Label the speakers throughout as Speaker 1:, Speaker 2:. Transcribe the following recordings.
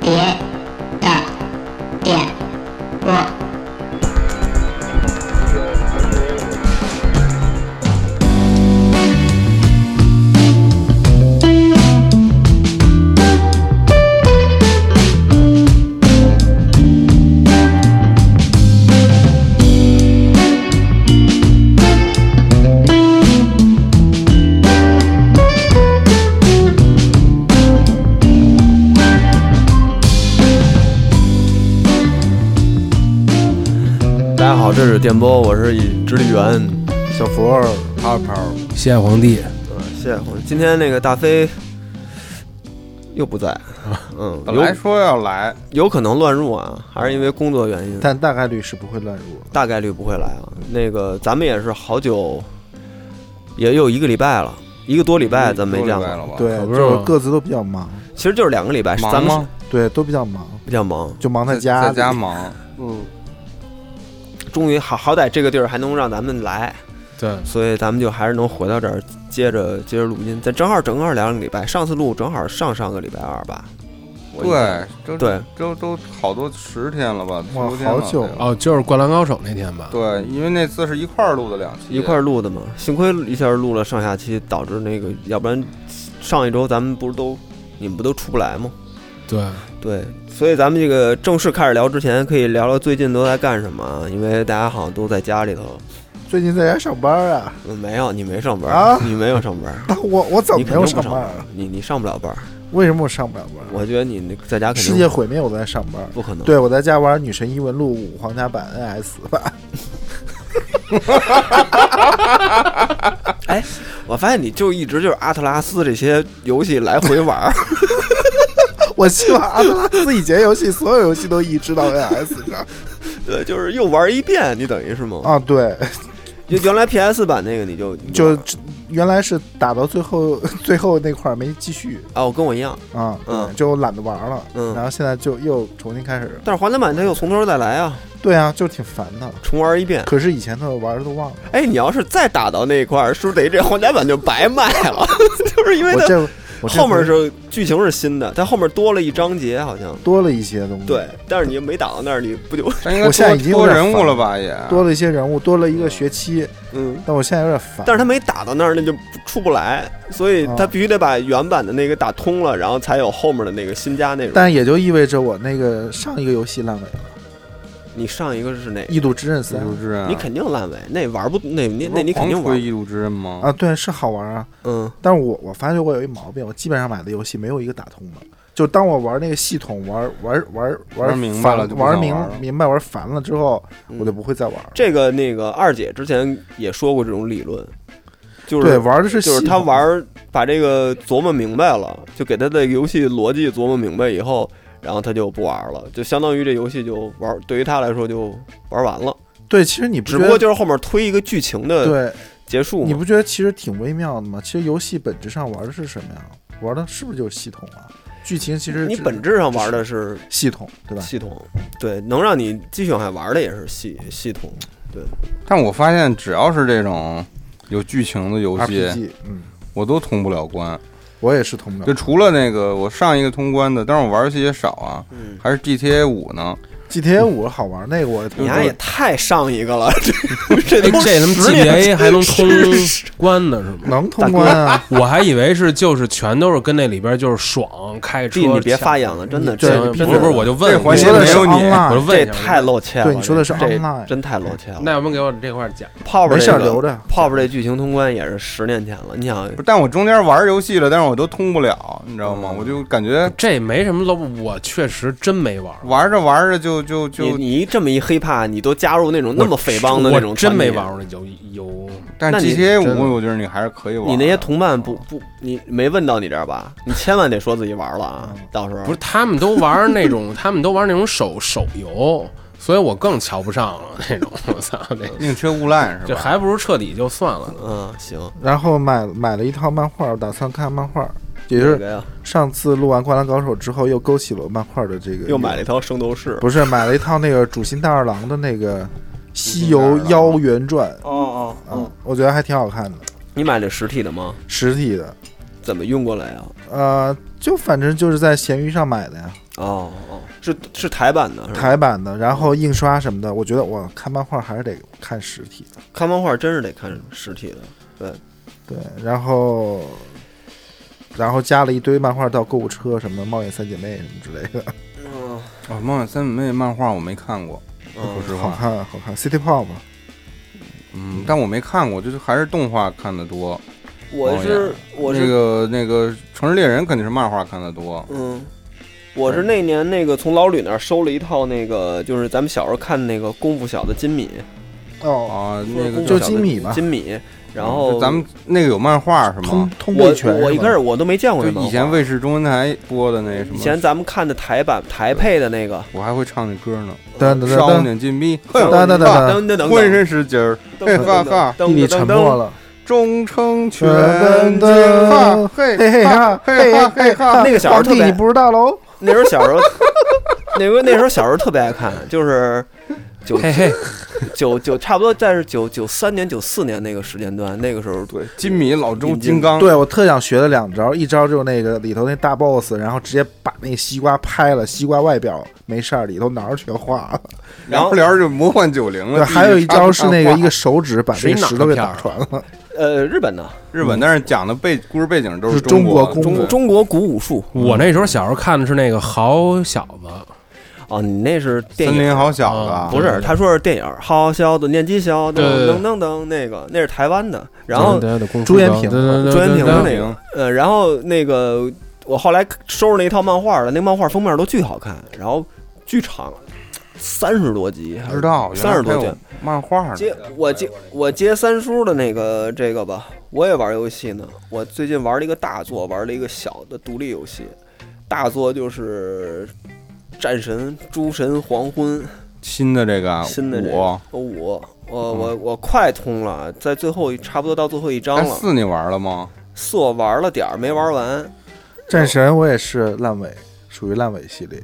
Speaker 1: 别的点播。
Speaker 2: 大家好，这是电波，我是以直立员小福儿泡泡。
Speaker 3: 西汉皇帝
Speaker 2: 嗯，谢谢红。今天那个大飞又不 在，嗯，
Speaker 4: 本来
Speaker 2: 有
Speaker 4: 说要来，
Speaker 2: 有可能乱入啊，还是因为工作原因，
Speaker 5: 但大概率是不会乱
Speaker 4: 哦
Speaker 5: 入。
Speaker 2: 大概率不会来啊。那个咱们也是好久，也有一个礼拜了，嗯一个多礼拜咱们没见
Speaker 4: 嗯多礼拜了吧
Speaker 5: 对，
Speaker 3: 可不是
Speaker 5: 就
Speaker 3: 吗
Speaker 5: 是各自都比较忙，
Speaker 2: 其实就是两个礼拜，咱
Speaker 4: 忙
Speaker 2: 们是
Speaker 4: 吗？
Speaker 5: 对，都比较忙，
Speaker 2: 比较忙，
Speaker 5: 就忙
Speaker 4: 在
Speaker 5: 家
Speaker 4: 在
Speaker 5: 里
Speaker 4: 家，忙，
Speaker 5: 嗯，
Speaker 2: 终于好好歹这个地儿还能让咱们来，
Speaker 3: 对，
Speaker 2: 所以咱们就还是能回到这儿，接着接着录音。咱正好正好两个礼拜，上次录正好上上个礼拜二吧。我印象
Speaker 4: 对，都
Speaker 2: 对
Speaker 4: 都都好多十天了吧，
Speaker 5: 哇
Speaker 4: 15天
Speaker 5: 好
Speaker 4: 了
Speaker 5: 久啊
Speaker 4: 得
Speaker 3: 哦，就是《灌篮高手》那天吧？
Speaker 4: 对，因为那次是一块儿录的两期，
Speaker 2: 一块儿录的嘛，幸亏一下录了上下期，导致那个，要不然上一周咱们不是都你们不都出不来吗？
Speaker 3: 对，
Speaker 2: 对，所以咱们这个正式开始聊之前，可以聊聊最近都在干什么啊，因为大家好像都在家里头。
Speaker 5: 最近在家上班啊，
Speaker 2: 嗯没有，你没上班，
Speaker 5: 啊
Speaker 2: 你没有上班，
Speaker 5: 但我我怎
Speaker 2: 你
Speaker 5: 么没
Speaker 2: 肯定
Speaker 5: 有
Speaker 2: 不
Speaker 5: 上
Speaker 2: 上
Speaker 5: 班
Speaker 2: 班
Speaker 5: 啊？，
Speaker 2: 你你上不了班。
Speaker 5: 为什么我上不了班？啊
Speaker 2: 我觉得你那在家肯定
Speaker 5: 世界毁灭，我都在上班。
Speaker 2: 不可能。
Speaker 5: 对，我在家玩《女神异闻录五》皇家版 NS 吧，
Speaker 2: 哎，我发现你就一直就是阿特拉斯这些游戏来回玩儿，
Speaker 5: 我希望阿特拉斯以前游戏所有游戏都移植到 NS 上
Speaker 2: 对，就是又玩一遍，你等于是吗？
Speaker 5: 啊。对，
Speaker 2: 就原来 PS 版那个你就你
Speaker 5: 就
Speaker 2: 玩儿
Speaker 5: 原来是打到最后最后那块儿没继续
Speaker 2: 哦，跟我一样，
Speaker 5: 啊，
Speaker 2: 嗯
Speaker 5: 就懒得玩了，
Speaker 2: 嗯
Speaker 5: 然后现在就又重新开始。
Speaker 2: 但是华南版它又从头再来啊，
Speaker 5: 对啊，就挺烦的。
Speaker 2: 重玩一遍。
Speaker 5: 可是以前他们玩的都 忘了。
Speaker 2: 哎，你要是再打到那一块儿，是不是得这皇家版就白卖了？ 就是因为
Speaker 5: 我
Speaker 2: 它
Speaker 5: 这我这
Speaker 2: 啊后面
Speaker 5: 回
Speaker 2: 是剧情是新的，它后面多了一章节好像。
Speaker 5: 多了一些东西，
Speaker 2: 对，，但是你没打到那儿，你不就
Speaker 4: 但应该
Speaker 5: 我现在
Speaker 4: 多
Speaker 5: 已经有
Speaker 4: 多
Speaker 5: 点
Speaker 4: 人物
Speaker 5: 烦
Speaker 4: 了吧也，
Speaker 5: 多了一些人物，多了一个学期，
Speaker 2: 嗯？
Speaker 5: 但我现在有点烦。
Speaker 2: 但是他没打到那儿，那就不出不来，所以他
Speaker 5: 啊
Speaker 2: 必须得把原版的那个打通了，然后才有后面的那个新加内容。
Speaker 5: 但也就意味着我那个上一个游戏烂尾了，
Speaker 2: 你上一个是哪？
Speaker 5: 《异度之刃
Speaker 4: 异
Speaker 5: 三
Speaker 4: 度》之刃啊，
Speaker 2: 你肯定烂尾，那玩不那你那你
Speaker 4: 不是
Speaker 2: 肯定
Speaker 4: 狂推
Speaker 2: 玩，
Speaker 4: 异度之刃吗？
Speaker 5: 啊，对，是好玩啊。
Speaker 2: 嗯，
Speaker 5: 但是我我发现我有一毛病，我基本上买的游戏没有一个打通的。就当我玩那个系统玩玩玩
Speaker 4: 玩明白
Speaker 5: 烦
Speaker 4: 了
Speaker 5: 了，
Speaker 4: 就不想
Speaker 5: 玩明
Speaker 4: 玩了
Speaker 5: 明白玩烦了之后，
Speaker 2: 嗯
Speaker 5: 我就不会再玩了。
Speaker 2: 这个那个二姐之前也说过这种理论，就是
Speaker 5: 对，玩的是
Speaker 2: 就是
Speaker 5: 系
Speaker 2: 他
Speaker 5: 统
Speaker 2: 玩儿把这个琢磨明白了，就给他的游戏逻辑琢磨明白以后，然后他就不玩了，就相当于这游戏就玩儿，对于他来说就玩完了，
Speaker 5: 对，其实你
Speaker 2: 只
Speaker 5: 觉
Speaker 2: 不
Speaker 5: 得
Speaker 2: 过就是后面推一个剧情的
Speaker 5: 对，
Speaker 2: 结束
Speaker 5: 你
Speaker 2: 嘛。
Speaker 5: 不觉得其实挺微妙的吗？其实游戏本质上玩的是什么呀？玩的是不是就是系统啊？剧情其实
Speaker 2: 你
Speaker 5: 只
Speaker 2: 本质上玩的是
Speaker 5: 系统对吧？
Speaker 2: 系统，对，能让你继续往下玩的也是系系统。
Speaker 4: 但我发现只要是这种有剧情的游戏，
Speaker 5: RPG，嗯，
Speaker 4: 我都通不了关，
Speaker 5: 我也是通不
Speaker 4: 就
Speaker 5: 了。
Speaker 4: 除了那个我上一个通关的，但是我玩游戏也少啊，
Speaker 2: 嗯，
Speaker 4: 还是 GTA 五呢，
Speaker 5: GTA 五好玩，那个我
Speaker 2: 你丫也太上一个了，这
Speaker 3: 哎，
Speaker 2: 这都
Speaker 3: 这他妈
Speaker 2: 十年
Speaker 3: GTA 还能通关呢是吗？
Speaker 5: 能通关啊！
Speaker 3: 我还以为是就是全都是跟那里边就是爽开车
Speaker 2: 弟，
Speaker 3: 抢，
Speaker 2: 你别发言了，真的，
Speaker 5: 对
Speaker 2: 这
Speaker 3: 行
Speaker 5: 你别
Speaker 3: 不是不是，我就问
Speaker 4: 这
Speaker 3: 我
Speaker 4: 环
Speaker 3: 就
Speaker 4: 节
Speaker 5: 说的
Speaker 3: 问
Speaker 4: 没
Speaker 5: 是
Speaker 4: 有你
Speaker 5: online，
Speaker 3: 我就问
Speaker 2: 这
Speaker 3: 一下
Speaker 2: 太露怯了。
Speaker 5: 对你说的是
Speaker 2: 这
Speaker 5: online
Speaker 2: 真太露怯了。
Speaker 3: 那要不给我这块儿讲？
Speaker 2: 泡泡
Speaker 5: 没
Speaker 2: 这
Speaker 5: 事儿
Speaker 2: 个
Speaker 5: 留着。
Speaker 2: 泡泡这剧情通关也是十年前了，你想
Speaker 4: 不是但我中间玩游戏了，但是我都通不了，你知道吗？
Speaker 2: 嗯
Speaker 4: 我就感觉
Speaker 3: 这没什么了，我确实真没玩儿。
Speaker 4: 玩着玩着就就
Speaker 2: 你
Speaker 4: 就，
Speaker 2: 你一这么一黑怕，你都加入那种
Speaker 3: 我
Speaker 2: 那么匪帮的那种
Speaker 3: 我真
Speaker 2: 团体啊
Speaker 3: 没玩。过那游游，
Speaker 4: 但
Speaker 2: 那你
Speaker 4: GTA
Speaker 5: 真的
Speaker 4: 五我觉得你还是可以玩的。
Speaker 2: 你那些同伴不不，你没问到你这儿吧？你千万得说自己玩了啊，到时候
Speaker 3: 不是他们都玩儿那种，他们都玩儿那种手手游，所以我更瞧不上了那种。我操，这
Speaker 4: 宁缺毋滥是
Speaker 3: 这
Speaker 4: 吧？
Speaker 3: 还不如彻底就算了呢。
Speaker 2: 嗯行，
Speaker 5: 然后买买了一套漫画，我打算看漫画，也就
Speaker 2: 这
Speaker 5: 是
Speaker 2: 个呀，
Speaker 5: 上次录完《灌篮高手》之后，又勾起了我漫画的这个。
Speaker 2: 又买了一套圣斗士。
Speaker 5: 不是买了一套那个主心大二郎的那个《西
Speaker 4: 主
Speaker 5: 游
Speaker 4: 心大二郎
Speaker 5: 妖原传》
Speaker 2: 哦哦
Speaker 5: 啊，，我觉得还挺好看的，
Speaker 2: 你买的实体的吗？
Speaker 5: 实体的。
Speaker 2: 怎么运过来啊？
Speaker 5: 呃，就反正就是在闲鱼上买的呀，
Speaker 2: 哦哦，是是台版的，是吧
Speaker 5: 台版的，然后印刷什么的，我觉得我看漫画还是得看实体的。
Speaker 2: 看漫画真是得看实体的。
Speaker 5: 对，然后然后加了一堆漫画到购物车什么的，《猫眼三姐妹》什么之类的，
Speaker 2: 嗯
Speaker 4: 哦，《梦想三姐妹》漫画我没看过，说
Speaker 2: 嗯，
Speaker 4: 实
Speaker 5: 好
Speaker 4: 话，
Speaker 5: 看好看。City Pop
Speaker 4: 嗯，但我没看过，就是还是动画看的多。
Speaker 2: 嗯我是我
Speaker 4: 那
Speaker 2: 是
Speaker 4: 个那个《城市猎人》肯定是漫画看的多。
Speaker 2: 嗯，我是那年那个从老吕那儿收了一套那个，就是咱们小时候看那个功夫小的金米，
Speaker 5: 哦，
Speaker 4: 啊，那个
Speaker 5: 就
Speaker 4: 小
Speaker 5: 金米吧
Speaker 2: 金米。然后
Speaker 4: 嗯就咱们那个有漫画是
Speaker 5: 通
Speaker 4: 吗？
Speaker 5: 通
Speaker 2: 我
Speaker 5: 贵全
Speaker 2: 我一
Speaker 5: 是吧
Speaker 2: 开始我都没见过
Speaker 4: 就
Speaker 2: 这漫画
Speaker 4: 以前卫视中文台播的那什
Speaker 2: 啊以前
Speaker 4: 么，
Speaker 2: 咱们看的台版台配的那个，
Speaker 4: 我还会唱那歌呢，
Speaker 5: 噔噔
Speaker 4: 少
Speaker 5: 噔
Speaker 4: 年金币，
Speaker 5: 噔噔噔
Speaker 4: 啊
Speaker 5: 噔，
Speaker 2: 噔噔噔，
Speaker 4: 浑身是劲儿，嘿发发，
Speaker 5: 地理沉默，了。
Speaker 4: 终成全
Speaker 5: 全
Speaker 4: 金
Speaker 5: 金
Speaker 4: 发，
Speaker 5: 嘿
Speaker 4: 嘿
Speaker 5: 嘿哈，
Speaker 4: 嘿
Speaker 5: 哈
Speaker 4: 哈嘿
Speaker 5: 哈！
Speaker 4: 哈，
Speaker 2: 那个小孩儿
Speaker 5: 皇
Speaker 2: 特别
Speaker 5: 帝你不知道喽？
Speaker 2: 那时候小时候， 那个那时候小时候特别爱看， 就是九
Speaker 3: 嘿嘿，
Speaker 2: 九九差不多，但是九九三年九四年那个时间段，那个时候
Speaker 4: 对，金米老周
Speaker 2: 引进
Speaker 4: 金刚，
Speaker 5: 对我特想学了两招，一招就是那个里头那大 boss，然后直接把那西瓜拍了，西瓜外表没事儿，里头哪儿全化了。
Speaker 2: 然后
Speaker 4: 聊着就魔幻九零
Speaker 5: 对，
Speaker 4: 了。
Speaker 5: 还有一招是那个一个
Speaker 4: 地上
Speaker 5: 手指把那个石头给打穿了。
Speaker 2: 呃日本的
Speaker 4: 日本，但是讲的背故事背景都
Speaker 5: 是中
Speaker 4: 中
Speaker 5: 国功
Speaker 2: 中
Speaker 5: 夫
Speaker 4: 对
Speaker 2: 中国古武术
Speaker 3: 我那时候小时候看的是那个好小子，
Speaker 2: 哦，你那是电
Speaker 4: 森
Speaker 2: 影。
Speaker 4: 林好小子
Speaker 3: 啊
Speaker 4: 啊，
Speaker 2: 不是，他说是电影《好小子年纪小》，噔
Speaker 3: 对对对
Speaker 2: 噔噔噔，那个那是台湾的。然后
Speaker 5: 朱延平
Speaker 2: 朱延平的那
Speaker 4: 平
Speaker 2: 个，呃，然后那个我后来收拾那一套漫画了，那漫画封面都巨好看，然后剧场三十多集，还
Speaker 4: 不
Speaker 2: 是
Speaker 4: 知道原来
Speaker 2: 三十多
Speaker 4: 还有
Speaker 2: 卷
Speaker 4: 漫画呢，
Speaker 2: 接我接我接三叔的那个这个吧，我也玩游戏呢。我最近玩了一个大作，玩了一个小的独立游戏。大作就是《战神》《诸神黄昏》
Speaker 4: 新的这个
Speaker 2: 新的这个五，
Speaker 4: 五，嗯
Speaker 2: 我我我快通了，在最后一差不多到最后一章
Speaker 4: 哎
Speaker 2: 了。
Speaker 4: 四你玩了吗？
Speaker 2: 四我玩了点儿，没玩完。
Speaker 5: 战神我也是烂尾，属于烂尾系列，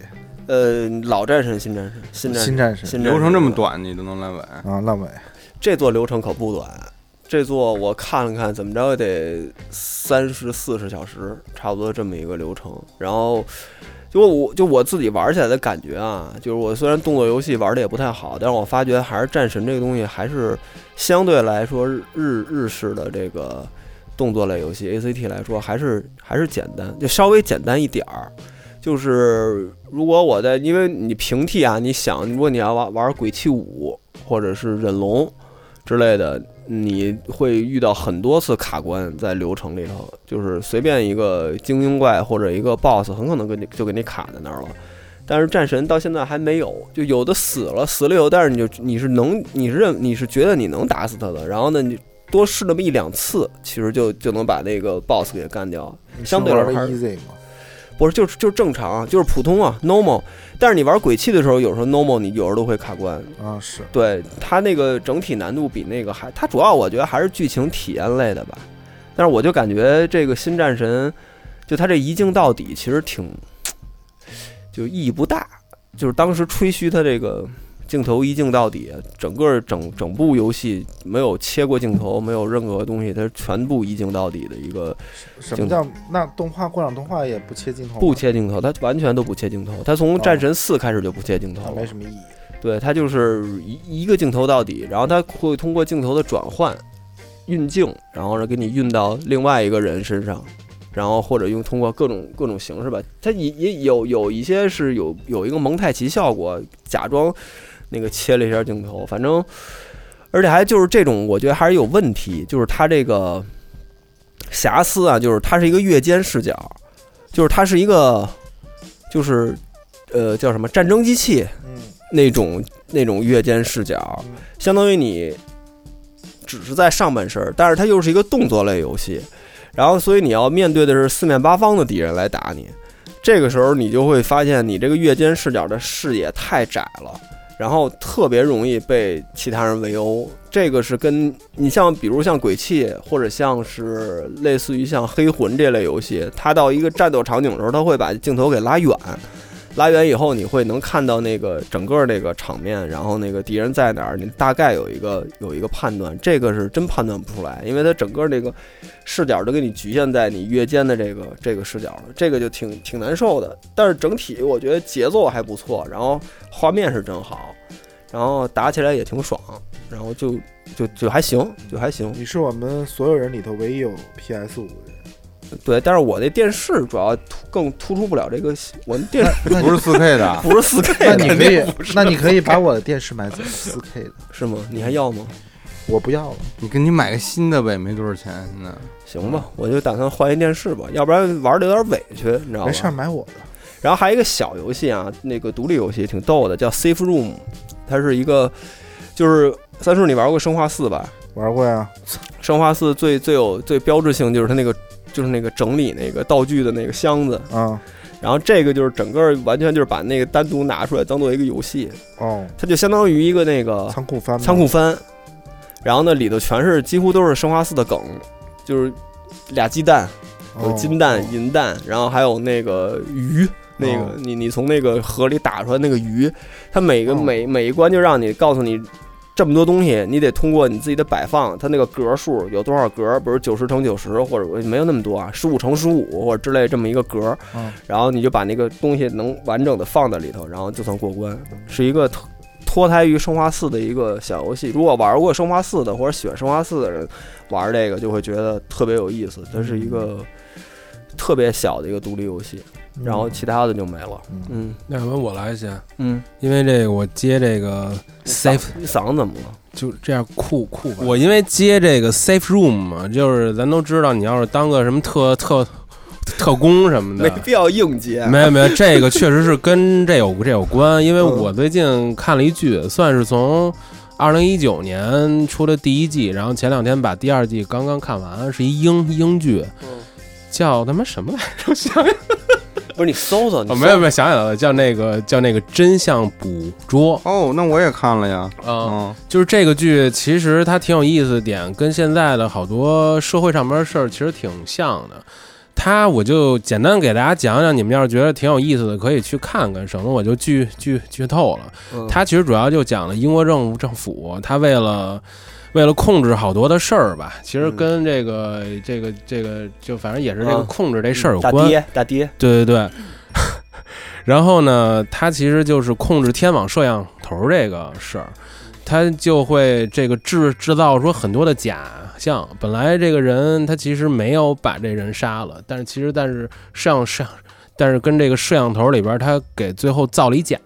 Speaker 2: 呃，老战神、新战神、新战
Speaker 5: 新
Speaker 2: 神、
Speaker 5: 战神
Speaker 2: 新战神
Speaker 4: 流程这么，短，你都能烂尾？
Speaker 5: 啊，烂尾。
Speaker 2: 这座流程可不短。这座我看了看，怎么着也得三十四十小时，差不多这么一个流程。然后，就我就我自己玩起来的感觉啊，就是我虽然动作游戏玩的也不太好，但是我发觉还是战神这个东西还是呃相对来说日日日式的这个动作类游戏 A C T 来说还是还是简单，就稍微简单一点儿。就是如果我在，因为你平替啊，你想，如果你要玩玩鬼泣五或者是忍龙之类的，你会遇到很多次卡关在流程里头，就是随便一个精英怪或者一个 BOSS，很可能给你就给你卡在那儿了。但是战神到现在还没有，就有的死了，死了以后，但是你就你是能，你是认你是觉得你能打死他的，然后呢，你多试那么一两次，其实就就能把那个 BOSS 给干掉。
Speaker 5: 你
Speaker 2: 相对
Speaker 5: 是
Speaker 2: 来
Speaker 5: 玩
Speaker 2: 说还
Speaker 5: 的
Speaker 2: 是
Speaker 5: easy 吗？
Speaker 2: 不是，就是就是正常，就是普通啊，normal。但是你玩鬼泣的时候，有时候 normal 你有时候都会卡关。
Speaker 5: 啊，是
Speaker 2: 对它那个整体难度比那个还，它主要我觉得还是剧情体验类的吧。但是我就感觉这个新战神，就它这一镜到底，其实挺，就意义不大。就是当时吹嘘它这个镜头一镜到底，整个整整部游戏没有切过镜头，没有任何东西，它全部一镜到底的一个
Speaker 5: 什么
Speaker 2: 镜
Speaker 5: 叫那动画过场动画也不切镜头吗？
Speaker 2: 不切镜头，它完全都不切镜头。它从
Speaker 5: 哦
Speaker 2: 战神四开始就不切镜头
Speaker 5: 啊，
Speaker 2: 了
Speaker 5: 没，什么意义。
Speaker 2: 对，它就是一一个镜头到底，然后它会通过镜头的转换运镜，然后呢给你运到另外一个人身上，然后或者用通过各种各种形式吧，它也也有有一些是有有一个蒙太奇效果，假装那个切了一下镜头，反正而且还就是这种，我觉得还是有问题，就是它这个瑕疵啊，就是它是一个月间视角，就是它是一个就是呃叫什么战争机器。
Speaker 5: 嗯，
Speaker 2: 那种那种月间视角
Speaker 5: 嗯，
Speaker 2: 相当于你只是在上半身儿，但是它又是一个动作类游戏，然后所以你要面对的是四面八方的敌人来打你，这个时候你就会发现你这个月间视角的视野太窄了。然后特别容易被其他人围殴，这个是跟你像比如像鬼泣或者像是类似于像黑魂这类游戏，它到一个战斗场景的时候，它会把镜头给拉远，拉远以后，你会能看到那个整个那个场面，然后那个敌人在哪儿，你大概有一个有一个判断。这个是真判断不出来，因为它整个这个视角都给你局限在你越肩的这个这个视角了，这个就挺挺难受的。但是整体我觉得节奏还不错，然后画面是真好，然后打起来也挺爽，然后就就就还行，就还行。
Speaker 5: 你是我们所有人里头唯一有 PS 五的人，
Speaker 2: 对，但是我那电视主要突更突出不了这个，我那电视
Speaker 4: 不是四 K 的，啊
Speaker 2: 不是四 K
Speaker 5: 那
Speaker 2: 的，
Speaker 5: 你可以，那你可以把我的电视买走，四 K 的，
Speaker 2: 是吗？你还要吗？
Speaker 5: 我不要了。
Speaker 4: 你给你买个新的呗，没多少钱现在。
Speaker 2: 行吧，我就打算换一电视吧，要不然玩的有点委屈，你知道
Speaker 5: 没事儿，
Speaker 2: 吗？
Speaker 5: 买我的。
Speaker 2: 然后还有一个小游戏啊，那个独立游戏挺逗的，叫 Safe Room，它是一个，就是三叔你玩过《生化四》吧？
Speaker 5: 玩过呀，
Speaker 2: 《生化四》最最有最标志性就是它那个就是那个整理那个道具的那个箱子，
Speaker 5: 啊、
Speaker 2: 然后这个就是整个完全就是把那个单独拿出来当做一个游戏，
Speaker 5: 哦，
Speaker 2: 它就相当于一个那个
Speaker 5: 仓库翻吧
Speaker 2: 啊仓库翻，然后呢里头全是几乎都是生化四的梗，就是俩鸡蛋，有
Speaker 5: 哦
Speaker 2: 金蛋、银蛋，然后还有那个鱼，那个、
Speaker 5: 哦
Speaker 2: 你你从那个河里打出来那个鱼，它每个、
Speaker 5: 哦
Speaker 2: 每每一关就让你告诉你这么多东西，你得通过你自己的摆放，它那个格数有多少格，比如九十乘九十或者没有那么多啊，十五乘十五或者之类这么一个格，
Speaker 5: 嗯
Speaker 2: 然后你就把那个东西能完整的放在里头，然后就算过关，是一个脱脱胎于生化四的一个小游戏。如果玩过生化四的或者喜欢生化四的人玩这个，就会觉得特别有意思。它是一
Speaker 3: 嗯
Speaker 2: 个特别小的一个独立游戏，
Speaker 5: 嗯
Speaker 2: 然后其他的就没了。嗯
Speaker 3: 那什么，我来先，
Speaker 2: 嗯，
Speaker 3: 因为这个我接这个 safe
Speaker 2: 你嗓子怎么了？
Speaker 3: 就这样酷酷吧。我因为接这个 safe room 嘛，就是咱都知道，你要是当个什么特特特工什么的，
Speaker 2: 要硬接
Speaker 3: 没有没有，这个确实是跟这有这有关，因为我最近看了一剧，算是从二零一九年出的第一季，然后前两天把第二季刚刚看完，是一英英剧，叫他妈什么来着？我想想，
Speaker 2: 不是你搜搜，你
Speaker 3: 哦，
Speaker 2: 搜
Speaker 3: 没有没有，想起来了，叫那个叫那个真相捕捉，
Speaker 4: 哦，那我也看了呀。
Speaker 5: 啊
Speaker 3: 嗯，
Speaker 4: 嗯，
Speaker 3: 就是这个剧其实它挺有意思的点，跟现在的好多社会上边的事儿其实挺像的。它我就简单给大家讲讲，你们要是觉得挺有意思的，可以去看看，省得我就剧剧剧透了。
Speaker 2: 嗯
Speaker 3: 它其实主要就讲了英国政府政府，它为了为了控制好多的事儿吧，其实跟这个、这个这个就反正也是这个
Speaker 2: 嗯啊
Speaker 3: 控制这事儿有
Speaker 2: 大
Speaker 3: 关。
Speaker 2: 爹大爹，
Speaker 3: 对对对。 然后呢，它其实就是控制天网摄像头这个事儿，它就会这个制制造出很多的假象。本来这个人他其实没有把这人杀了，但是其实但是摄像摄像，但是跟这个摄像头里边儿他给最后造了一假，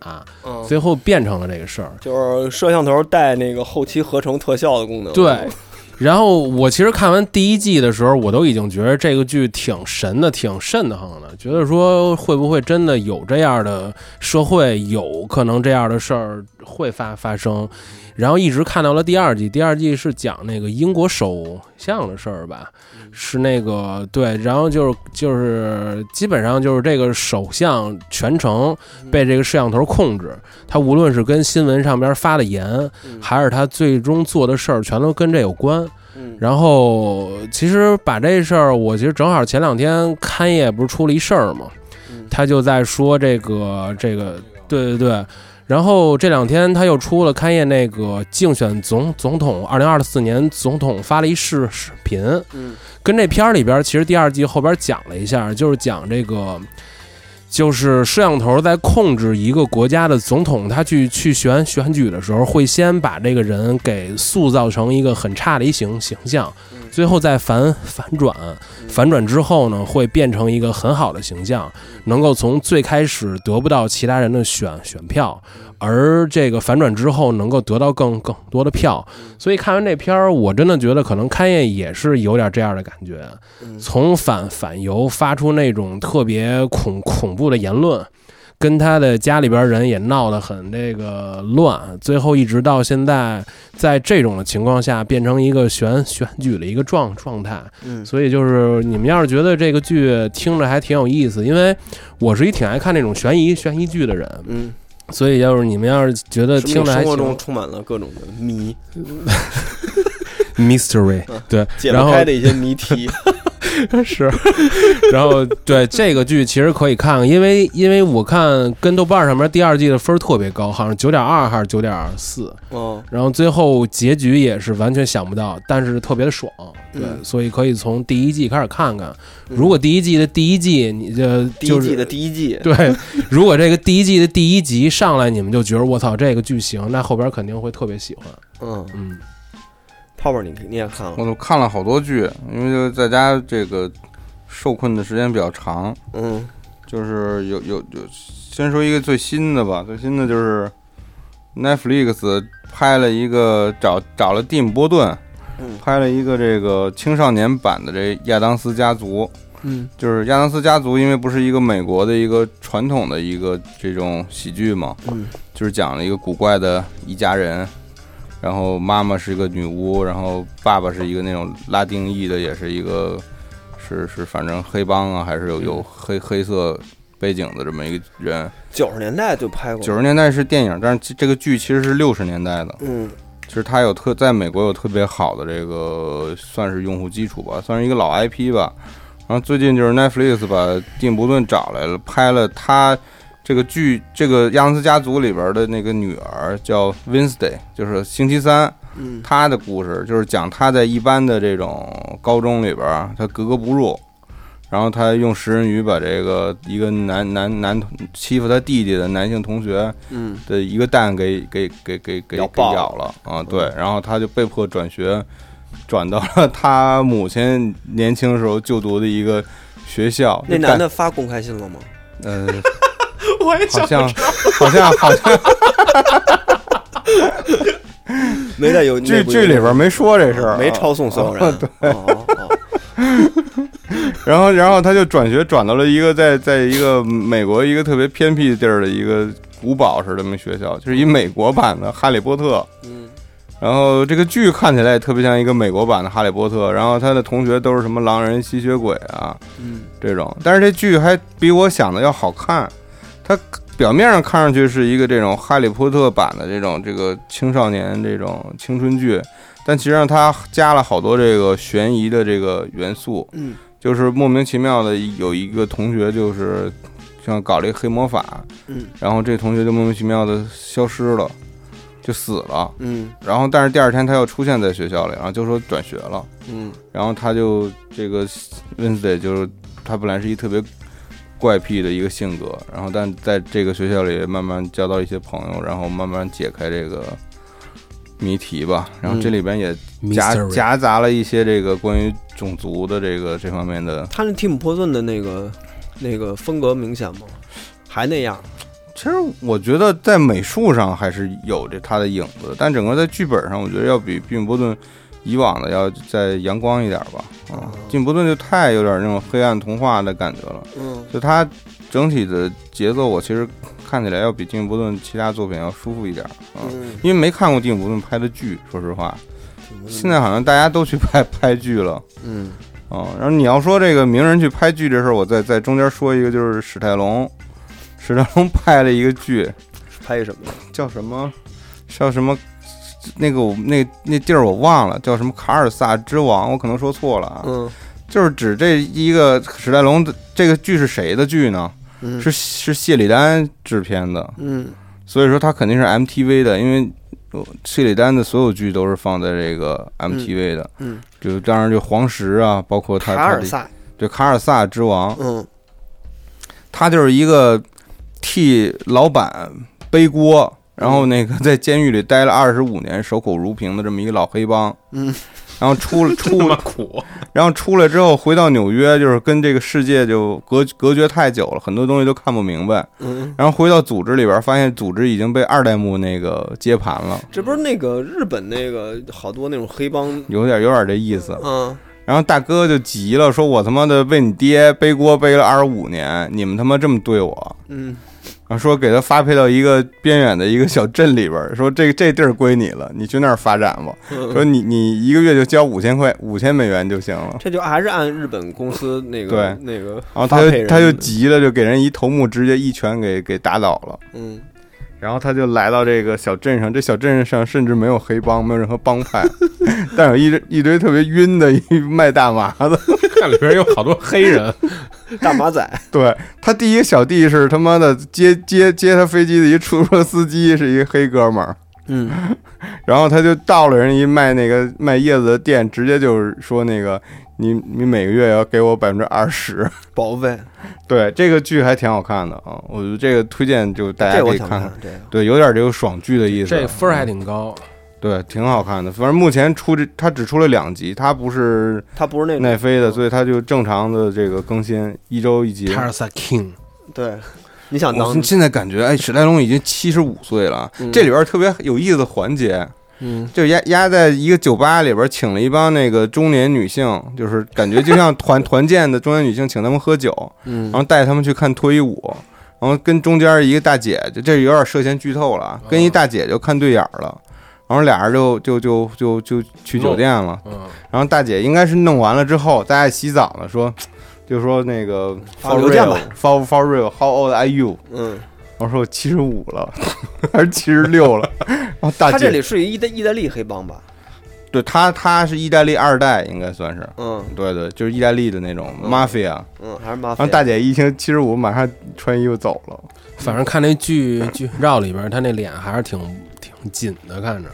Speaker 2: 嗯，
Speaker 3: 最后变成了这个事儿。
Speaker 2: 就是摄像头带那个后期合成特效的功能。
Speaker 3: 对， 然后我其实看完第一季的时候，我都已经觉得这个剧挺神的，挺瘆得慌的，觉得说会不会真的有这样的社会，有可能这样的事儿会发发生。然后一直看到了第二季，第二季是讲那个英国首相的事儿吧，是那个对，然后就是就是基本上就是这个首相全程被这个摄像头控制，他无论是跟新闻上边发的言，
Speaker 2: 嗯，
Speaker 3: 还是他最终做的事儿，全都跟这有关。
Speaker 2: 嗯
Speaker 3: 然后，其实把这事儿，我其实正好前两天勘爷不是出了一事儿嘛，
Speaker 2: 嗯
Speaker 3: 他就在说这个这个，对对对。然后这两天他又出了勘爷那个竞选总总统二零二四年总统发了一视视频，
Speaker 2: 嗯
Speaker 3: 跟这片儿里边儿，其实第二季后边儿讲了一下，就是讲这个，就是摄像头在控制一个国家的总统，他去去选选举的时候，会先把这个人给塑造成一个很差的一形形象
Speaker 2: 嗯，
Speaker 3: 最后再反反转，反转之后呢，会变成一个很好的形象，能够从最开始得不到其他人的选选票，而这个反转之后能够得到更更多的票。所以看完这片儿，我真的觉得可能勘爷也是有点这样的感觉，
Speaker 2: 嗯
Speaker 3: 从反反犹发出那种特别恐恐怖的言论。跟他的家里边人也闹得很这个乱，最后一直到现在，在这种的情况下变成一个选选举的一个状状态，
Speaker 2: 嗯
Speaker 3: 所以就是你们要是觉得这个剧听着还挺有意思，因为我是一挺爱看那种悬疑悬疑剧的人，
Speaker 2: 嗯，
Speaker 3: 所以要是你们要是觉得
Speaker 2: 说明
Speaker 3: 听着还
Speaker 2: 生活
Speaker 3: 行
Speaker 2: 中，充满了各种的谜。
Speaker 3: mystery，对，
Speaker 2: 啊解
Speaker 3: 然
Speaker 2: 不
Speaker 3: 后
Speaker 2: 开的一些谜题。
Speaker 3: 是，然后对这个剧其实可以看看，因为因为我看跟豆瓣上面第二季的分儿特别高，好像九点二还是九点四，
Speaker 2: 嗯，
Speaker 3: 然后最后结局也是完全想不到，但是特别的爽，对，
Speaker 2: 嗯
Speaker 3: 所以可以从第一季开始看看。
Speaker 2: 嗯
Speaker 3: 如果第一季的第一季你就
Speaker 2: 第一
Speaker 3: 就
Speaker 2: 季
Speaker 3: 是
Speaker 2: 的第一 季，
Speaker 3: 对，如果这个第一季的第一集上来，你们就觉得我操这个剧行，那后边肯定会特别喜欢。
Speaker 2: 嗯，
Speaker 3: 嗯，
Speaker 2: 泡泡你你也看了，
Speaker 4: 我都看了好多剧，因为就在家这个受困的时间比较长，
Speaker 2: 嗯
Speaker 4: 就是有有有，先说一个最新的吧，最新的就是 Netflix 拍了一个找找了蒂姆波顿
Speaker 2: 嗯，
Speaker 4: 拍了一个这个青少年版的这亚当斯家族，
Speaker 2: 嗯
Speaker 4: 就是亚当斯家族，因为不是一个美国的一个传统的一个这种喜剧嘛，
Speaker 2: 嗯
Speaker 4: 就是讲了一个古怪的一家人，然后妈妈是一个女巫，然后爸爸是一个那种拉丁裔的，也是一个是是反正黑帮啊，还是有有黑黑色背景的这么一个人。
Speaker 2: 九十年代就拍过，
Speaker 4: 九十年代是电影，但是这这个剧其实是六十年代的，
Speaker 2: 嗯
Speaker 4: 其实它有特在美国有特别好的这个算是用户基础吧，算是一个老 IP 吧。然后最近就是 Netflix 把蒂姆·伯顿找来了，拍了他这个剧这个亚当斯家族里边的那个女儿叫 Wednesday，就是星期三。
Speaker 2: 嗯
Speaker 4: 她的故事就是讲她在一般的这种高中里边儿，她格格不入，然后她用食人鱼把这个一个男男男欺负她弟弟的男性同学，
Speaker 2: 嗯
Speaker 4: 的一个蛋给给给给给
Speaker 2: 咬
Speaker 4: 给
Speaker 2: 爆嗯
Speaker 4: 咬了啊，对，然后他就被迫转学，转到了他母亲年轻时候就读的一个学校。
Speaker 2: 那
Speaker 4: 就
Speaker 2: 男
Speaker 4: 干，
Speaker 2: 的发公开信了吗？
Speaker 4: 呃，
Speaker 2: 我也
Speaker 4: 好像好像好 像
Speaker 2: 没在有
Speaker 4: 剧剧里边没说这事儿，啊
Speaker 2: 没抄送所有人，对，哦哦
Speaker 4: 然后，然后他就转学转到了一个在在一个美国一个特别偏僻地儿的一个古堡似的那么学校，就是一美国版的《哈利波特》。
Speaker 2: 嗯
Speaker 4: 然后这个剧看起来也特别像一个美国版的《哈利波特》，然后他的同学都是什么狼人、吸血鬼啊
Speaker 2: 嗯
Speaker 4: 这种，但是这剧还比我想的要好看。它表面上看上去是一个这种《哈利波特》版的这种这个青少年这种青春剧，但其实上它加了好多这个悬疑的这个元素，
Speaker 2: 嗯
Speaker 4: 就是莫名其妙的有一个同学就是像搞了一黑魔法，
Speaker 2: 嗯
Speaker 4: 然后这同学就莫名其妙的消失了，就死了。
Speaker 2: 嗯
Speaker 4: 然后但是第二天他又出现在学校里，然后就说转学了，
Speaker 2: 嗯
Speaker 4: 然后他就这个 Wednesday 就是他本来是一特别怪癖的一个性格，然后但在这个学校里慢慢交到一些朋友，然后慢慢解开这个谜题吧。然后这里边也夹、
Speaker 3: Mystery
Speaker 4: 夹杂了一些这个关于种族的这个这方面的，
Speaker 2: 他那蒂姆·波顿的那个那个风格明显吗？还那样？
Speaker 4: 其实我觉得在美术上还是有这他的影子的，但整个在剧本上，我觉得要比蒂姆·波顿以往的要再阳光一点吧。啊，蒂姆·波顿就太有点那种黑暗童话的感觉了，
Speaker 2: 嗯
Speaker 4: 就他整体的节奏，我其实看起来要比蒂姆·波顿其他作品要舒服一点。啊，
Speaker 2: 嗯，
Speaker 4: 因为没看过蒂姆·波顿拍的剧，说实话，
Speaker 2: 挺不错
Speaker 4: 现在好像大家都去拍 拍剧了。
Speaker 2: 嗯
Speaker 4: 啊、然后你要说这个名人去拍剧这事儿，我再在中间说一个，就是史泰龙，史泰龙拍了一个剧，
Speaker 2: 拍什么呀？
Speaker 4: 叫什么，叫什么，那个我那那地儿我忘了，叫什么卡尔萨之王，我可能说错了啊。
Speaker 2: 嗯
Speaker 4: 就是指这一个史泰龙的这个剧是谁的剧呢？
Speaker 2: 嗯
Speaker 4: 是是谢里丹制片的，
Speaker 2: 嗯
Speaker 4: 所以说他肯定是 MTV 的，因为呃谢里丹的所有剧都是放在这个 MTV 的，
Speaker 2: 嗯，
Speaker 4: 就当然就黄石啊，包括他
Speaker 2: 卡尔，萨，
Speaker 4: 对卡尔萨之王，
Speaker 2: 嗯
Speaker 4: 他就是一个替老板背锅，然后那个在监狱里待了二十五年，守口如瓶的这么一个老黑帮。
Speaker 2: 嗯，
Speaker 4: 然后出 了出
Speaker 3: 那么苦，
Speaker 4: 然后出来之后回到纽约，就是跟这个世界就隔隔绝太久了，很多东西都看不明白。
Speaker 2: 嗯，
Speaker 4: 然后回到组织里边，发现组织已经被二代目那个接盘了，
Speaker 2: 这不是那个日本那个好多那种黑帮，
Speaker 4: 有点有点这意思。
Speaker 2: 嗯
Speaker 4: 然后大哥就急了，说：“我他妈的为你爹背锅背了二十五年，你们他妈这么对我！”
Speaker 2: 嗯
Speaker 4: 然后啊说给他发配到一个边远的一个小镇里边儿， 说这这地儿归你了，你去那儿发展吧。
Speaker 2: 嗯，
Speaker 4: 说你你一个月就交五千块五千美元就行了。
Speaker 2: 这就还是按日本公司那个那个，
Speaker 4: 然后他就他就急了，就给人一头目直接一拳给给打倒了。
Speaker 2: 嗯
Speaker 4: 然后他就来到这个小镇上，这小镇上甚至没有黑帮，没有任何帮派， 但有一堆一堆特别晕的一卖大麻的。
Speaker 3: 看里边有好多黑人，
Speaker 2: 大马仔，
Speaker 4: 对他第一个小弟是他妈的接接接他飞机的一出租车司机，是一黑哥们儿。
Speaker 2: 嗯，
Speaker 4: 然后他就到了人一卖那个卖叶子的店，直接就是说那个你你每个月要给我百分之二十。
Speaker 2: 保费，
Speaker 4: 对，这个剧还挺好看的啊，我觉得这个推荐就大家
Speaker 2: 这
Speaker 4: 可
Speaker 2: 我
Speaker 4: 以
Speaker 2: 想
Speaker 4: 看。
Speaker 2: 这个。
Speaker 4: 对，有点这个爽剧的意 思。啊
Speaker 3: 这分儿还挺 高。
Speaker 4: 对，挺好看的。反正目前出这，它只出了两集，它不是
Speaker 2: 它不是那种
Speaker 4: 奈飞的，所以它就正常的这个更新，一周一集。
Speaker 3: Tarsa King，
Speaker 2: 对，你想
Speaker 4: 我
Speaker 2: 当
Speaker 4: 现在感觉，哎，史泰龙已经七十五岁了。
Speaker 2: 嗯
Speaker 4: 这里边特别有意思的环节，
Speaker 2: 嗯
Speaker 4: 就压压在一个酒吧里边，请了一帮那个中年女性，就是感觉就像团 团建的中年女性，请他们喝酒，
Speaker 2: 嗯
Speaker 4: 然
Speaker 3: 啊
Speaker 4: 后带他们去看脱衣舞，然后跟中间一个大姐，就这有点涉嫌剧透了啊，跟
Speaker 2: 哦
Speaker 4: 一大姐就看对眼儿了，然后俩人就就就就就去酒店了，
Speaker 3: 嗯，
Speaker 4: 然后大姐应该是弄完了之后，大家洗澡呢，说就说那个
Speaker 2: 发
Speaker 4: for
Speaker 2: 邮件吧
Speaker 4: real，for for real，how old are you？
Speaker 2: 嗯，
Speaker 4: 我说我七十五了， 还是七十六了？然后大
Speaker 2: 他这
Speaker 4: 姐
Speaker 2: 里是一意大意大利黑帮吧？
Speaker 4: 对她她是意大利二代，应该算是。
Speaker 2: 嗯
Speaker 4: 对对，就是意大利的那种 mafia，然
Speaker 2: 嗯，还是麻
Speaker 3: 啊
Speaker 4: 后
Speaker 2: 烦。
Speaker 4: 大姐一听七十五，马上穿衣服走了。
Speaker 3: 反正看那剧剧照里边，他那脸还是挺挺紧的，看着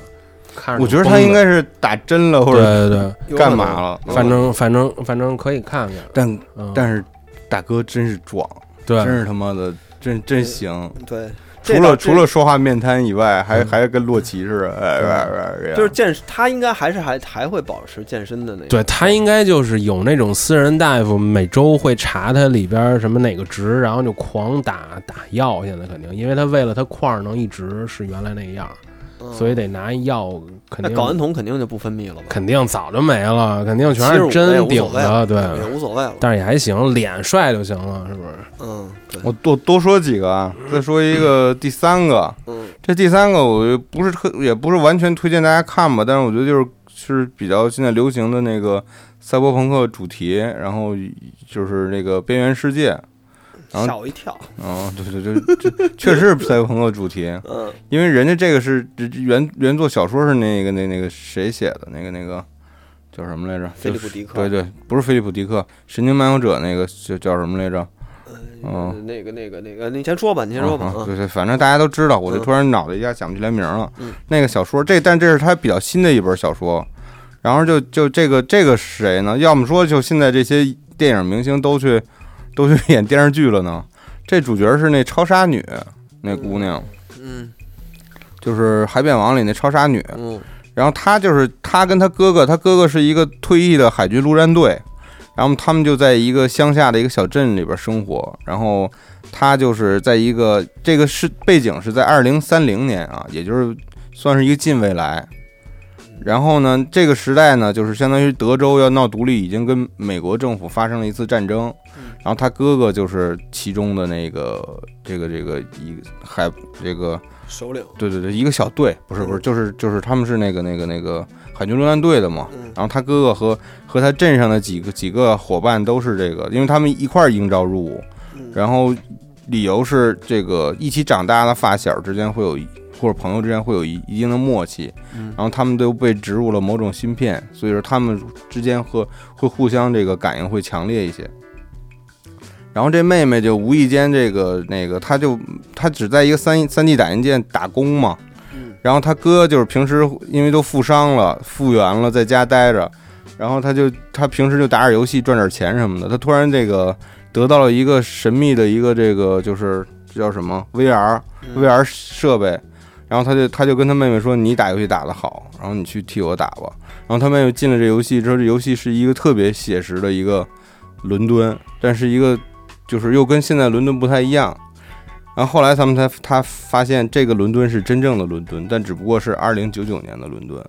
Speaker 3: 看着。
Speaker 4: 我觉得她应该是打针了或
Speaker 3: 对
Speaker 4: 者
Speaker 3: 对对，
Speaker 2: 有可
Speaker 4: 干
Speaker 2: 能
Speaker 4: 嘛了，
Speaker 3: 反正反正反正可以看看。
Speaker 4: 但
Speaker 3: 嗯，
Speaker 4: 但是大哥真是壮，
Speaker 3: 对
Speaker 4: 真是他妈的真真行。
Speaker 2: 对，这
Speaker 4: 除
Speaker 2: 倒这
Speaker 4: 了
Speaker 2: 嗯
Speaker 4: 除了说话面瘫以外，还还跟洛奇似的，哎哎
Speaker 3: 啊
Speaker 4: 哎，哎
Speaker 2: 就是健，他应该还是还还会保持健身的那个。
Speaker 3: 对他应该就是有那种私人大夫，每周会查他里边什么哪个值，然后就狂打打药。现在肯定，因为他为了他块儿能一直是原来那个样儿，
Speaker 2: 嗯，
Speaker 3: 所以得拿药，肯
Speaker 2: 那
Speaker 3: 定
Speaker 2: 睾丸酮肯定就不分泌了吧？
Speaker 3: 肯定早就没了，肯定全
Speaker 2: 75
Speaker 3: 是
Speaker 2: 也
Speaker 3: 针
Speaker 2: 无所
Speaker 3: 顶
Speaker 2: 谓了
Speaker 3: 的，对。
Speaker 2: 也无所谓了。
Speaker 3: 但是也还行，脸帅就行了，是不是？
Speaker 2: 嗯，对，
Speaker 4: 我多多说几个啊，再说一个第三个，
Speaker 2: 嗯
Speaker 4: 这第三个我就不是特也不是完全推荐大家看吧，但是我觉得就是是比较现在流行的那个赛博朋克主题，然后就是那个边缘世界，然后
Speaker 2: 吓我一跳。
Speaker 4: 嗯，对对对，这确实是赛博朋克主题，
Speaker 2: 嗯
Speaker 4: 因为人家这个是这原原作小说是那个那那个谁写的那个那个叫什么来着？
Speaker 2: 菲利普
Speaker 4: 就是
Speaker 2: 迪克
Speaker 4: 对对，不是菲利普迪克，《神经漫游者》那个叫叫什么来着？
Speaker 2: 呃
Speaker 4: 嗯
Speaker 2: 那个那个那个，你先说吧，你先说吧
Speaker 4: 啊。啊
Speaker 2: 嗯
Speaker 4: 对对，反正大家都知道，我就
Speaker 2: 嗯
Speaker 4: 突然脑袋一下想不起来名儿了。
Speaker 2: 嗯
Speaker 4: 那个小说，这但这是他比较新的一本小说。然后就就这个这个是谁呢？要么说就现在这些电影明星都去都去演电视剧了呢。这主角是那超杀女，那姑娘、
Speaker 2: 嗯
Speaker 4: 就是《海扁王》里那超杀女。
Speaker 2: 嗯
Speaker 4: 然后他就是他跟他哥哥，他哥哥是一个退役的海军陆战队，然后他们就在一个乡下的一个小镇里边生活。然后他就是在一个这个是背景是在二零三零年啊，也就是算是一个近未来。然后呢，这个时代呢，就是相当于德州要闹独立，已经跟美国政府发生了一次战争。然后他哥哥就是其中的那个这个这个一个海这个
Speaker 2: 首领。
Speaker 4: 对对对，一个小队，不是不是，
Speaker 2: 嗯
Speaker 4: 就是就是他们是那个那个那个海军陆战队的嘛。
Speaker 2: 嗯
Speaker 4: 然后他哥哥和和他镇上的几个几个伙伴都是这个，因为他们一块儿应召入伍，
Speaker 2: 嗯
Speaker 4: 然后理由是这个一起长大的发小之间会有一或者朋友之间会有一一定的默契，
Speaker 2: 嗯
Speaker 4: 然后他们都被植入了某种芯片，所以说他们之间会会互相这个感应会强烈一些。然后这妹妹就无意间这个那个，她就她只在一个三三 D 打印店打工嘛，
Speaker 2: 嗯
Speaker 4: 然后他哥就是平时因为都负伤了、复原了，在家待着，然后他就他平时就打点游戏赚点钱什么的。他突然这个得到了一个神秘的一个这个就是这叫什么 VR
Speaker 2: 嗯
Speaker 4: VR 设备，然后他就他就跟他妹妹说：“你打游戏打得好，然后你去替我打吧。”然后他妹妹进了这游戏之后，这游戏是一个特别写实的一个伦敦，但是一个就是又跟现在伦敦不太一样。然后后来他们才他发现这个伦敦是真正的伦敦，但只不过是二零九九年的伦敦。
Speaker 2: 嗯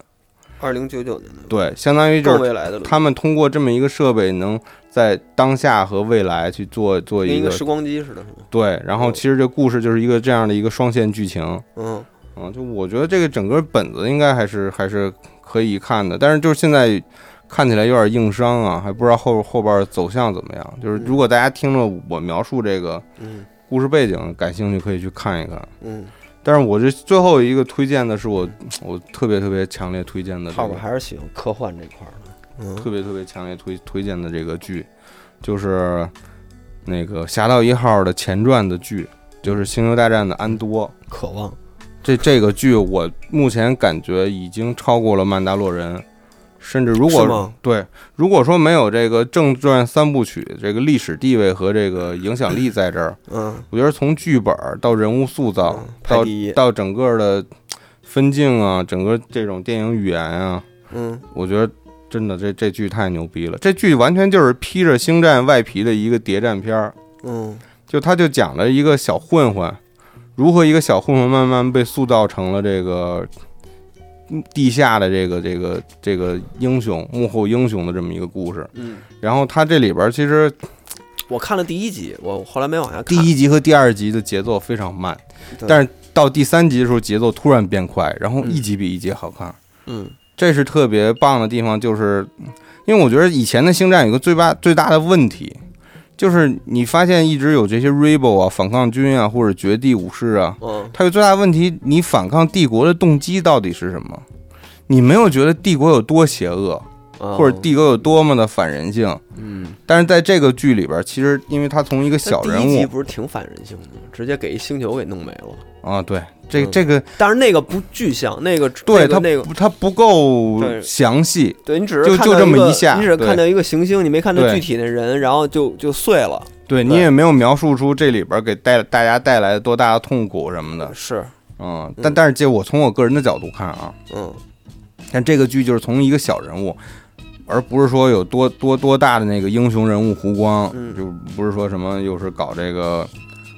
Speaker 2: 二零九九年的，
Speaker 4: 对，相当于就
Speaker 2: 更
Speaker 4: 是
Speaker 2: 未来的了
Speaker 4: 他们通过这么一个设备，能在当下和未来去做做
Speaker 2: 跟
Speaker 4: 一
Speaker 2: 一
Speaker 4: 个
Speaker 2: 个时光机似的，是吗？
Speaker 4: 对。然后其实这故事就是一个这样的一个双线剧情。
Speaker 2: 嗯
Speaker 4: 嗯，就我觉得这个整个本子应该还是还是可以看的，但是就是现在看起来有点硬伤啊，还不知道后后边走向怎么样。就是如果大家听了我描述这个
Speaker 2: 嗯
Speaker 4: 故事背景感兴趣，可以去看一看。
Speaker 2: 嗯
Speaker 4: 但是我这最后一个推荐的是我我特别特别强烈推荐的、这个，
Speaker 2: 泡泡嗯还是喜欢科幻这块儿的。嗯，
Speaker 4: 特别特别强烈推推荐的这个剧，就是那个《侠盗一号》的前传的剧，就是《星球大战》的安多。
Speaker 2: 渴望
Speaker 4: 这这个剧我目前感觉已经超过了《曼达洛人》，甚至如
Speaker 2: 是
Speaker 4: 果
Speaker 2: 吗？
Speaker 4: 对，如果说没有这个正传三部曲这个历史地位和这个影响力在这儿，
Speaker 2: 嗯，
Speaker 4: 我觉得从剧本儿到人物塑造
Speaker 2: 嗯排
Speaker 4: 啊到
Speaker 2: 第一。
Speaker 4: 到整个的分镜啊，整个这种电影语言啊，
Speaker 2: 嗯，
Speaker 4: 我觉得真的这这剧太牛逼了，这剧完全就是披着星战外皮的一个谍战片儿，
Speaker 2: 嗯，
Speaker 4: 就他就讲了一个小混混，如何一个小混混慢慢被塑造成了这个嗯地下的这个这个这个英雄幕后英雄的这么一个故事。
Speaker 2: 嗯，
Speaker 4: 然后他这里边儿其实
Speaker 2: 我看了第一集，我后来没往下看。
Speaker 4: 第一集和第二集的节奏非常慢，
Speaker 2: 对
Speaker 4: 但是到第三集的时候节奏突然变快，然后
Speaker 2: 嗯
Speaker 4: 一集比一集好看。
Speaker 2: 嗯
Speaker 4: 这是特别棒的地方，就是嗯因为我觉得以前的星战有个最大最大的问题，就是你发现一直有这些 rebel 啊、反抗军啊或者绝地武士啊，
Speaker 2: 嗯，
Speaker 4: 它有最大的问题，你反抗帝国的动机到底是什么？你没有觉得帝国有多邪恶，或者
Speaker 2: 嗯
Speaker 4: 帝国有多么的反人性？
Speaker 2: 嗯，
Speaker 4: 但是在这个剧里边，其实因为他从一个小
Speaker 2: 但第一
Speaker 4: 人
Speaker 2: 集
Speaker 4: 物
Speaker 2: 不是挺反人性的吗？直接给一星球给弄没了。
Speaker 4: 啊，对这
Speaker 2: 嗯
Speaker 4: 这个
Speaker 2: 但是那个不具象，那个
Speaker 4: 对
Speaker 2: 他
Speaker 4: 他
Speaker 2: 那个
Speaker 4: 他不够
Speaker 2: 对
Speaker 4: 详细，
Speaker 2: 对你只是
Speaker 4: 就
Speaker 2: 看
Speaker 4: 就
Speaker 2: 到
Speaker 4: 这么
Speaker 2: 个
Speaker 4: 一下
Speaker 2: 你只是
Speaker 4: 对
Speaker 2: 看到一个行星，你没看到
Speaker 4: 对
Speaker 2: 具体的人，然后就就碎了。
Speaker 4: 对你
Speaker 2: 对
Speaker 4: 也没有描述出这里边给带大家带来多大的痛苦什么的，
Speaker 2: 是，
Speaker 4: 嗯，
Speaker 2: 嗯
Speaker 4: 但但是这我从我个人的角度看啊，
Speaker 2: 嗯
Speaker 4: 但这个剧就是从一个小人物，而不是说有多多多大的那个英雄人物弧光，
Speaker 2: 嗯
Speaker 4: 就不是说什么又是搞这个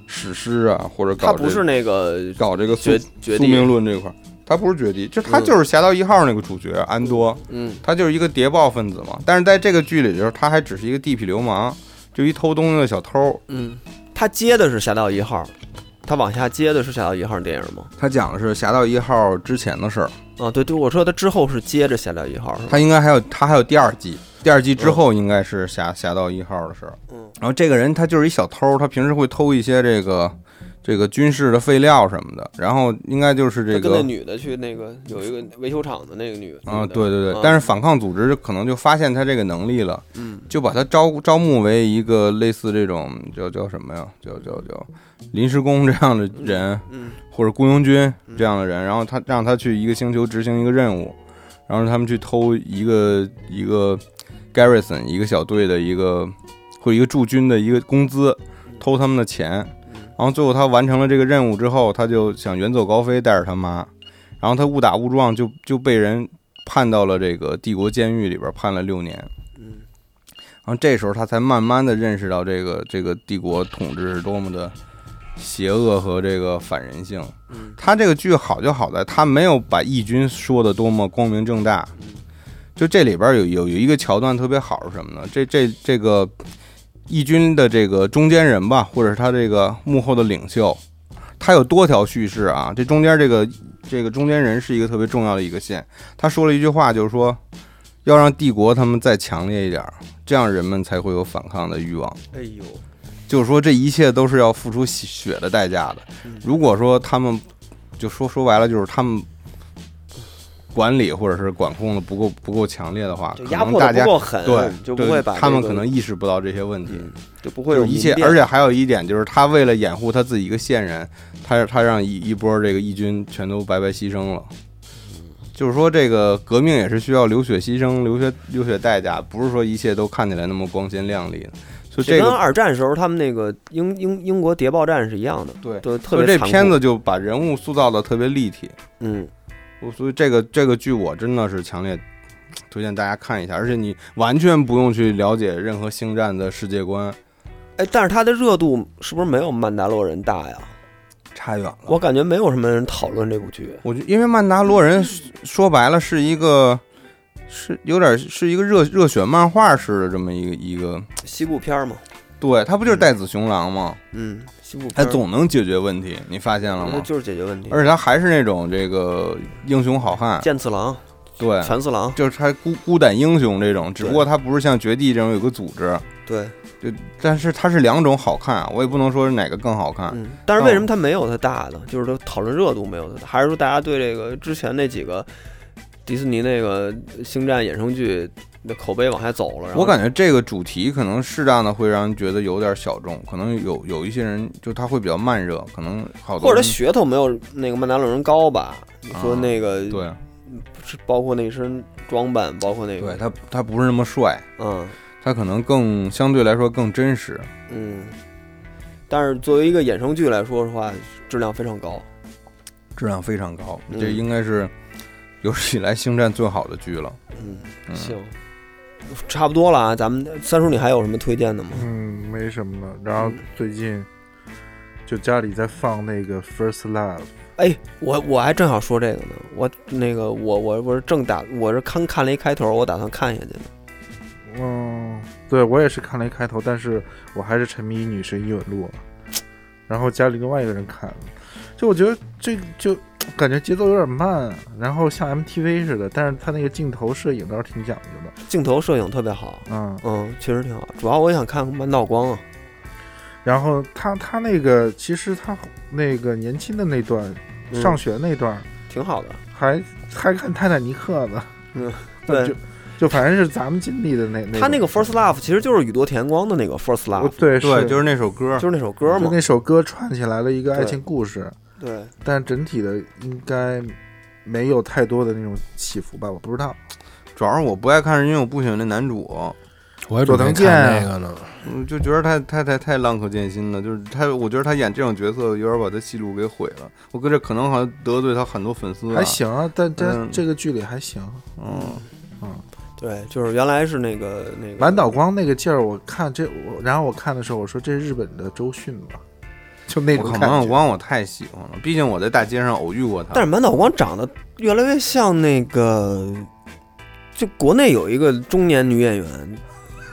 Speaker 4: 史诗啊，或者
Speaker 2: 他
Speaker 4: 搞这
Speaker 2: 不是那个
Speaker 4: 搞这个宿
Speaker 2: 绝绝
Speaker 4: 宿
Speaker 2: 地，
Speaker 4: 命论这块儿，他不是绝地，就他
Speaker 2: 嗯
Speaker 4: 就是《侠盗一号》那个主角安多，
Speaker 2: 嗯
Speaker 4: 他就是一个谍报分子嘛。但是在这个剧里头，他还只是一个地痞流氓，就一偷东西的小偷。
Speaker 2: 嗯，他接的是《侠盗一号》，他往下接的是《侠盗一号》电影吗？
Speaker 4: 他讲的是《侠盗一号》之前的事儿，
Speaker 2: 啊，对对，我说他之后是接着《侠盗一号》是吧？
Speaker 4: 他应该还有他还有第二季，第二季之后应该是侠侠盗一号的事儿。
Speaker 2: 嗯，
Speaker 4: 然后这个人他就是一小偷，他平时会偷一些这个这个军事的废料什么的，然后应该就是这
Speaker 2: 他跟那
Speaker 4: 个。
Speaker 2: 女的去那个有一个维修厂的那个女
Speaker 4: 啊、
Speaker 2: 女的
Speaker 4: 对对对
Speaker 2: 啊，
Speaker 4: 但是反抗组织就可能就发现他这个能力了，
Speaker 2: 嗯，
Speaker 4: 就把他招招募为一个类似这种叫叫什么呀，叫叫叫临时工这样的人，
Speaker 2: 嗯
Speaker 4: 或者雇佣军这样的人，然后他让他去一个星球执行一个任务，然后他们去偷一个一个 garrison 一个小队的一个或者一个驻军的一个工资，
Speaker 2: 嗯
Speaker 4: 偷他们的钱，然后最后他完成了这个任务之后，他就想远走高飞，带着他妈，然后他误打误撞就就被人判到了这个帝国监狱里边判了六年，
Speaker 2: 嗯
Speaker 4: 然后这时候他才慢慢的认识到这个这个帝国统治是多么的邪恶和这个反人性。
Speaker 2: 嗯
Speaker 4: 他这个剧好就好在他没有把义军说的多么光明正大
Speaker 2: 嗯，
Speaker 4: 就这里边有有有一个桥段特别好是什么呢？这这这个义军的这个中间人吧，或者是他这个幕后的领袖，他有多条叙事啊。这中间这个这个中间人是一个特别重要的一个线。他说了一句话，就是说要让帝国他们再强烈一点儿，这样人们才会有反抗的欲望。
Speaker 2: 哎呦，
Speaker 4: 就是说这一切都是要付出血血的代价的
Speaker 2: 嗯。
Speaker 4: 如果说他们，就说说白了，就是他们管理或者是管控的不够不够强烈的话，
Speaker 2: 就
Speaker 4: 可
Speaker 2: 压
Speaker 4: 能
Speaker 2: 迫的
Speaker 4: 大
Speaker 2: 不
Speaker 4: 家
Speaker 2: 够狠，
Speaker 4: 对
Speaker 2: 就不会
Speaker 4: 对
Speaker 2: 把
Speaker 4: 他们
Speaker 2: 这个
Speaker 4: 可能意识不到这些问题。
Speaker 2: 嗯就不会
Speaker 4: 就
Speaker 2: 有
Speaker 4: 是一切，
Speaker 2: 民变
Speaker 4: 而且还有一点就是，他为了掩护他自己一个线人，他他让一一波这个义军全都白白牺牲了。就是说，这个革命也是需要流血牺牲、流血流血代价，不是说一切都看起来那么光鲜亮丽的。所以这
Speaker 2: 就
Speaker 4: 个
Speaker 2: 跟二战时候他们那个英英英国谍报战是一样的，
Speaker 4: 对
Speaker 2: 都特
Speaker 4: 所以
Speaker 2: 别
Speaker 4: 这
Speaker 2: 残酷
Speaker 4: 片，子就把人物塑造的特别立体，
Speaker 2: 嗯，
Speaker 4: 我所以这个这个剧我真的是强烈推荐大家看一下，而且你完全不用去了解任何星战的世界观，
Speaker 2: 哎，但是它的热度是不是没有《曼达洛人》大呀？
Speaker 4: 差远了。
Speaker 2: 我感觉没有什么人讨论这部剧，
Speaker 4: 我觉因为曼达洛人 说说白了是一个是有点是一个热热血漫画式的这么一个一个，
Speaker 2: 西部片儿嘛，
Speaker 4: 对，他不就是带子雄狼吗？
Speaker 2: 嗯，西部片
Speaker 4: 他
Speaker 2: 儿
Speaker 4: 总能解决问题，你发现了
Speaker 2: 那
Speaker 4: 吗？
Speaker 2: 就是解决问题，
Speaker 4: 而且他还是那种这个英雄好汉，
Speaker 2: 剑次郎，
Speaker 4: 对，
Speaker 2: 全四郎，
Speaker 4: 就是他孤孤胆英雄这种，只
Speaker 2: 对
Speaker 4: 不过他不是像绝地这种有个组织，
Speaker 2: 对，
Speaker 4: 但是它是两种好看，我也不能说哪个更好看。
Speaker 2: 嗯，但是为什么它没有它大呢？就是说讨论热度没有它大，还是说大家对这个之前那几个迪士尼那个星战衍生剧的口碑往下走了？然后
Speaker 4: 我感觉这个主题可能适当的会让人觉得有点小众，可能有有一些人就他会比较慢热，可能好多
Speaker 2: 或者它
Speaker 4: 人
Speaker 2: 噱头没有那个曼达洛人高吧？你说
Speaker 4: 啊
Speaker 2: 那个、
Speaker 4: 对
Speaker 2: 是包括那身装扮，包括那个
Speaker 4: 对，他他不是那么帅，
Speaker 2: 嗯
Speaker 4: 他可能更相对来说更真实。
Speaker 2: 嗯，但是作为一个衍生剧来说的话，质量非常高。
Speaker 4: 质量非常高，
Speaker 2: 嗯
Speaker 4: 这应该是有史以来星战最好的剧了。
Speaker 2: 嗯，
Speaker 4: 嗯，
Speaker 2: 行，差不多了啊。咱们三叔，你还有什么推荐的吗？
Speaker 5: 嗯，没什么了。然后最近就家里在放那个《First Love》，
Speaker 2: 哎，我我还正好说这个呢。我那个我我我是正打，我是刚看了一开头，我打算看下去呢。
Speaker 5: 嗯，对我也是看了一开头，但是我还是沉迷于《女神异闻录》，然后家里另外一个人看了，就我觉得这就感觉节奏有点慢，然后像 MTV 似的，但是他那个镜头摄影倒是挺讲究的，
Speaker 2: 镜头摄影特别好，
Speaker 5: 嗯，
Speaker 2: 嗯，确实挺好。主要我也想看看满岛光啊，
Speaker 5: 然后他他那个其实他那个年轻的那段，
Speaker 2: 嗯
Speaker 5: 上学那段
Speaker 2: 挺好的。
Speaker 5: 还还看泰坦尼克呢，
Speaker 2: 嗯，对
Speaker 5: 就就反正是咱们经历的那那
Speaker 2: 他那
Speaker 5: 种
Speaker 2: 个 First Love 其实就是宇多田光的那个 First
Speaker 5: 我
Speaker 2: Love，
Speaker 5: 对
Speaker 4: 对，就是是那首歌，
Speaker 2: 就是那首歌
Speaker 5: 就
Speaker 2: 嘛。
Speaker 5: 那首歌串起来了一个爱
Speaker 2: 对
Speaker 5: 情故事。
Speaker 2: 对，
Speaker 5: 但整体的应该没有太多的那种起伏吧，我不知道。
Speaker 4: 主要是我不爱看，是因为我不喜欢那男主，
Speaker 3: 我也
Speaker 5: 佐
Speaker 3: 准
Speaker 5: 藤
Speaker 3: 备
Speaker 5: 健啊
Speaker 3: 看那个呢。
Speaker 4: 嗯，就觉得他太太太浪客剑心了，就是他，我觉得他演这种角色有点把他戏路给毁了。我跟这可能好像得罪他很多粉丝、啊，
Speaker 5: 还，行啊，但但
Speaker 4: 嗯
Speaker 5: 这个剧里还行。
Speaker 4: 嗯，
Speaker 2: 对，就是原来是那个那个
Speaker 5: 满岛光那个劲儿，我看这我，然后我看的时候，我说这是日本的周迅吧，就那
Speaker 4: 我
Speaker 5: 种
Speaker 4: 靠，
Speaker 5: 感
Speaker 4: 满
Speaker 5: 觉
Speaker 4: 小。光我太喜欢了，毕竟我在大街上偶遇过他。
Speaker 2: 但是满岛光长得越来越像那个，就国内有一个中年女演员，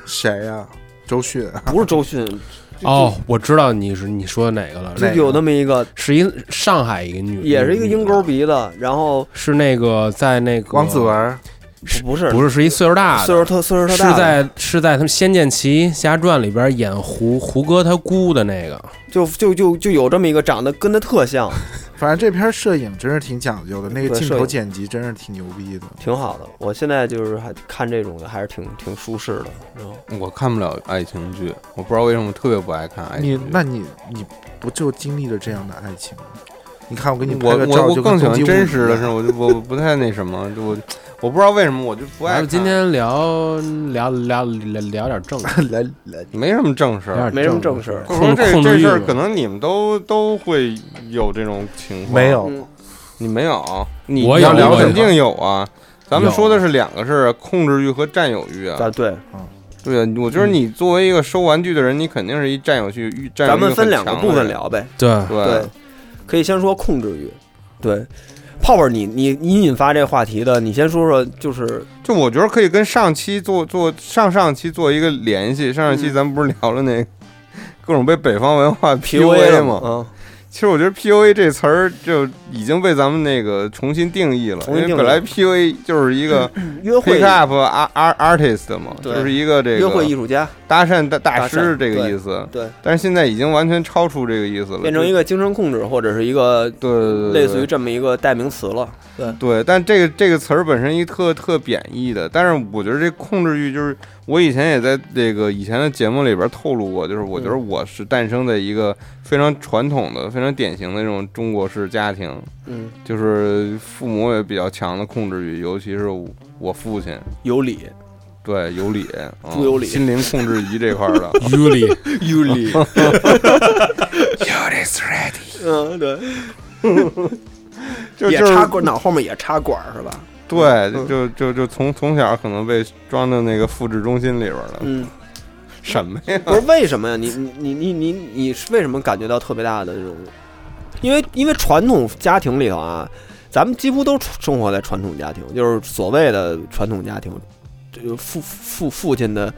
Speaker 5: 谁呀、周迅啊，
Speaker 2: 不是周迅，
Speaker 3: 哦，我知道你是你说的哪啊个了，嗯
Speaker 5: 哪
Speaker 2: 就
Speaker 5: 个
Speaker 2: 有那么一个，
Speaker 3: 是一上海一个女，
Speaker 2: 也是一个鹰钩
Speaker 3: 女
Speaker 2: 鼻
Speaker 3: 的，
Speaker 2: 子，然后
Speaker 3: 是那个在那个
Speaker 5: 王子，文，
Speaker 3: 是
Speaker 2: 不是
Speaker 3: 不是是一岁数大的，
Speaker 2: 岁数特岁数特
Speaker 3: 是
Speaker 2: 大的，
Speaker 3: 在是在他们《仙剑奇侠传》里边演胡胡歌他姑的那个，
Speaker 2: 就就就就有这么一个长得跟他特像，
Speaker 5: 反正这片摄影真是挺讲究的，那个
Speaker 2: 对
Speaker 5: 镜
Speaker 2: 摄
Speaker 5: 头
Speaker 2: 影
Speaker 5: 剪辑真是挺牛逼的。
Speaker 2: 挺好的。我现在就是还看这种的，还是挺挺舒适的。然后
Speaker 4: 我看不了爱情剧，我不知道为什么特别不爱看爱
Speaker 5: 你
Speaker 4: 情剧。
Speaker 5: 那你你不就经历了这样的爱情吗？你看我给你
Speaker 4: 我
Speaker 5: 拍个
Speaker 4: 我
Speaker 5: 照，就
Speaker 4: 我
Speaker 5: 跟
Speaker 4: 更喜
Speaker 5: 动机
Speaker 4: 欢
Speaker 5: 物
Speaker 4: 真
Speaker 5: 一
Speaker 4: 实的
Speaker 5: 样
Speaker 4: 是，我就我我不太那什么，就我我不知道为什么我就不
Speaker 3: 咱
Speaker 4: 爱看。
Speaker 3: 们今天聊聊聊聊聊点正事儿，
Speaker 5: 来来，
Speaker 4: 没什么正事
Speaker 3: 聊
Speaker 4: 儿，
Speaker 5: 啊
Speaker 3: 点
Speaker 2: 没什么正事儿
Speaker 4: 或者
Speaker 3: 控
Speaker 4: 说这
Speaker 3: 控制
Speaker 4: 这
Speaker 3: 欲
Speaker 4: 事儿
Speaker 3: 嘛
Speaker 4: 可能你们都都会有这种情况。
Speaker 5: 没有，
Speaker 2: 嗯，
Speaker 4: 你没有，你
Speaker 3: 我
Speaker 4: 你要
Speaker 5: 有
Speaker 4: 聊
Speaker 5: 我有
Speaker 4: 肯定有啊。咱们
Speaker 3: 有
Speaker 4: 说的是两个事儿，啊控制欲和占有欲啊。
Speaker 2: 啊对，
Speaker 4: 对啊，我觉得
Speaker 5: 嗯
Speaker 4: 你作为一个收玩具的人，你肯定是一占有欲欲占有
Speaker 2: 咱
Speaker 4: 欲
Speaker 2: 们分
Speaker 4: 很
Speaker 2: 两个
Speaker 4: 强的
Speaker 2: 部分
Speaker 4: 人。
Speaker 2: 聊呗。
Speaker 3: 对，
Speaker 2: 对
Speaker 4: 对，，
Speaker 2: 可以先说控制欲。对，泡泡你，你你引发这个话题的，你先说说，就是
Speaker 4: 就我觉得可以跟上期做做上上期做一个联系。上上期
Speaker 2: 嗯
Speaker 4: 咱们不是聊了那个各种被北方文化
Speaker 2: PUA 了
Speaker 4: 吗？
Speaker 2: 嘛，
Speaker 4: 其实我觉得 PUA 这词儿就已经被咱们那个重新定义了，
Speaker 2: 重
Speaker 4: 因
Speaker 2: 新定义
Speaker 4: 为本来 PUA 就是一个
Speaker 2: 嗯，约会
Speaker 4: pick up art art artist 嘛，
Speaker 2: 对
Speaker 4: 就是一个这
Speaker 2: 约会艺
Speaker 4: 个
Speaker 2: 术家，
Speaker 4: 搭讪大大
Speaker 2: 搭
Speaker 4: 师
Speaker 2: 讪
Speaker 4: 这个意思。
Speaker 2: 对，
Speaker 4: 但是现在已经完全超出这个意思了，
Speaker 2: 变成一
Speaker 4: 个
Speaker 2: 个精神控制或者是一个
Speaker 4: 对对对对
Speaker 2: 类似于这么一个代名词了。
Speaker 4: 对，但这个这个词儿本身一特特贬义的，但是我觉得这控制欲就是我以前也在这个以前的节目里边透露过，就是我觉得
Speaker 2: 嗯
Speaker 4: 我是诞生在一个非常传统的、非常典型的那种中国式家庭，
Speaker 2: 嗯，
Speaker 4: 就是父母也比较强的控制欲，尤其是我父亲。
Speaker 2: 有理，
Speaker 4: 对，有理，嗯
Speaker 2: 猪有理
Speaker 4: 心灵控制仪这块儿 的，
Speaker 3: 尤里，
Speaker 2: 有理。 嗯，对，
Speaker 4: 就
Speaker 2: 也嗯
Speaker 4: 就是
Speaker 2: 插管，脑后面也插管儿是吧？
Speaker 4: 对，就就就从从小可能被装到那个复制中心里边了。
Speaker 2: 嗯，
Speaker 4: 什么呀？
Speaker 2: 不是为什么呀？你你你你你你是为什么感觉到特别大的这种？因为因为传统家庭里头啊，咱们几乎都生活在传统家庭，就是所谓的传统家庭，就父父父亲的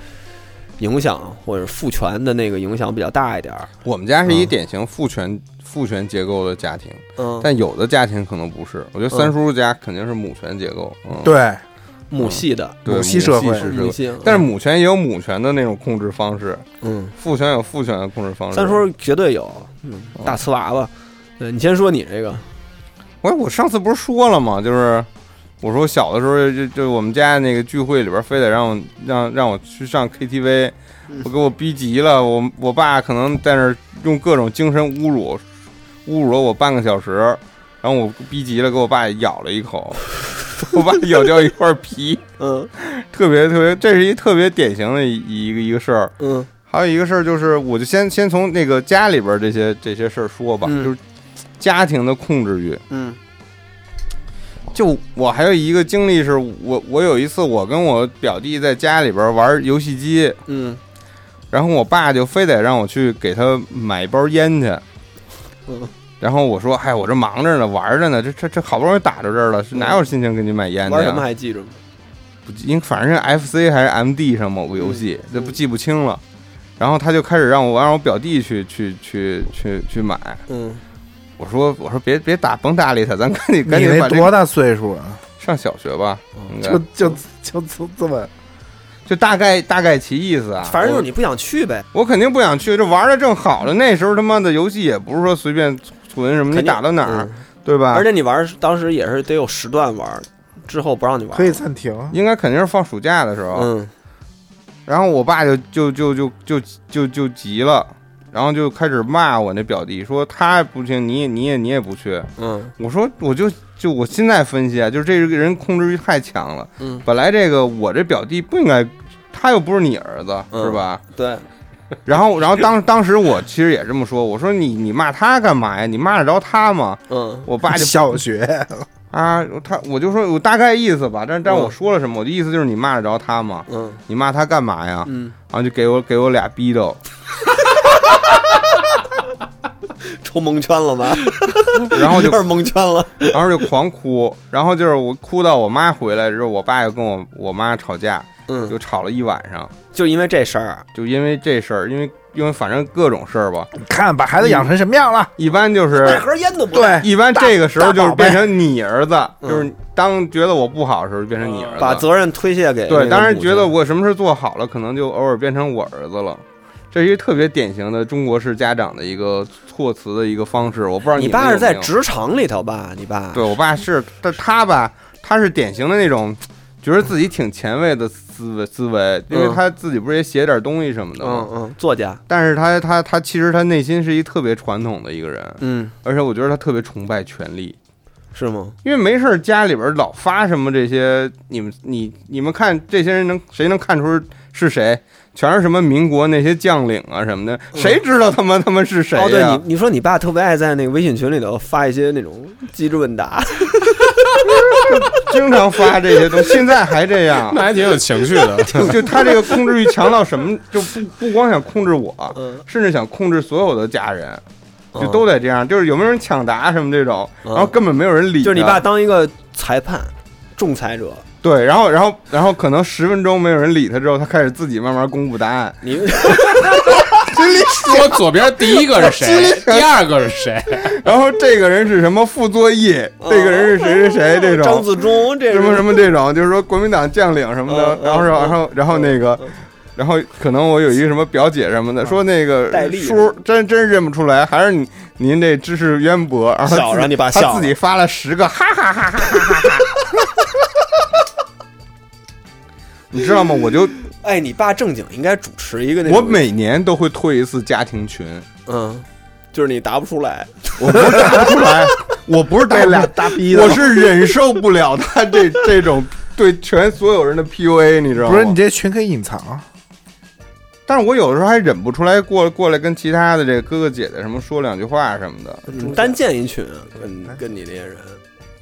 Speaker 2: 影响或者父权的那个影响比较大一点儿。
Speaker 4: 我们家是一
Speaker 2: 嗯
Speaker 4: 典型父权父权结构的家庭，
Speaker 2: 嗯，
Speaker 4: 但有的家庭可能不是。我觉得三叔叔家肯定是母权结构，嗯，
Speaker 5: 嗯对，
Speaker 2: 母系的，
Speaker 4: 对，
Speaker 5: 母
Speaker 4: 母
Speaker 5: 系社会
Speaker 4: 是
Speaker 2: 母系，
Speaker 4: 但是嗯母权也有母权的那种控制方式，
Speaker 2: 嗯，
Speaker 4: 父权有父权的控制方式。
Speaker 2: 三叔绝对有，嗯，
Speaker 4: 哦
Speaker 2: 大瓷娃娃。对你先说你这个，
Speaker 4: 我我上次不是说了吗？就是我说我小的时候就就我们家那个聚会里边，非得让我让让我去上 KTV，我给我逼急了。我我爸可能在那儿用各种精神侮辱侮辱了我半个小时，然后我逼急了，给我爸咬了一口， 我爸咬掉一块皮，
Speaker 2: 嗯
Speaker 4: 特别特别，这是一特别典型的一一个一个事儿。
Speaker 2: 嗯
Speaker 4: 还有一个事儿就是，我就先先从那个家里边儿这些这些事儿说吧，
Speaker 2: 嗯
Speaker 4: 就是家庭的控制欲。
Speaker 2: 嗯
Speaker 4: 就我还有一个经历是，我我有一次我跟我表弟在家里边儿玩游戏机，
Speaker 2: 嗯
Speaker 4: 然后我爸就非得让我去给他买一包烟去
Speaker 2: 嗯。
Speaker 4: 然后我说：“哎，我这忙着呢，玩着呢，这这这好不容易打到这儿了，是哪有心情给你买烟去、
Speaker 2: 嗯
Speaker 4: 啊？
Speaker 2: 玩什么还记着吗？
Speaker 4: 不记因反正是 FC 还是 MD 上某个游戏，
Speaker 2: 嗯
Speaker 4: 这不记不清了。然后他就开始让我让我表弟去去去去去买，
Speaker 2: 嗯
Speaker 4: 我说我说别别打甭搭理他，咱赶紧赶
Speaker 5: 你
Speaker 4: 紧
Speaker 5: 那
Speaker 4: 把这个
Speaker 5: 多大岁数啊？
Speaker 4: 上小学吧，
Speaker 2: 嗯
Speaker 4: 应该
Speaker 5: 就就就就这么
Speaker 4: 就大概大概其意思啊。
Speaker 2: 反正就是你不想去呗。
Speaker 4: 我，我肯定不想去，这玩的正好了，那时候他妈的游戏也不是说随便存什么，
Speaker 2: 肯
Speaker 4: 你
Speaker 2: 定
Speaker 4: 打到哪儿
Speaker 2: 嗯，
Speaker 4: 对吧？
Speaker 2: 而且你玩儿当时也是得有时段玩儿，之后不让你玩儿。
Speaker 5: 可以暂停。
Speaker 4: 应该肯定是放暑假的时候，
Speaker 2: 嗯
Speaker 4: 然后我爸就就就就就就就急了，然后就开始骂我那表弟，说他不去，你也你也你也不去。
Speaker 2: 嗯
Speaker 4: 我说我就就我现在分析啊，就是这个人控制欲太强了。
Speaker 2: 嗯，
Speaker 4: 本来这个我这表弟不应该，他又不是你儿子，
Speaker 2: 嗯
Speaker 4: 是吧？
Speaker 2: 对，
Speaker 4: 然后然后当当时我其实也这么说，我说你你骂他干嘛呀？你骂得着他吗？
Speaker 2: 嗯
Speaker 4: 我爸就
Speaker 5: 小 学，
Speaker 4: 啊，他我就说我大概意思吧，但但
Speaker 2: 嗯
Speaker 4: 我说了什么？我的意思就是你骂得着他吗？
Speaker 2: 嗯
Speaker 4: 你骂他干嘛呀？
Speaker 2: 嗯，
Speaker 4: 然后就给我给我俩逼斗，
Speaker 2: 抽蒙圈了吧？
Speaker 4: 然后就
Speaker 2: 有点蒙圈了。
Speaker 4: 然后就狂哭，然后就是我哭到我妈回来之后，我爸又跟我我妈吵架，
Speaker 2: 嗯，
Speaker 4: 就吵了一晚上，
Speaker 2: 就因为这事儿，啊
Speaker 4: 就因为这事儿，因为因为反正各种事儿吧，
Speaker 5: 你看把孩子养成什么样了？
Speaker 4: 一般就是
Speaker 2: 买盒烟都不带
Speaker 5: 对，
Speaker 4: 一般这个时候就是变成你儿子，
Speaker 2: 嗯
Speaker 4: 就是当觉得我不好的时候就变成你儿子，
Speaker 2: 把责任推卸给哎那
Speaker 4: 对，
Speaker 2: 个
Speaker 4: 当然
Speaker 2: 母亲
Speaker 4: 觉得我什么事做好了，可能就偶尔变成我儿子了。这是一个特别典型的中国式家长的一个措辞的一个方式，我不知道
Speaker 2: 你
Speaker 4: 们
Speaker 2: 爸
Speaker 4: 有
Speaker 2: 是在
Speaker 4: 没有
Speaker 2: 职场里头吧？你爸
Speaker 4: 对我爸是，但他吧，他是典型的那种觉得自己挺前卫的思维思维，因为
Speaker 2: 嗯
Speaker 4: 他自己不是也写点东西什么的吗
Speaker 2: 嗯？嗯，作家，
Speaker 4: 但是他他他其实他内心是一特别传统的一个人，
Speaker 2: 嗯，
Speaker 4: 而且我觉得他特别崇拜权力，
Speaker 2: 是吗？
Speaker 4: 因为没事儿家里边儿老发什么这些，你们你你们看这些人能谁能看出是谁？全是什么民国那些将领啊什么的，谁知道他妈他妈是谁
Speaker 2: 嗯
Speaker 4: 呀、
Speaker 2: 哦，对你，你说你爸特别爱在那个微信群里头发一些那种机智问 答，
Speaker 4: 经常发这些东西，现在还这 样。
Speaker 3: 那还挺有情趣的。
Speaker 4: 就就他这个控制欲强到什么，就不不光想控制我，
Speaker 2: 嗯
Speaker 4: 甚至想控制所有的家人，就都得这样。就是有没有人抢答什么这种，
Speaker 2: 嗯
Speaker 4: 然后根本没有人理。
Speaker 2: 就是你爸，当一个裁判、仲裁者，
Speaker 4: 对，然后然后然后可能十分钟没有人理他之后，他开始自己慢慢公布答案。
Speaker 2: 你
Speaker 3: 说左边第一个是谁，第二个是谁？
Speaker 4: 然后这个人是什么副作业，这个人是谁谁谁这
Speaker 2: 张
Speaker 4: 种。
Speaker 2: 自忠这
Speaker 4: 什么什
Speaker 2: 么
Speaker 4: 么这种，就是说国民党将领什么的
Speaker 2: 嗯，嗯
Speaker 4: 然后然后
Speaker 2: 嗯
Speaker 4: 然后那个，然后可能我有一个什么表姐什么的，说那个
Speaker 2: 戴笠
Speaker 4: 叔真真认不出来，还是你您这知识渊博，然后
Speaker 2: 笑
Speaker 4: 自
Speaker 2: 让你爸笑
Speaker 4: 他
Speaker 2: 了
Speaker 4: 自己发了十个，哈哈哈哈哈哈哈。你知道吗？我就
Speaker 2: 哎，你爸正经应该主持一个那
Speaker 4: 我
Speaker 2: 种
Speaker 4: 每年都会退一次家庭群，
Speaker 2: 嗯，就是你答不出来，
Speaker 4: 我不是答不出来，我不是答
Speaker 5: 被
Speaker 4: 不出
Speaker 5: 俩
Speaker 4: 来，
Speaker 5: 大逼的
Speaker 4: 我。是忍受不了他 这这种对全所有人的 PUA，你知道吗？
Speaker 5: 不是你这群可以隐藏啊，
Speaker 4: 但是我有的时候还忍不出来过过来跟其他的这个哥哥姐姐什么说两句话什么的，
Speaker 2: 你嗯单建一群啊
Speaker 4: 哎
Speaker 2: 跟跟你这些人，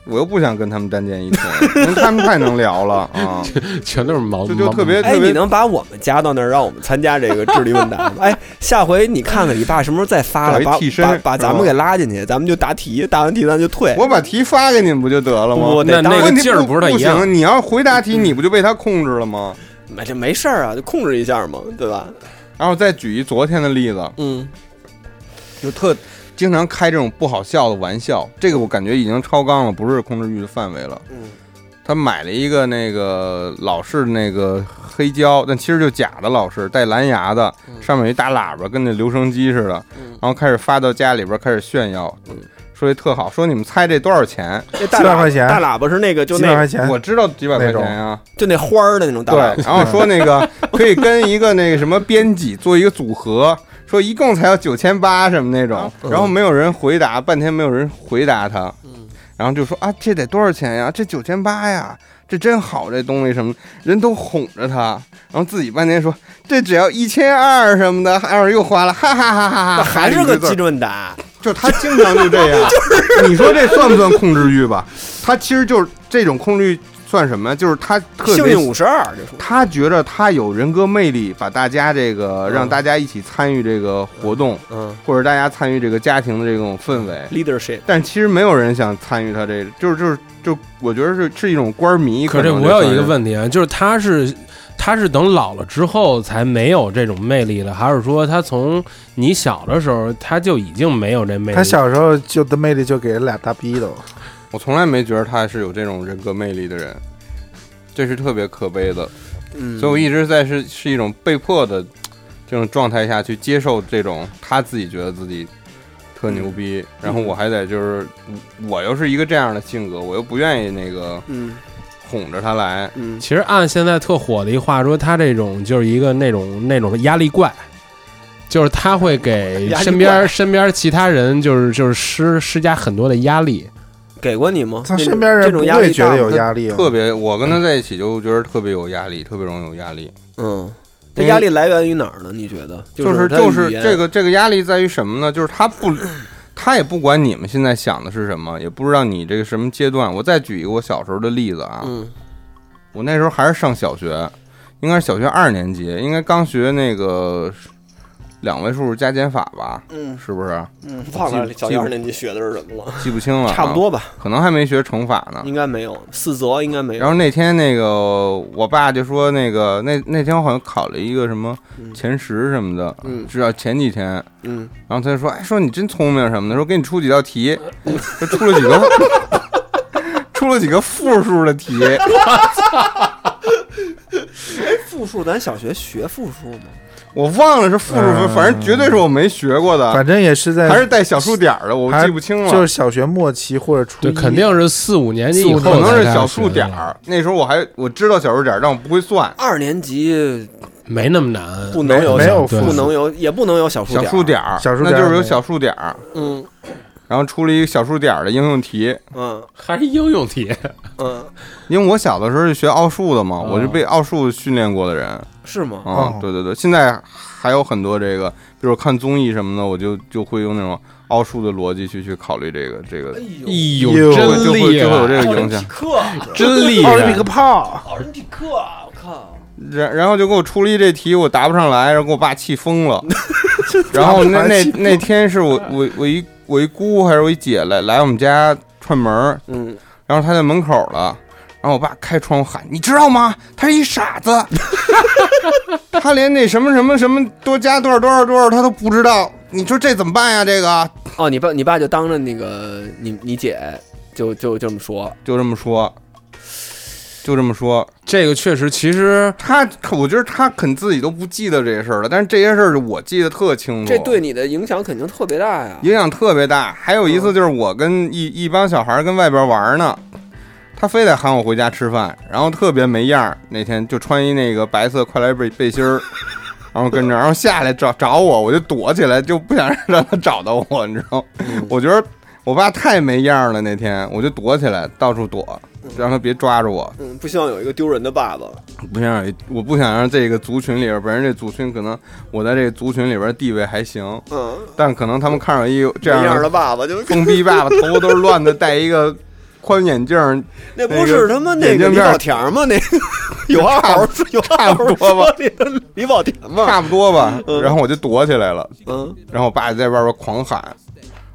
Speaker 4: 我又不想跟他们单建一群，因为他们太能聊了 啊。
Speaker 3: 全都是毛，
Speaker 4: 就就
Speaker 3: 毛
Speaker 4: 特别
Speaker 2: 哎，你能把我们加到那儿，让我们参加这个智力问答 吗？哎，下回你看看你爸什么时候再发了，
Speaker 4: 找一
Speaker 2: 把
Speaker 4: 替身
Speaker 2: 把把咱们
Speaker 4: 是吧
Speaker 2: 给拉进去，咱们就答题，答完题咱就退。
Speaker 4: 我把题发给你们不就得了吗？
Speaker 2: 不
Speaker 3: 那
Speaker 2: 得当
Speaker 3: 那
Speaker 4: 问
Speaker 3: 个
Speaker 4: 题
Speaker 3: 劲儿不是他
Speaker 4: 不
Speaker 3: 一样，
Speaker 4: 行，你要回 答题，你不就被他控制了吗？
Speaker 2: 没这没事儿啊，就控制一下嘛，对吧？
Speaker 4: 嗯然后再举一昨天的例子，
Speaker 2: 嗯
Speaker 4: 就特经常开这种不好笑的玩笑，这个我感觉已经超纲了，不是控制欲的范围了。
Speaker 2: 嗯，
Speaker 4: 他买了一个那个老式那个黑胶，但其实就假的老式，带蓝牙的，
Speaker 2: 嗯
Speaker 4: 上面有一大喇叭，跟那留声机似的，
Speaker 2: 嗯
Speaker 4: 然后开始发到家里边开始炫耀，说这特好，说你们猜这多少钱？
Speaker 2: 那大
Speaker 5: 七百
Speaker 2: 喇
Speaker 5: 块钱
Speaker 2: 大喇叭是那个就
Speaker 5: 几百
Speaker 2: 那
Speaker 5: 块钱，
Speaker 4: 我知道几百块
Speaker 5: 哎那
Speaker 4: 钱
Speaker 5: 种
Speaker 4: 啊，
Speaker 2: 就那花儿的那种大
Speaker 4: 对
Speaker 2: 喇叭，，
Speaker 4: 然后说那个可以跟一个那个什么编辑做一个组合，说一共才要九千八什么那
Speaker 2: 啊
Speaker 4: 种，然后没有人回答，半天没有人回答他，
Speaker 2: 嗯
Speaker 4: 然后就说啊这得多少钱呀？这九千八呀，这真好这东西什么，人都哄着他，然后自己半天说这只要一千二什么的，二又花了，哈哈哈哈
Speaker 2: 那
Speaker 4: 哈，
Speaker 2: 还 是个基准答。
Speaker 4: 就他经常就 这样，你说这算不算控制欲吧？他其实就是这种控制欲算什么呀？就是他特
Speaker 2: 幸
Speaker 4: 别
Speaker 2: 运五十二，这是
Speaker 4: 他觉着他有人格魅力，把大家这个让大家一起参与这个活动，
Speaker 2: 嗯
Speaker 4: 或者大家参与这个家庭的这种氛围。
Speaker 2: leadership，
Speaker 4: 但其实没有人想参与他这，就是就是就我觉得是是一种官迷。
Speaker 3: 可是这
Speaker 4: 能
Speaker 3: 我有
Speaker 4: 算
Speaker 3: 一个
Speaker 4: 是，
Speaker 3: 问题啊，就是他是他是等老了之后才没有这种魅力的，还是说他从你小的时候他就已经没有这魅力？
Speaker 5: 他小时候就的魅力就给人俩大逼斗，
Speaker 4: 我从来没觉得他是有这种人格魅力的人，这是特别可悲的。
Speaker 2: 嗯，
Speaker 4: 所以我一直在是是一种被迫的这种状态下去接受这种他自己觉得自己特牛
Speaker 3: 嗯
Speaker 4: 逼，然后我还得就是我又是一个这样的性格，我又不愿意那个
Speaker 2: 嗯
Speaker 4: 哄着他来，
Speaker 2: 嗯，
Speaker 3: 其实按现在特火的一话说，他这种就是一个那种那种压力怪，就是他会 给
Speaker 2: 压力
Speaker 3: 身边身边其他人就是就是施施加很多的压力。
Speaker 2: 给过你吗？
Speaker 5: 他
Speaker 2: 这种
Speaker 5: 身边
Speaker 2: 这
Speaker 5: 人不
Speaker 2: 种压力
Speaker 5: 会觉
Speaker 2: 大
Speaker 5: 得
Speaker 2: 吗
Speaker 5: 有，压力啊，
Speaker 4: 特别我跟他在一起就觉得特别有压力，特别容易有压力，
Speaker 2: 嗯，他压力来源于哪儿呢？你觉得？
Speaker 4: 就是
Speaker 2: 他
Speaker 4: 就是
Speaker 2: 语言
Speaker 4: 这，个这个压力在于什么呢？就是他不。他也不管你们现在想的是什么，也不知道你这个什么阶段。我再举一个我小时候的例子啊，
Speaker 2: 嗯
Speaker 4: 我那时候还是上小学，应该是小学二年级，应该刚学那个两位数加减法吧，
Speaker 2: 嗯
Speaker 4: 是不是？
Speaker 2: 嗯，忘了
Speaker 4: 记
Speaker 2: 小
Speaker 4: 记
Speaker 2: 学
Speaker 4: 不
Speaker 2: 二年级学的是什么了，
Speaker 4: 记不清了，啊
Speaker 2: 差不，多吧，
Speaker 4: 可能还没学乘法呢。
Speaker 2: 应该没有，四则应该没
Speaker 4: 然
Speaker 2: 有，
Speaker 4: 后那天那个我爸就说那个那那天我好像考了一个什么
Speaker 2: 嗯
Speaker 4: 前十什么的，
Speaker 2: 嗯
Speaker 4: 至少前几天，
Speaker 2: 嗯，
Speaker 4: 然后他就说：“哎，说你真聪明什么的，说给你出几 道题，说出了几个，出了几个 负数的题。
Speaker 2: 复数咱小学学复数吗？
Speaker 4: 我忘了是负数，反正绝对是我没学过的。
Speaker 5: 反正也是在
Speaker 4: 还是带小数点儿的，我
Speaker 5: 还
Speaker 4: 记不清了，
Speaker 5: 就是小学末期或者初
Speaker 3: 对，
Speaker 5: 一，
Speaker 3: 肯定是四五年级以后
Speaker 4: 可能
Speaker 3: 才
Speaker 4: 是
Speaker 3: 开始
Speaker 4: 小数点
Speaker 3: 学的
Speaker 4: 儿。那时候我还我知道小数点儿，但我不会算。
Speaker 2: 二年级
Speaker 3: 没那么难。
Speaker 2: 不能有
Speaker 5: 没
Speaker 2: 小
Speaker 5: 有
Speaker 3: 对
Speaker 2: 不能有也不能有小数
Speaker 4: 小
Speaker 2: 点儿
Speaker 4: 数，点儿，
Speaker 5: 小数点
Speaker 4: 那
Speaker 5: 儿
Speaker 4: 就是有小数点儿，
Speaker 2: 嗯
Speaker 4: 然后出了一个小数点儿的应用题。
Speaker 2: 嗯
Speaker 3: 还是应用题，
Speaker 2: 嗯，
Speaker 4: 因为我小的时候是学奥数的嘛，
Speaker 3: 哦
Speaker 4: 我是被奥数训练过的人
Speaker 2: 是吗？
Speaker 4: 啊
Speaker 5: 哦。
Speaker 4: 对对对，现在还有很多这个，比如看综艺什么的，我就就会用那种奥数的逻辑去去考虑这个这个，
Speaker 3: 哎
Speaker 2: 呦，
Speaker 3: 呦，
Speaker 5: 呦
Speaker 3: 真
Speaker 4: 就会
Speaker 3: 厉
Speaker 4: 就会有
Speaker 3: 害，
Speaker 4: 这个影响。
Speaker 2: 课，
Speaker 3: 真厉
Speaker 5: 奥林匹克
Speaker 3: 害！
Speaker 5: 炮，
Speaker 2: 啊奥林匹克，啊我靠，
Speaker 4: 然然后就给我出了一这题，我答不上来，然后给我 爸气疯了。然后那那那天是我我我一我一姑还是我一姐来来我们家串门儿，
Speaker 2: 嗯，
Speaker 4: 然后她在门口了，然后我爸开窗户喊：“你知道吗？他是一傻子，他连那什么什么什么多加多少多少多少他都不知道。你说这怎么办呀？这个
Speaker 2: 哦，你爸你爸就当着那个你你姐就就这么说，
Speaker 4: 就这么说，就这么说。
Speaker 3: 这个确实，其实
Speaker 4: 他他我觉得他肯自己都不记得这些事儿了，但是这些事儿我记得特清楚。
Speaker 2: 这对你的影响肯定特别大呀。
Speaker 4: 影响特别大。还有一
Speaker 2: 嗯
Speaker 4: 次就是我跟一一帮小孩儿跟外边玩呢，他非得喊我回家吃饭，然后特别没样儿。那天就穿一那个白色快来背背心儿，然后跟着，然后下来找找我，我就躲起来，就不想 让他找到我，你知道吗？
Speaker 2: 嗯
Speaker 4: 我觉得我爸太没样儿了，那天我就躲起来，到处躲，让他别抓住我。
Speaker 2: 嗯嗯，不希望有一个丢人的爸爸。
Speaker 4: 不想让，我不想让这个族群里边儿，本身这族群可能我在这个族群里边儿地位还行，
Speaker 2: 嗯，
Speaker 4: 但可能他们看上一这
Speaker 2: 这
Speaker 4: 样的
Speaker 2: 样的爸爸 就
Speaker 4: 疯逼爸爸头发都是乱的，戴一个宽眼镜儿，
Speaker 2: 那不是他妈那
Speaker 4: 眼
Speaker 2: 个
Speaker 4: 镜
Speaker 2: 李
Speaker 4: 片儿
Speaker 2: 宝田吗？那个有二号说有二号说那个 李宝田吗？
Speaker 4: 差不多吧。然后我就躲起来了，
Speaker 2: 嗯，
Speaker 4: 然后我爸就在外边狂喊，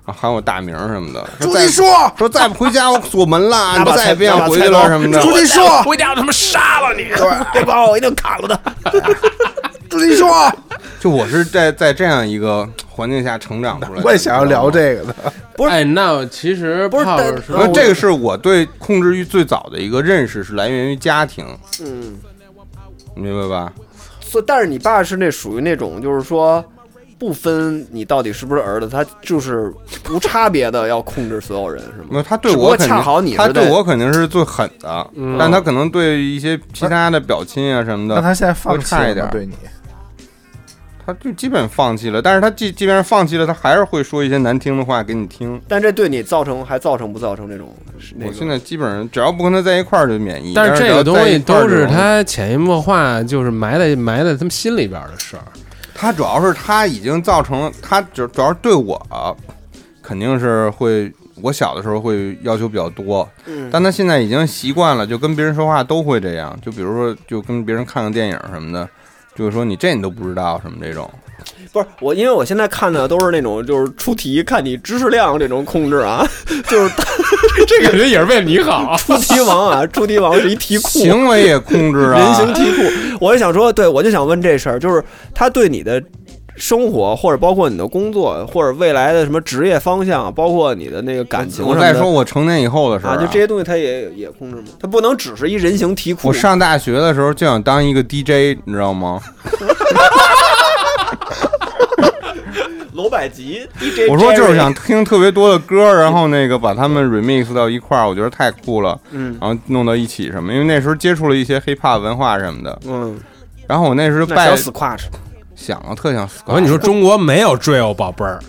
Speaker 4: 啊喊我大名什么的，
Speaker 5: 朱
Speaker 4: 再
Speaker 5: 一硕，
Speaker 4: 说再不回家我锁门了，你
Speaker 2: 把
Speaker 4: 再也
Speaker 2: 菜
Speaker 4: 别想
Speaker 2: 拿把
Speaker 4: 回
Speaker 2: 菜
Speaker 4: 去了
Speaker 2: 刀
Speaker 4: 什么的。
Speaker 5: 朱一硕，
Speaker 3: 回家我他妈杀了你！
Speaker 2: 这帮我一定砍了他。
Speaker 5: 朱一硕，
Speaker 4: 就我是在在这样一个环境下成长出来的。
Speaker 5: 我也想要聊这个呢。
Speaker 2: 不是
Speaker 3: 哎，那其实
Speaker 2: 不是
Speaker 3: 泡
Speaker 2: 但
Speaker 3: 是
Speaker 4: 你知道吗。那呃这个是我对控制欲最早的一个认识，是来源于家庭，
Speaker 2: 嗯，
Speaker 4: 你明白吧？
Speaker 2: 所但是你爸是那属于那种，就是说不分你到底是不是儿子，他就是无差别的要控制所有人，是吗？
Speaker 4: 那他对
Speaker 2: 只不
Speaker 4: 我
Speaker 2: 过
Speaker 4: 肯
Speaker 2: 恰好
Speaker 4: 定，
Speaker 2: 你是
Speaker 4: 他对
Speaker 2: 在
Speaker 4: 我肯定是最狠的，但他可能对一些其他的表亲啊什么
Speaker 5: 那
Speaker 4: 的，
Speaker 5: 他现在放弃
Speaker 4: 差
Speaker 5: 了
Speaker 4: 一点
Speaker 5: 吗对你，
Speaker 4: 他就基本放弃了。但是他即即便是放弃了，他还是会说一些难听的话给你听。
Speaker 2: 但这对你造成还造成不造成那种？那
Speaker 4: 我
Speaker 2: 个
Speaker 4: 现在基本上只要不跟他在一块儿就免疫。
Speaker 3: 但
Speaker 4: 是
Speaker 3: 是这
Speaker 4: 只要
Speaker 3: 个东
Speaker 4: 在
Speaker 3: 西
Speaker 4: 一块儿
Speaker 3: 都
Speaker 4: 这
Speaker 3: 是
Speaker 4: 种
Speaker 3: 他潜移默化，就是埋在埋在他们心里边的事儿。
Speaker 4: 他主要是他已经造成了他主主要是对我，肯定是会我小的时候会要求比较多，
Speaker 2: 嗯
Speaker 4: 但他现在已经习惯了，就跟别人说话都会这样，就比如说就跟别人看个电影什么的，就会说你这你都不知道什么这种，
Speaker 2: 不是我，因为我现在看的都是那种就是出题看你知识量这种控制 啊，就是
Speaker 3: 这感觉也是为你 好。
Speaker 2: 出题王 啊，出题王是一题库。
Speaker 4: 行为也控制啊，
Speaker 2: 人形题库。我就想说，对我就想问这事儿，就是他对你的生活，或者包括你的工作，或者未来的什么职业方向，包括你的那个感情什
Speaker 4: 我
Speaker 2: 么
Speaker 4: 再
Speaker 2: 的
Speaker 4: 说我成年以后的事儿、
Speaker 2: 啊，就这些东西，他也也控制吗？他不能只是一人形题库。
Speaker 4: 我上大学的时候就想当一个 DJ，你知道吗？
Speaker 2: 楼百吉 DJ，
Speaker 4: 我说就是
Speaker 2: Jerry
Speaker 4: 想听特别多的歌，然后那个把他们 remix 到一块儿，我觉得太酷了。
Speaker 2: 嗯
Speaker 4: 然后弄到一起什么，因为那时候接触了一些 hiphop 文化什么的。
Speaker 2: 嗯，
Speaker 4: 然后我那时候
Speaker 2: 那想
Speaker 4: 拜
Speaker 2: squash，
Speaker 4: 想啊，特想死
Speaker 3: 我跟你说，中国没有 drill 宝贝儿，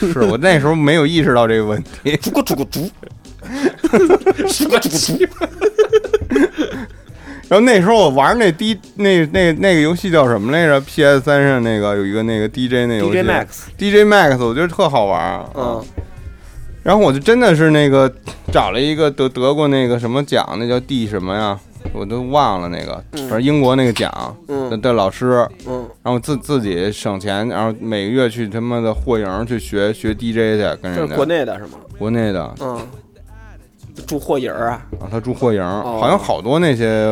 Speaker 4: 是我那时候没有意识到这个问题。
Speaker 2: 竹个竹个竹，
Speaker 4: 然后那时候我玩那 D 那那那个游戏叫什么来着？PS 三上那个有一个那个 DJ 那游戏
Speaker 2: DJ Max
Speaker 4: DJ Max，我觉得特好玩儿。
Speaker 2: 嗯，
Speaker 4: 然后我就真的是那个找了一个得得过那个什么奖，那叫 D 什么呀？我都忘了那个，反正英国那个奖
Speaker 2: 嗯
Speaker 4: 的的老师，
Speaker 2: 嗯
Speaker 4: 然后自自己省钱，然后每个月去他妈的霍营去学学 DJ 去，跟
Speaker 2: 这
Speaker 4: 人
Speaker 2: 是
Speaker 4: 家
Speaker 2: 国内的是吗？
Speaker 4: 国内的，
Speaker 2: 嗯，住霍营儿啊，
Speaker 4: 啊，他住霍营，好像好多那些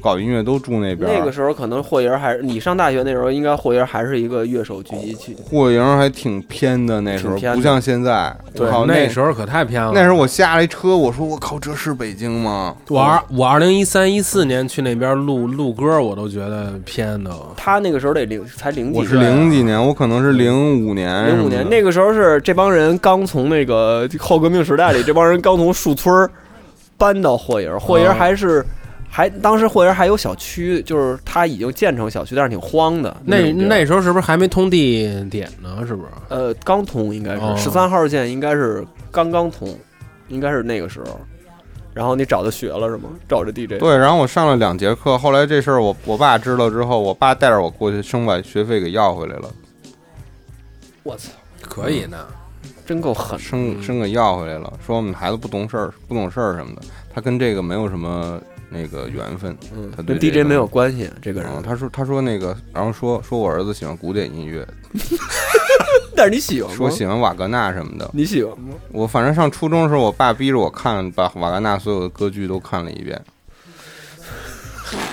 Speaker 4: 搞音乐都住那边。
Speaker 2: 那个时候可能霍营儿还是你上大学那时候，应该霍营儿还是一个乐手聚集区。
Speaker 4: 霍营还挺偏的，那时候
Speaker 2: 挺偏的
Speaker 4: 不像现在。
Speaker 3: 对
Speaker 4: 我靠，，哦那
Speaker 3: 那时候可太偏了。
Speaker 4: 那时候我下了一车，我说我靠，这是北京吗？
Speaker 3: 我二我二零一三一四年去那边录录歌，我都觉得偏的。
Speaker 2: 他那个时候得零才零几
Speaker 4: 我是
Speaker 2: 岁啊
Speaker 4: 零几年，我可能是零五年什么的，
Speaker 2: 零五年，那个时候是这帮人刚从那个后革命时代里，这帮人刚从树村儿搬到霍营儿，霍营
Speaker 4: 嗯
Speaker 2: 儿还是。还当时霍营儿还有小区，就是它已经建成小区，但是挺荒的。
Speaker 3: 那
Speaker 2: 种地儿
Speaker 3: 那时候是不是还没通地点呢？是不是？
Speaker 2: 呃刚通应该
Speaker 3: 哦
Speaker 2: 是十三号线，应该是刚刚通，应该是那个时候。然后你找他学了是吗？找这 DJ
Speaker 4: 对，然后我上了两节课，后来这事儿我我爸知道之后，我爸带着我过去，生把学费给要回来了，
Speaker 2: 我操，
Speaker 3: 可以呢。
Speaker 2: 真够狠的。
Speaker 4: 生生给要回来了，说我们孩子不懂事儿，不懂事儿什么的，他跟这个没有什么那个缘分，
Speaker 2: 嗯
Speaker 4: 他，对
Speaker 2: 跟
Speaker 4: 这个
Speaker 2: DJ 没有关系，这个人
Speaker 4: 然。后他说他说那个，然后说说我儿子喜欢古典音乐，
Speaker 2: 但是你喜欢吗？
Speaker 4: 说喜欢瓦格纳什么的。
Speaker 2: 你喜欢吗？
Speaker 4: 我反正上初中的时候，我爸逼着我看，把瓦格纳所有的歌剧都看了一 遍。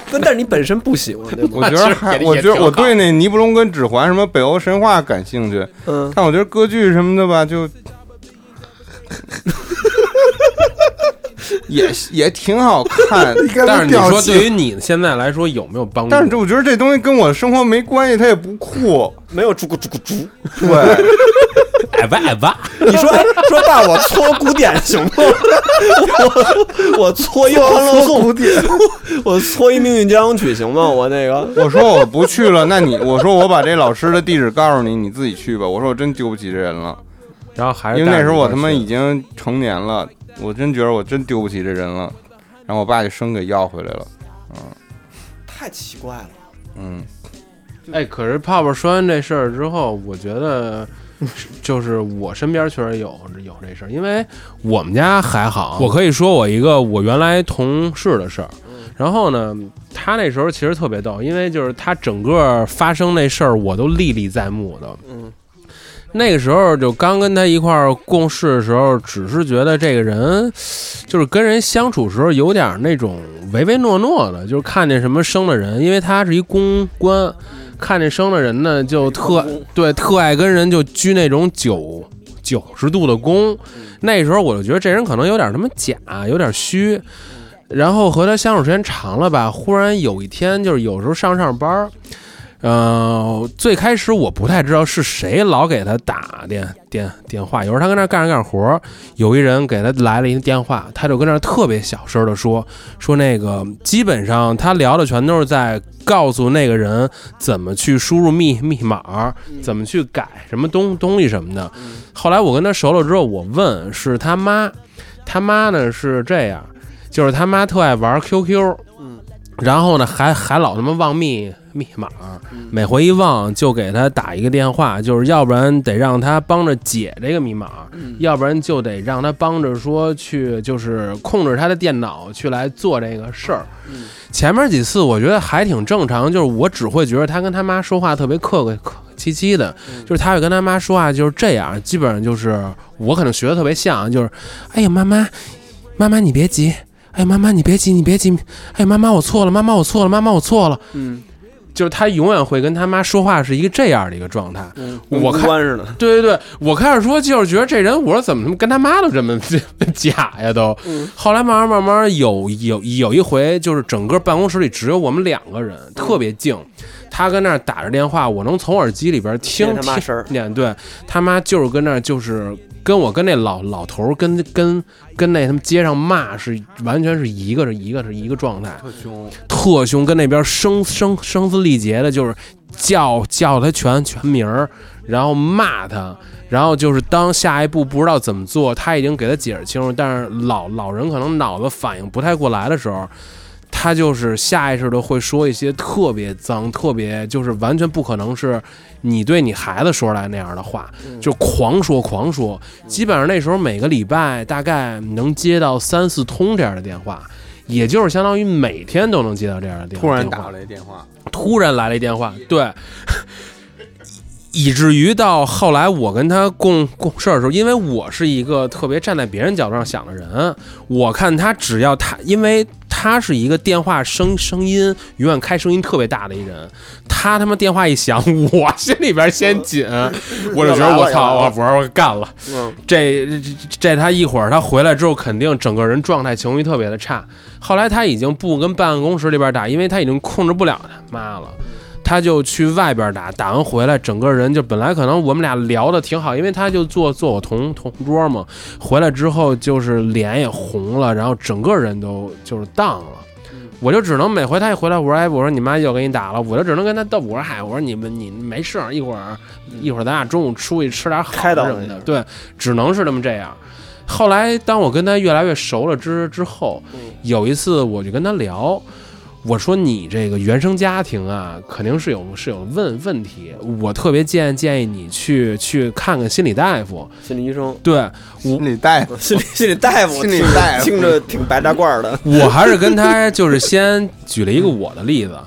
Speaker 2: 不，但是你本身不喜欢，对吗？
Speaker 4: 我觉得还，我觉得我对那尼布龙跟指环什么北欧神话感兴趣，
Speaker 2: 嗯，
Speaker 4: 但我觉得歌剧什么的 吧，就也也挺好 看。
Speaker 5: 你看
Speaker 3: 但
Speaker 5: 他
Speaker 3: 是你
Speaker 5: 表
Speaker 3: 说
Speaker 5: 情
Speaker 3: 对于你现在来说有没有帮助？
Speaker 4: 但是这我觉得这东西跟我生活没关系，它也不 酷。
Speaker 2: 没有猪咕猪咕猪。
Speaker 4: 对，
Speaker 3: 矮吧矮 吧，
Speaker 2: 你说说爸，我搓古典行吗？ 我我搓一欢乐古典，我搓一命运交响曲行吗？我那个
Speaker 4: 我说我不去了，那你我说我把这老师的地址告诉你，你自己去吧。我说我真丢不起这人了，
Speaker 3: 然后还是
Speaker 4: 因为那时候我
Speaker 3: 带着
Speaker 4: 他
Speaker 3: 你
Speaker 4: 妈
Speaker 3: 去
Speaker 4: 已经成年了，我真觉得我真丢不起这人了。然后我爸就生给要回来了，
Speaker 2: 太奇怪了。
Speaker 4: 嗯。
Speaker 3: 哎，可是泡泡说完这事儿之后，我觉得是就是我身边确实有有这事儿，因为我们家还好。我可以说我一个我原来同事的事儿，然后呢，他那时候其实特别逗，因为就是他整个发生那事儿我都历历在目的。
Speaker 2: 嗯，
Speaker 3: 那个时候就刚跟他一块儿共事的时候，只是觉得这个人就是跟人相处时候有点那种唯唯诺诺的，就是看见什么生的人，因为他是一公关，看这生的人呢，就特
Speaker 2: 关公
Speaker 3: 对特爱跟人就鞠那种九九十度的躬。那时候我就觉得这人可能有点他妈假，有点虚。然后和他相处时间长了吧，忽然有一天就是有时候上上班儿，呃，最开始我不太知道是谁老给他打电电电话，有时候他跟那儿干着干着活儿，有一人给他来了一个电话，他就跟那儿特别小声的说说那个，基本上他聊的全都是在告诉那个人怎么去输入密密码，
Speaker 2: 嗯
Speaker 3: 怎么去改什么东东西什么的。后来我跟他熟了之后，我问是他妈，他妈呢是这样，就是他妈特爱玩 QQ，
Speaker 2: 嗯，
Speaker 3: 然后呢还还老他妈忘密密码，每回一忘就给他打一个电话，就是要不然得让他帮着解这个密码，
Speaker 2: 嗯
Speaker 3: 要不然就得让他帮着说去，就是控制他的电脑去来做这个事儿。前面几次我觉得还挺正常，就是我只会觉得他跟他妈说话特别客客客气气的，就是他会跟他妈说话就是这样，基本上就是我可能学的特别像，就是哎呀妈妈，妈妈你别急，哎呀妈妈你别急，你别急，哎呀妈妈我错了，妈妈我错了，妈妈我错了，
Speaker 2: 嗯，
Speaker 3: 就是他永远会跟他妈说话是一个这样的一个状态。我
Speaker 2: 公
Speaker 3: 看
Speaker 2: 关似的，
Speaker 3: 对对对，我开始说就是觉得这人，我说怎么跟他妈都这么 假呀都。
Speaker 2: 嗯
Speaker 3: 后来慢慢慢慢有有有一回，就是整个办公室里只有我们两个人，
Speaker 2: 嗯
Speaker 3: 特别静。他跟那儿打着电话，我能从耳机里边听
Speaker 2: 听见他妈
Speaker 3: 听
Speaker 2: 声儿
Speaker 3: 见对他妈就是跟那儿就是跟我跟那老老头儿跟跟跟那他们街上骂是完全是一个是一个是一个状态。
Speaker 4: 特凶，
Speaker 3: 特凶，跟那边声声声嘶力竭的，就是叫叫他全全名儿，然后骂他，然后就是当下一步不知道怎么做，他已经给他解释清楚，但是老老人可能脑子反应不太过来的时候。他就是下意识的会说一些特别脏、特别就是完全不可能是你对你孩子说出来那样的话，
Speaker 4: 嗯
Speaker 3: 就狂说狂说。基本上那时候每个礼拜大概能接到三四通这样的电话，也就是相当于每天都能接到这样的电话。
Speaker 4: 突然打了一电话，
Speaker 3: 突然来了一电话，对， 以至于到后来我跟他共共事的时候，因为我是一个特别站在别人角度上想的人，我看他只要他，因为他是一个电话声声音永远开声音特别大的一人，他他妈电话一响，我心里边先紧，我就觉得我操，我我我干了。
Speaker 2: 嗯，
Speaker 3: 这这这他一会儿他回来之后，肯定整个人状态情绪特别的差。后来他已经不跟办公室里边打，因为他已经控制不了他妈了，他就去外边打。打完回来，整个人就本来可能我们俩聊的挺好，因为他就坐坐我同同桌嘛。回来之后就是脸也红了，然后整个人都就是荡了。
Speaker 2: 嗯
Speaker 3: 我就只能每回他一回来，我说哎，我说你妈又给你打了，我就只能跟他逗，我说嗨，我说你们你没事儿，一会儿一会儿咱俩中午出去吃点好
Speaker 2: 开导
Speaker 3: 的什么
Speaker 2: 一下
Speaker 3: 的，对，只能是这么这样。后来当我跟他越来越熟了之之后，
Speaker 2: 嗯
Speaker 3: 有一次我就跟他聊，我说你这个原生家庭啊，肯定是有是有问问题，我特别建议建议你去去看看心理大夫。
Speaker 2: 心理医生，
Speaker 3: 对我
Speaker 4: 心理 大夫，
Speaker 2: 心理心理大夫，
Speaker 4: 心理
Speaker 2: 听着
Speaker 4: 大夫
Speaker 2: 听着挺白大褂儿的，
Speaker 3: 我还是跟他就是先举了一个我的例子，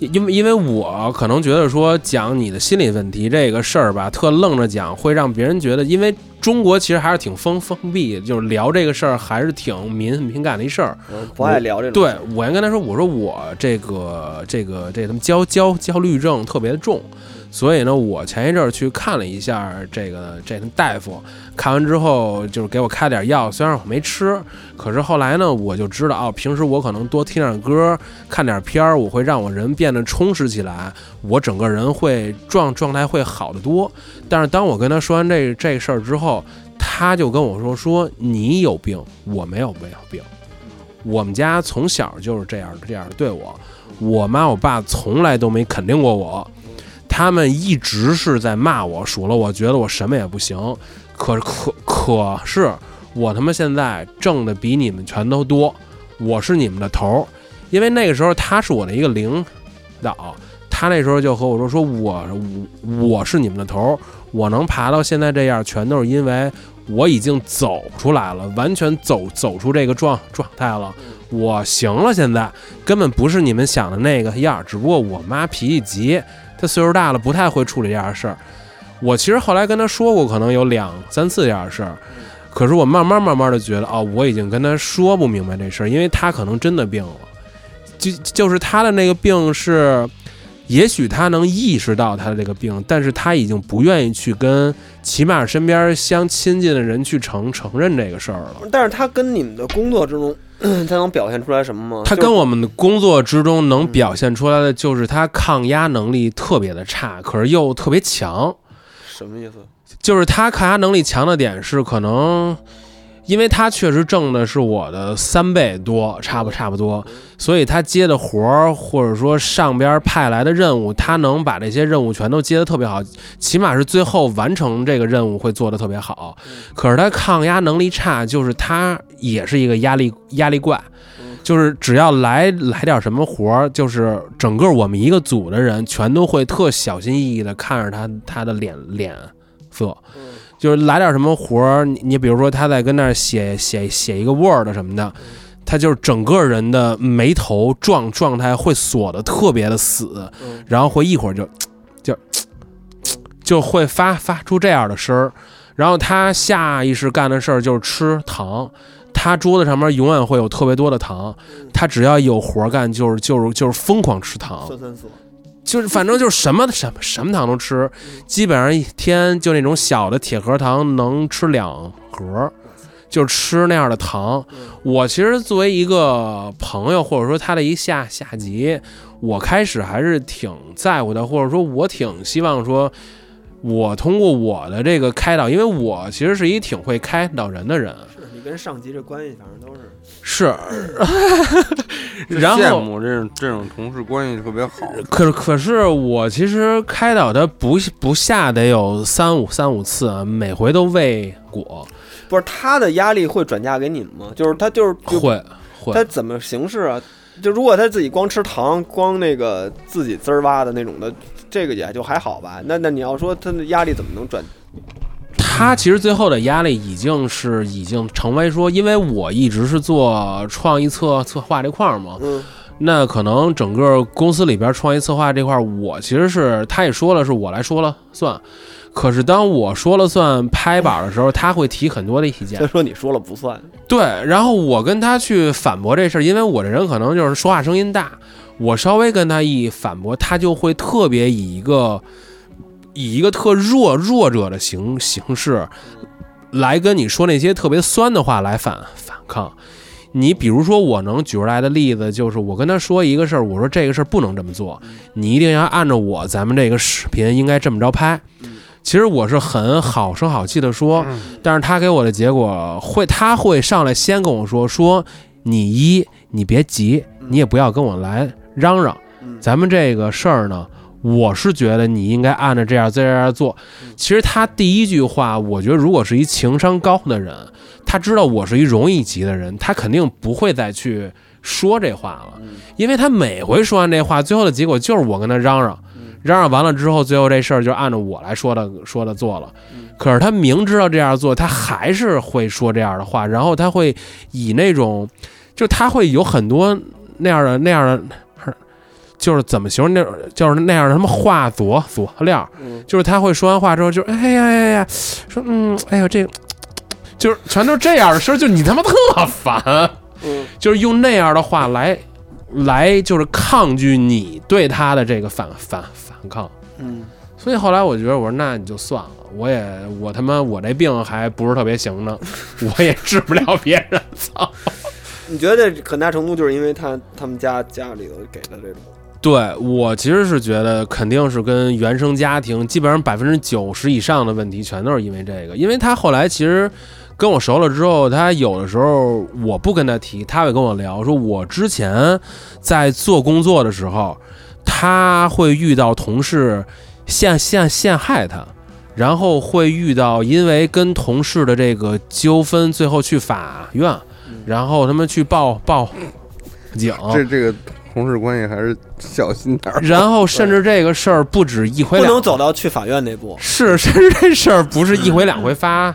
Speaker 3: 因为因为我可能觉得说讲你的心理问题这个事儿吧，特愣着讲会让别人觉得，因为中国其实还是挺封封闭，就是聊这个事儿还是挺敏敏感的一事儿。
Speaker 2: 嗯 不爱聊这种，
Speaker 3: 对，我先跟他说，我说我这个这个这什么焦焦焦虑症特别重，所以呢，我前一阵儿去看了一下这个这个大夫，看完之后就是给我开点药，虽然我没吃，可是后来呢，我就知道哦，平时我可能多听点歌，看点片儿，我会让我人变得充实起来，我整个人会状状态会好得多。但是当我跟他说完这这事儿之后，他就跟我说说你有病，我没有没有病。我们家从小就是这样这样对我，我妈我爸从来都没肯定过我，他们一直是在骂我，数落我，觉得我什么也不行。可可可是我他妈现在挣的比你们全都多，我是你们的头儿，因为那个时候他是我的一个领导，他那时候就和我说说我我我是你们的头儿，我能爬到现在这样，全都是因为我已经走出来了，完全走走出这个状状态了。我行了，现在根本不是你们想的那个样儿，只不过我妈脾气急，她岁数大了不太会处理这样的事儿。我其实后来跟她说过，可能有两三次这样的事儿，可是我慢慢慢慢的觉得，哦，我已经跟她说不明白这事儿，因为她可能真的病了，就就是她的那个病是也许他能意识到他的这个病，但是他已经不愿意去跟起码身边相亲近的人去承承认这个事儿了。
Speaker 2: 但是他跟你们的工作之中， 他能表现出来什么吗？
Speaker 3: 他跟
Speaker 2: 就嗯
Speaker 3: 我们的工作之中能表现出来的，就是他抗压能力特别的差，可是又特别强。
Speaker 2: 什么意思？
Speaker 3: 就是他抗压能力强的点是，可能因为他确实挣的是我的三倍多，差不差不多，所以他接的活儿或者说上边派来的任务，他能把这些任务全都接得特别好，起码是最后完成这个任务会做得特别好。可是他抗压能力差，就是他也是一个压力压力怪。就是只要来来点什么活儿，就是整个我们一个组的人全都会特小心翼翼地看着他他的脸脸色，
Speaker 2: 嗯
Speaker 3: 就是来点什么活儿，你你比如说他在跟那儿写写写一个 Word 什么的，他就是整个人的眉头状状态会锁的特别的死，
Speaker 2: 嗯
Speaker 3: 然后会一会儿就就就会发发出这样的声儿，然后他下意识干的事儿就是吃糖。他桌子上面永远会有特别多的糖，他只要有活儿干，就是就是就是疯狂吃糖，
Speaker 2: 酸酸涩。
Speaker 3: 就是反正就是什么什么什么糖都吃，基本上一天就那种小的铁盒糖能吃两盒，就是吃那样的糖。我其实作为一个朋友，或者说他的一下下级，我开始还是挺在乎的，或者说我挺希望说。我通过我的这个开导，因为我其实是一挺会开导人的人，
Speaker 2: 是你跟上级这关系，反正都是
Speaker 3: 是。
Speaker 4: 这
Speaker 3: 然后
Speaker 4: 羡慕这种这种同事关系特别好，
Speaker 3: 可可是我其实开导他不不下得有三五三五次啊，每回都未果，
Speaker 2: 不是他的压力会转嫁给你们吗？就是他就是就
Speaker 3: 会会
Speaker 2: 他怎么形式啊？就如果他自己光吃糖，光那个自己滋儿挖的那种的，这个也就还好吧。那那你要说他的压力怎么能转？
Speaker 3: 他其实最后的压力已经是已经成为说，因为我一直是做创意策策划这块儿嘛，
Speaker 2: 嗯，
Speaker 3: 那可能整个公司里边创意策划这块儿，我其实是他也说了，是我来说了算。可是当我说了算拍板的时候，他会提很多的意见
Speaker 2: 他，说你说了不算，
Speaker 3: 对，然后我跟他去反驳这事儿，因为我这人可能就是说话声音大，我稍微跟他一反驳，他就会特别以一个以一个特弱弱者的形形式来跟你说那些特别酸的话来反反抗。你比如说，我能举出来的例子就是，我跟他说一个事儿，我说这个事儿不能这么做，你一定要按照我咱们这个视频应该这么着拍。其实我是很好声好气的说，但是他给我的结果会，他会上来先跟我说说你一你别急，你也不要跟我来嚷嚷，咱们这个事儿呢，我是觉得你应该按照这样这样这样做。其实他第一句话，我觉得如果是一情商高的人，他知道我是一容易急的人，他肯定不会再去说这话了，
Speaker 2: 嗯
Speaker 3: 因为他每回说完这话，最后的结果就是我跟他嚷嚷。嚷嚷完了之后，最后这事儿就按照我来说的说的做了。可是他明知道这样做，他还是会说这样的话，然后他会以那种，就他会有很多那样的那样的，就是怎么形容那种，就是那样的什么话佐佐料，
Speaker 2: 嗯
Speaker 3: 就是他会说完话之后就哎呀呀呀，说嗯哎呦这个，就是全都这样的事儿，就你他妈特烦，
Speaker 2: 嗯
Speaker 3: 就是用那样的话来来就是抗拒你对他的这个反反反抗。
Speaker 2: 嗯，
Speaker 3: 所以后来我觉得，我说那你就算了，我也我他妈我这病还不是特别行呢，我也治不了别人。操！
Speaker 2: 你觉得很大程度就是因为他他们家家里头给的这种，
Speaker 3: 对我其实是觉得肯定是跟原生家庭，基本上百分之九十以上的问题全都是因为这个。因为他后来其实跟我熟了之后，他有的时候我不跟他提，他会跟我聊，说我之前在做工作的时候，他会遇到同事陷 陷陷害他。然后会遇到因为跟同事的这个纠纷，最后去法院，然后他们去报报警。
Speaker 4: 这这个同事关系还是小心 点儿。
Speaker 3: 然后甚至这个事儿不止一回
Speaker 2: 不
Speaker 3: 两，
Speaker 2: 能走到去法院那步。
Speaker 3: 是， 甚至这事儿不是一回两回发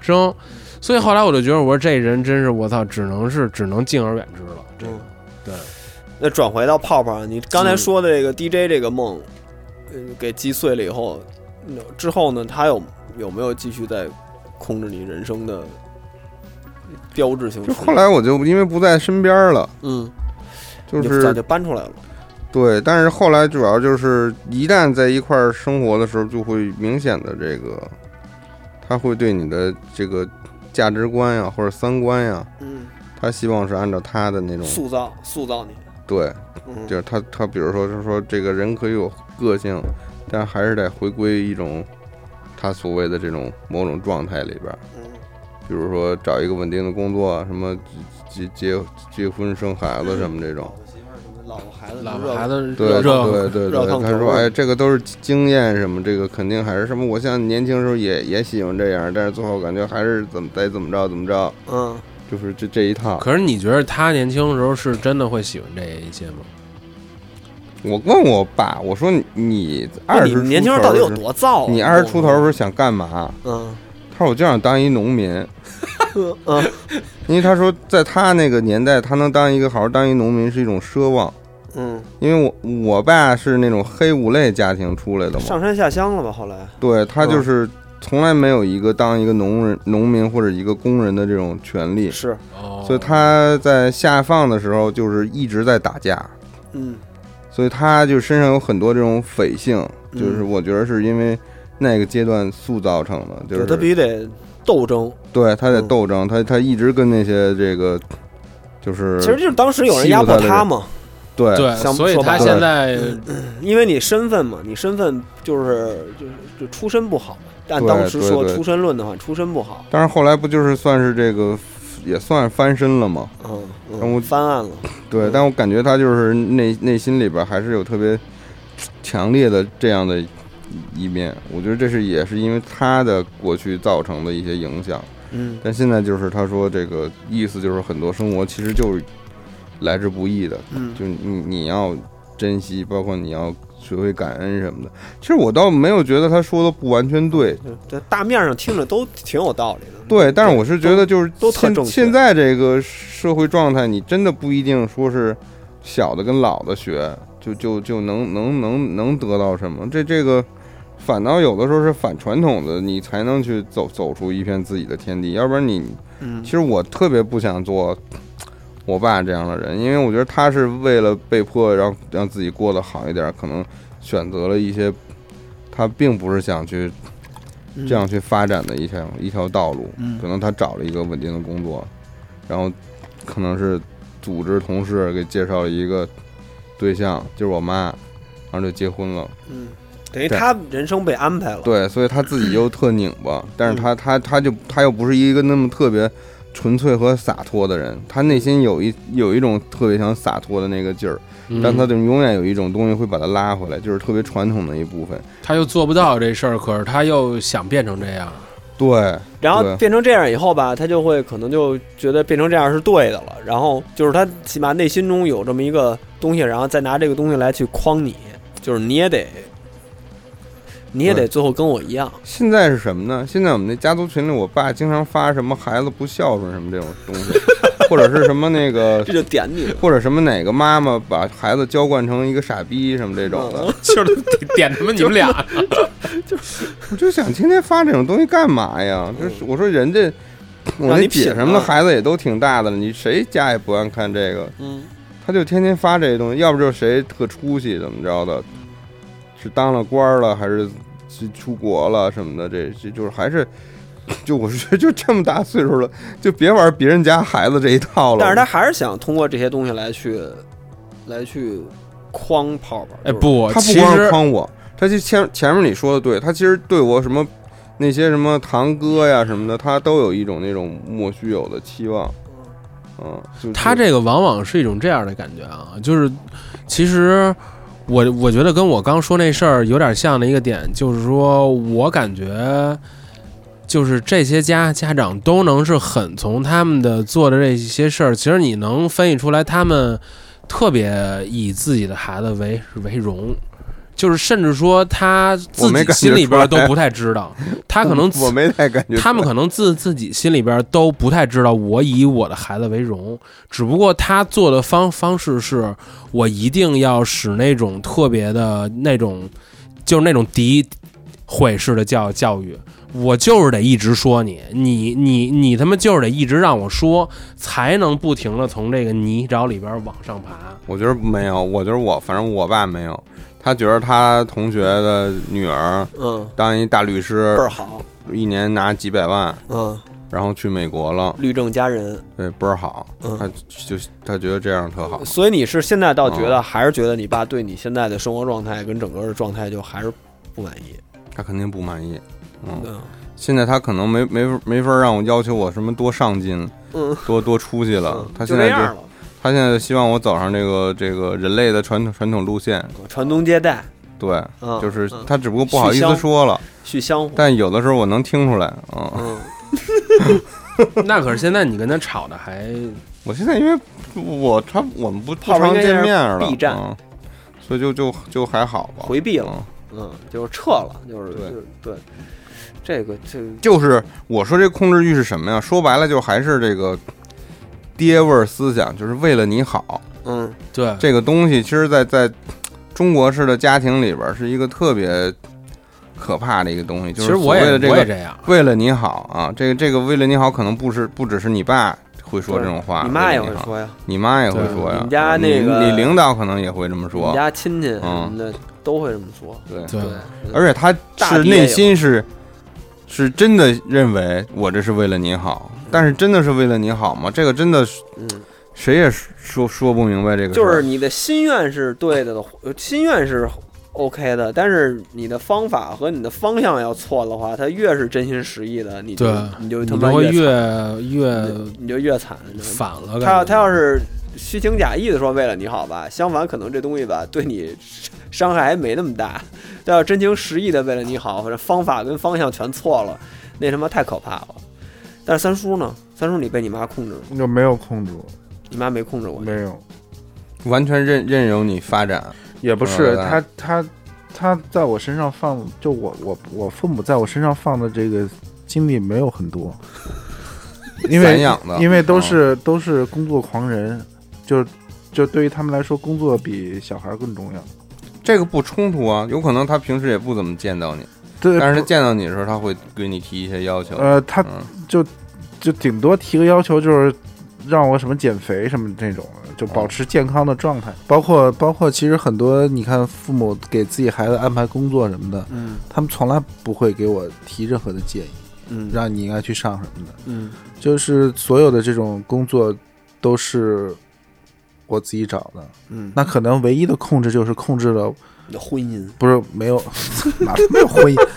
Speaker 3: 生，所以后来我就觉得，我说这人真是我操，只能是只能敬而远之了。这个
Speaker 2: 嗯，
Speaker 3: 对。
Speaker 2: 那转回到泡泡，你刚才
Speaker 3: 嗯
Speaker 2: 说的这个 DJ 这个梦，嗯，给击碎了以后，那之后呢，他有有没有继续在控制你人生的标志性？
Speaker 4: 就后来，我就因为不在身边了，
Speaker 2: 嗯，
Speaker 4: 就
Speaker 2: 你早
Speaker 4: 是
Speaker 2: 就搬出来了。
Speaker 4: 对，但是后来主要就是一旦在一块儿生活的时候，就会明显的这个，他会对你的这个价值观呀或者三观呀，
Speaker 2: 嗯，
Speaker 4: 他希望是按照他的那种
Speaker 2: 塑造塑造你，
Speaker 4: 对，
Speaker 2: 嗯，
Speaker 4: 就是他他比如说就是说这个人可以有个性，但还是得回归一种他所谓的这种某种状态里边儿，
Speaker 2: 嗯
Speaker 4: 比如说找一个稳定的工作，啊什么结结结结婚生孩子什么这种
Speaker 2: 老。婆媳妇儿什么老婆孩子
Speaker 3: 老
Speaker 2: 热
Speaker 3: 婆孩子
Speaker 4: 对
Speaker 3: 热乎
Speaker 4: 对对
Speaker 2: 热
Speaker 4: 对，
Speaker 2: 炕
Speaker 4: 他
Speaker 2: 头
Speaker 4: 说
Speaker 2: 儿
Speaker 4: 哎，这个都是经验什么，这个肯定还是什么。我像年轻时候也也喜欢这样，但是最后感觉还是怎么得怎么着怎么着，
Speaker 2: 嗯，
Speaker 4: 就是这这一套。
Speaker 3: 可是你觉得他年轻的时候是真的会喜欢这一些吗？
Speaker 4: 我问我爸，我说你你
Speaker 2: 那
Speaker 4: 二
Speaker 2: 你
Speaker 4: 十
Speaker 2: 年轻人到底有？多燥啊？
Speaker 4: 你二十出头的时候想干嘛？
Speaker 2: 嗯，
Speaker 4: 他说我就想当一农民，
Speaker 2: 嗯嗯
Speaker 4: 因为他说在他那个年代，他能当一个好好当一农民是一种奢望。
Speaker 2: 嗯，
Speaker 4: 因为我我爸是那种黑五类家庭出来的嘛，
Speaker 2: 上山下乡了吧？后来，
Speaker 4: 对他
Speaker 2: 嗯
Speaker 4: 就是从来没有一个当一个农人、农民或者一个工人的这种权利，
Speaker 2: 是，
Speaker 3: 哦
Speaker 4: 所以他在下放的时候就是一直在打架，
Speaker 2: 嗯
Speaker 4: 所以他就身上有很多这种匪性，
Speaker 2: 嗯
Speaker 4: 就是我觉得是因为那个阶段塑造成的，就
Speaker 2: 对他必须
Speaker 4: 是
Speaker 2: 得斗争。
Speaker 4: 对他得
Speaker 2: 嗯
Speaker 4: 斗争，他他一直跟那些这个就是
Speaker 2: 其实就是当时有人压迫他嘛，
Speaker 4: 对
Speaker 3: 对，
Speaker 2: 想
Speaker 3: 所以
Speaker 2: 说白
Speaker 3: 他
Speaker 4: 了
Speaker 3: 现在
Speaker 2: 因为你身份嘛，你身份就是就是就出身不好。按
Speaker 4: 对
Speaker 2: 当时说
Speaker 4: 对对
Speaker 2: 出身论的话，出身不好，
Speaker 4: 但是后来不就是算是这个，也算翻身了嘛？
Speaker 2: 嗯，
Speaker 4: 然后
Speaker 2: 嗯翻案了，
Speaker 4: 对，
Speaker 2: 嗯
Speaker 4: 但我感觉他就是内内心里边还是有特别强烈的这样的一面。我觉得这是也是因为他的过去造成的一些影响。
Speaker 2: 嗯
Speaker 4: 但现在就是他说这个意思就是很多生活其实就是来之不易的，
Speaker 2: 嗯
Speaker 4: 就你你要珍惜，包括你要学会感恩什么的。其实我倒没有觉得他说的不完全对，
Speaker 2: 嗯，这大面上听着都挺有道理的，
Speaker 4: 对，但是我是觉得就是
Speaker 2: 嗯都特
Speaker 4: 现
Speaker 2: 正确
Speaker 4: 现在这个社会状态，你真的不一定说是小的跟老的学，就就就能能能能得到什么。这这个反倒有的时候是反传统的，你才能去走走出一片自己的天地。要不然你
Speaker 2: 嗯
Speaker 4: 其实我特别不想做我爸这样的人，因为我觉得他是为了被迫让让自己过得好一点，可能选择了一些他并不是想去
Speaker 2: 嗯
Speaker 4: 这样去发展的一条一条道路。
Speaker 2: 嗯
Speaker 4: 可能他找了一个稳定的工作，然后可能是组织同事给介绍了一个对象，就是我妈，然后就结婚了。
Speaker 2: 嗯，等于
Speaker 4: 对
Speaker 2: 他人生被安排了，
Speaker 4: 对，所以他自己又特拧巴，但是他他他就他又不是一个那么特别纯粹和洒脱的人，他内心有一有一种特别想洒脱的那个劲儿，但他
Speaker 3: 嗯
Speaker 4: 就永远有一种东西会把他拉回来，就是特别传统的一部分。
Speaker 3: 他又做不到这事儿，可是他又想变成这 样，
Speaker 4: 对，
Speaker 2: 然后
Speaker 4: 对
Speaker 2: 变成这样以后吧，他就会可能就觉得变成这样是对的了，然后就是他起码内心中有这么一个东西，然后再拿这个东西来去框你，就是你也得，你也得
Speaker 4: 对
Speaker 2: 最后跟我一样，
Speaker 4: 现在是什么呢？现在我们那家族群里，我爸经常发什么孩子不孝顺什么这种东西，或者是什么那个
Speaker 2: 这，就点你 了。
Speaker 4: 或者什么哪个妈妈把孩子娇惯成一个傻逼什么这种
Speaker 2: 嗯
Speaker 4: 的，
Speaker 3: 就是点他妈你们 俩，
Speaker 4: 我就想天天发这种东西干嘛呀？就是我说人家，
Speaker 2: 嗯
Speaker 4: 我
Speaker 2: 让
Speaker 4: 那
Speaker 2: 你
Speaker 4: 姐
Speaker 2: 品
Speaker 4: 什么的
Speaker 2: 啊
Speaker 4: 孩子也都挺大的了，你谁家也不愿看这个，
Speaker 2: 嗯，
Speaker 4: 他就天天发这些东西，要不就是谁特出息怎么着的，是当了官儿了还是去出国了什么的，这这就是还是。 就我是觉得，就这么大岁数了，就别玩别人家孩子这一套了。
Speaker 2: 但是他还是想通过这些东西来去，来去框泡泡。就
Speaker 3: 哎
Speaker 2: 是，
Speaker 3: 不，
Speaker 4: 他不
Speaker 3: 其
Speaker 4: 光是
Speaker 3: 实
Speaker 4: 诓我，他就前前面你说的对，他其实对我什么那些什么堂哥呀什么的，他都有一种那种莫须有的期望。嗯，就
Speaker 3: 他这个往往是一种这样的感觉啊，就是其实我我觉得跟我刚说那事儿有点像的一个点，就是说我感觉就是这些家家长都能是很从他们的做的这些事儿，其实你能分析出来他们特别以自己的孩子为为荣。就是，甚至说他
Speaker 4: 我
Speaker 3: 自
Speaker 4: 没
Speaker 3: 己
Speaker 4: 感觉
Speaker 3: 心里边
Speaker 4: 出
Speaker 3: 都
Speaker 4: 来
Speaker 3: 不太知道，他可能
Speaker 4: 嗯我我没太感觉出来，
Speaker 3: 他们可能自自己心里边都不太知道，我以我的孩子为荣，只不过他做的方方式是我一定要使那种特别的那种，就是那种敌毁式的教教育。我就是得一直说你，你你你他妈就是得一直让我说，才能不停的从这个泥沼里边往上爬。
Speaker 4: 我觉得没有，我觉得我反正我爸没有，他觉得他同学的女儿
Speaker 2: 嗯，
Speaker 4: 当一大律师
Speaker 2: 倍，儿好，
Speaker 4: 一年拿几百万，
Speaker 2: 嗯，
Speaker 4: 然后去美国了，
Speaker 2: 律政佳人。
Speaker 4: 对，倍儿好，
Speaker 2: 嗯
Speaker 4: 他就他觉得这样特好，
Speaker 2: 所以你是现在倒觉
Speaker 4: 嗯
Speaker 2: 得，还是觉得你爸对你现在的生活状态跟整个的状态就还是不满意？
Speaker 4: 他肯定不满意。嗯，
Speaker 2: 嗯
Speaker 4: 现在他可能没没没法让我要求我什么多上进，
Speaker 2: 嗯，
Speaker 4: 多多出息了
Speaker 2: 嗯。
Speaker 4: 他
Speaker 2: 就
Speaker 4: 现
Speaker 2: 这
Speaker 4: 在就
Speaker 2: 样了，
Speaker 4: 他现在希望我走上这个这个人类的传统传统路线，
Speaker 2: 传宗接代，
Speaker 4: 对，
Speaker 2: 嗯，
Speaker 4: 就是
Speaker 2: 嗯
Speaker 4: 他只不过不好意
Speaker 2: 续
Speaker 4: 思
Speaker 2: 香
Speaker 4: 说了，
Speaker 2: 续香火。
Speaker 4: 但有的时候我能听出来，嗯。
Speaker 2: 嗯，
Speaker 3: 那可是现在你跟他吵的还
Speaker 4: 我现在因为我他我们不不
Speaker 2: 泡泡
Speaker 4: 常
Speaker 2: 应该
Speaker 4: 见面
Speaker 2: 是
Speaker 4: 了，
Speaker 2: B 站
Speaker 4: 嗯，所以就就就还好吧，
Speaker 2: 回避了
Speaker 4: 嗯。
Speaker 2: 嗯，就撤了，就是
Speaker 4: 对
Speaker 2: 就是对，这个这个
Speaker 4: 就是我说这控制欲是什么呀？说白了就还是这个爹味儿思想，就是为了你好
Speaker 2: 嗯
Speaker 3: 对
Speaker 4: 这个东西。其实在，在中国式的家庭里边儿是一个特别可怕的一个东西，就
Speaker 3: 其
Speaker 4: 是
Speaker 3: 实我
Speaker 4: 所谓
Speaker 3: 也
Speaker 4: 的这
Speaker 3: 我也
Speaker 4: 个
Speaker 3: 这样，
Speaker 4: 为了你好啊，这个这个为了你好，可能不是不只是你爸会说这种话，
Speaker 2: 你妈
Speaker 4: 为
Speaker 2: 也
Speaker 4: 了
Speaker 2: 会
Speaker 4: 好，
Speaker 2: 说呀，
Speaker 4: 你妈也会
Speaker 3: 对
Speaker 4: 说呀，
Speaker 2: 你们家
Speaker 4: 你
Speaker 2: 那个
Speaker 4: 你领导可能也会这么
Speaker 2: 你
Speaker 4: 说，
Speaker 2: 们家亲戚什么的都会这么说。
Speaker 4: 对。
Speaker 3: 对，
Speaker 4: 嗯而且他
Speaker 2: 大
Speaker 4: 是
Speaker 2: 爹也
Speaker 4: 内心是是真的认为我这是为了你好，但是真的是为了你好吗？这个真的是
Speaker 2: 嗯，
Speaker 4: 谁也说说不明白这个事
Speaker 2: 就
Speaker 4: 儿。
Speaker 2: 是你的心愿是对的，呃心愿是 OK 的，但是你的方法和你的方向要错的话，他越是真心实意的，你就
Speaker 3: 对
Speaker 2: 你就
Speaker 3: 你
Speaker 2: 他
Speaker 3: 就
Speaker 2: 妈
Speaker 3: 会
Speaker 2: 越
Speaker 3: 越
Speaker 2: 惨
Speaker 3: 越
Speaker 2: 你就你就越惨。你知道吗
Speaker 3: 反了。
Speaker 2: 他要
Speaker 3: 感觉
Speaker 2: 他要是虚情假意的说为了你好吧，相反可能这东西吧对你伤害还没那么大。但要真情实意的为了你好，或者方法跟方向全错了，那他妈太可怕了。但是三叔呢？三叔你被你妈控制了，
Speaker 5: 我没有控制，
Speaker 2: 你妈没控制我。
Speaker 5: 没有，
Speaker 4: 完全任任由你发展，
Speaker 5: 也不是
Speaker 4: 嗯
Speaker 5: 他他他在我身上放，就我我我父母在我身上放的这个精力没有很 多，因
Speaker 4: 散
Speaker 5: 为
Speaker 4: 养的，嗯
Speaker 5: 因为都是都是工作狂人，就就对于他们来说，工作比小孩更重要。
Speaker 4: 嗯这个不冲突啊。有可能他平时也不怎么见到你，
Speaker 5: 对，
Speaker 4: 但是
Speaker 5: 不
Speaker 4: 他见到你的时候，他会给你提一些要求。
Speaker 5: 呃，他
Speaker 4: 嗯，
Speaker 5: 就顶多提个要求，就是让我什么减肥什么这种，就
Speaker 4: 嗯
Speaker 5: 保持健康的状态。包括包括，其实很多你看，父母给自己孩子安排工作什么的，
Speaker 2: 嗯
Speaker 5: 他们从来不会给我提任何的建议，
Speaker 2: 嗯
Speaker 5: 让你应该去上什么的。
Speaker 2: 嗯
Speaker 5: 就是所有的这种工作都是我自己找的，
Speaker 2: 嗯，
Speaker 5: 那可能唯一的控制就是控制了，
Speaker 2: 你的婚姻
Speaker 5: 不是没有， 哪没有婚姻，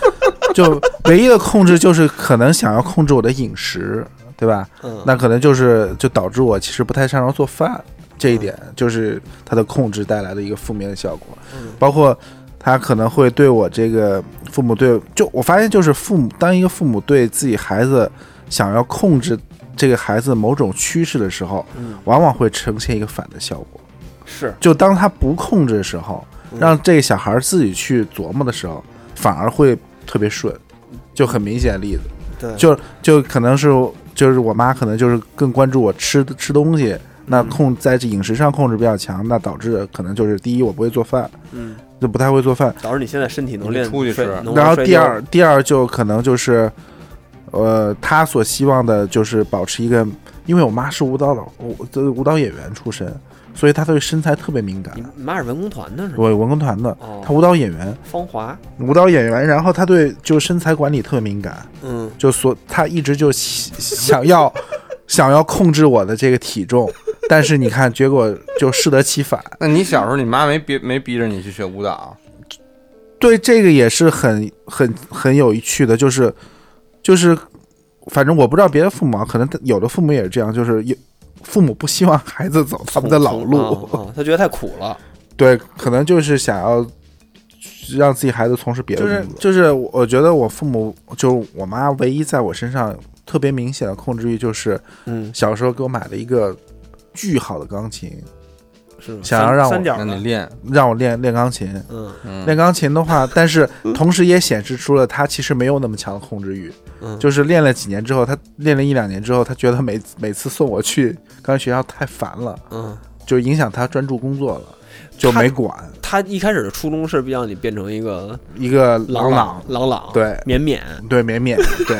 Speaker 5: 就唯一的控制就是可能想要控制我的饮食，对吧？
Speaker 2: 嗯
Speaker 5: 那可能就是就导致我其实不太擅长做饭，这一点就是它的控制带来的一个负面的效果，
Speaker 2: 嗯
Speaker 5: 包括他可能会对我这个父母对就我发现就是父母当一个父母对自己孩子想要控制这个孩子某种趋势的时候，
Speaker 2: 嗯
Speaker 5: 往往会呈现一个反的效果。
Speaker 2: 是
Speaker 5: 就当他不控制的时候，让这个小孩自己去琢磨的时候，反而会特别顺，就很明显的例子。
Speaker 2: 对
Speaker 5: 就就可能是就是我妈可能就是更关注我吃吃东西，那控在这饮食上控制比较强，那导致可能就是第一我不会做饭，
Speaker 2: 嗯，
Speaker 5: 就不太会做饭，
Speaker 2: 导致你现在身体能
Speaker 4: 你
Speaker 2: 练
Speaker 4: 出去
Speaker 2: 摔
Speaker 4: 吃
Speaker 2: 能
Speaker 5: 然后
Speaker 2: 摔
Speaker 5: 第
Speaker 2: 跤
Speaker 5: 二第二就可能就是，呃，她所希望的就是保持一个，因为我妈是舞蹈老舞舞蹈演员出身，所以她对身材特别敏感
Speaker 2: 你。你妈是文工团的是吗？
Speaker 5: 我文工团的
Speaker 2: 哦，
Speaker 5: 她舞蹈演员，
Speaker 2: 芳华，
Speaker 5: 舞蹈演员，然后她对就身材管理特别敏感，
Speaker 2: 嗯
Speaker 5: 就所他一直就喜想要 想要控制我的这个体重，但是你看结果就适得其反。
Speaker 4: 那你小时候你妈没逼没逼着你去学舞蹈，
Speaker 5: 对这个也是很很很有趣的，就是就是，反正我不知道别的父母啊，可能有的父母也是这样，就是有父母不希望孩子走他们的老路，
Speaker 2: 啊啊他觉得太苦了，
Speaker 5: 对，可能就是想要让自己孩子从事别的
Speaker 2: 就是
Speaker 5: 工作。就是我觉得我父母，就是我妈，唯一在我身上特别明显的控制欲，就是
Speaker 2: 嗯，
Speaker 5: 小时候给我买了一个巨好的钢琴，
Speaker 2: 是吗
Speaker 5: 想要让我
Speaker 2: 三三角
Speaker 4: 让你
Speaker 2: 的，
Speaker 4: 练，
Speaker 5: 让我练练钢琴。
Speaker 2: 嗯
Speaker 4: 嗯
Speaker 5: 练钢琴的 话，但是同时也显示出了他其实没有那么强的控制欲。
Speaker 2: 嗯
Speaker 5: 就是练了几年之后，他练了一两年之后，他觉得每每次送我去钢琴学校太烦了，
Speaker 2: 嗯。
Speaker 5: 就影响他专注工作了。就
Speaker 2: 他
Speaker 5: 没管
Speaker 2: 他一开始的初衷是让你变成一个
Speaker 5: 一个
Speaker 2: 朗
Speaker 5: 朗朗，
Speaker 2: 朗朗，
Speaker 5: 对
Speaker 2: 绵绵
Speaker 5: 对绵绵， 对，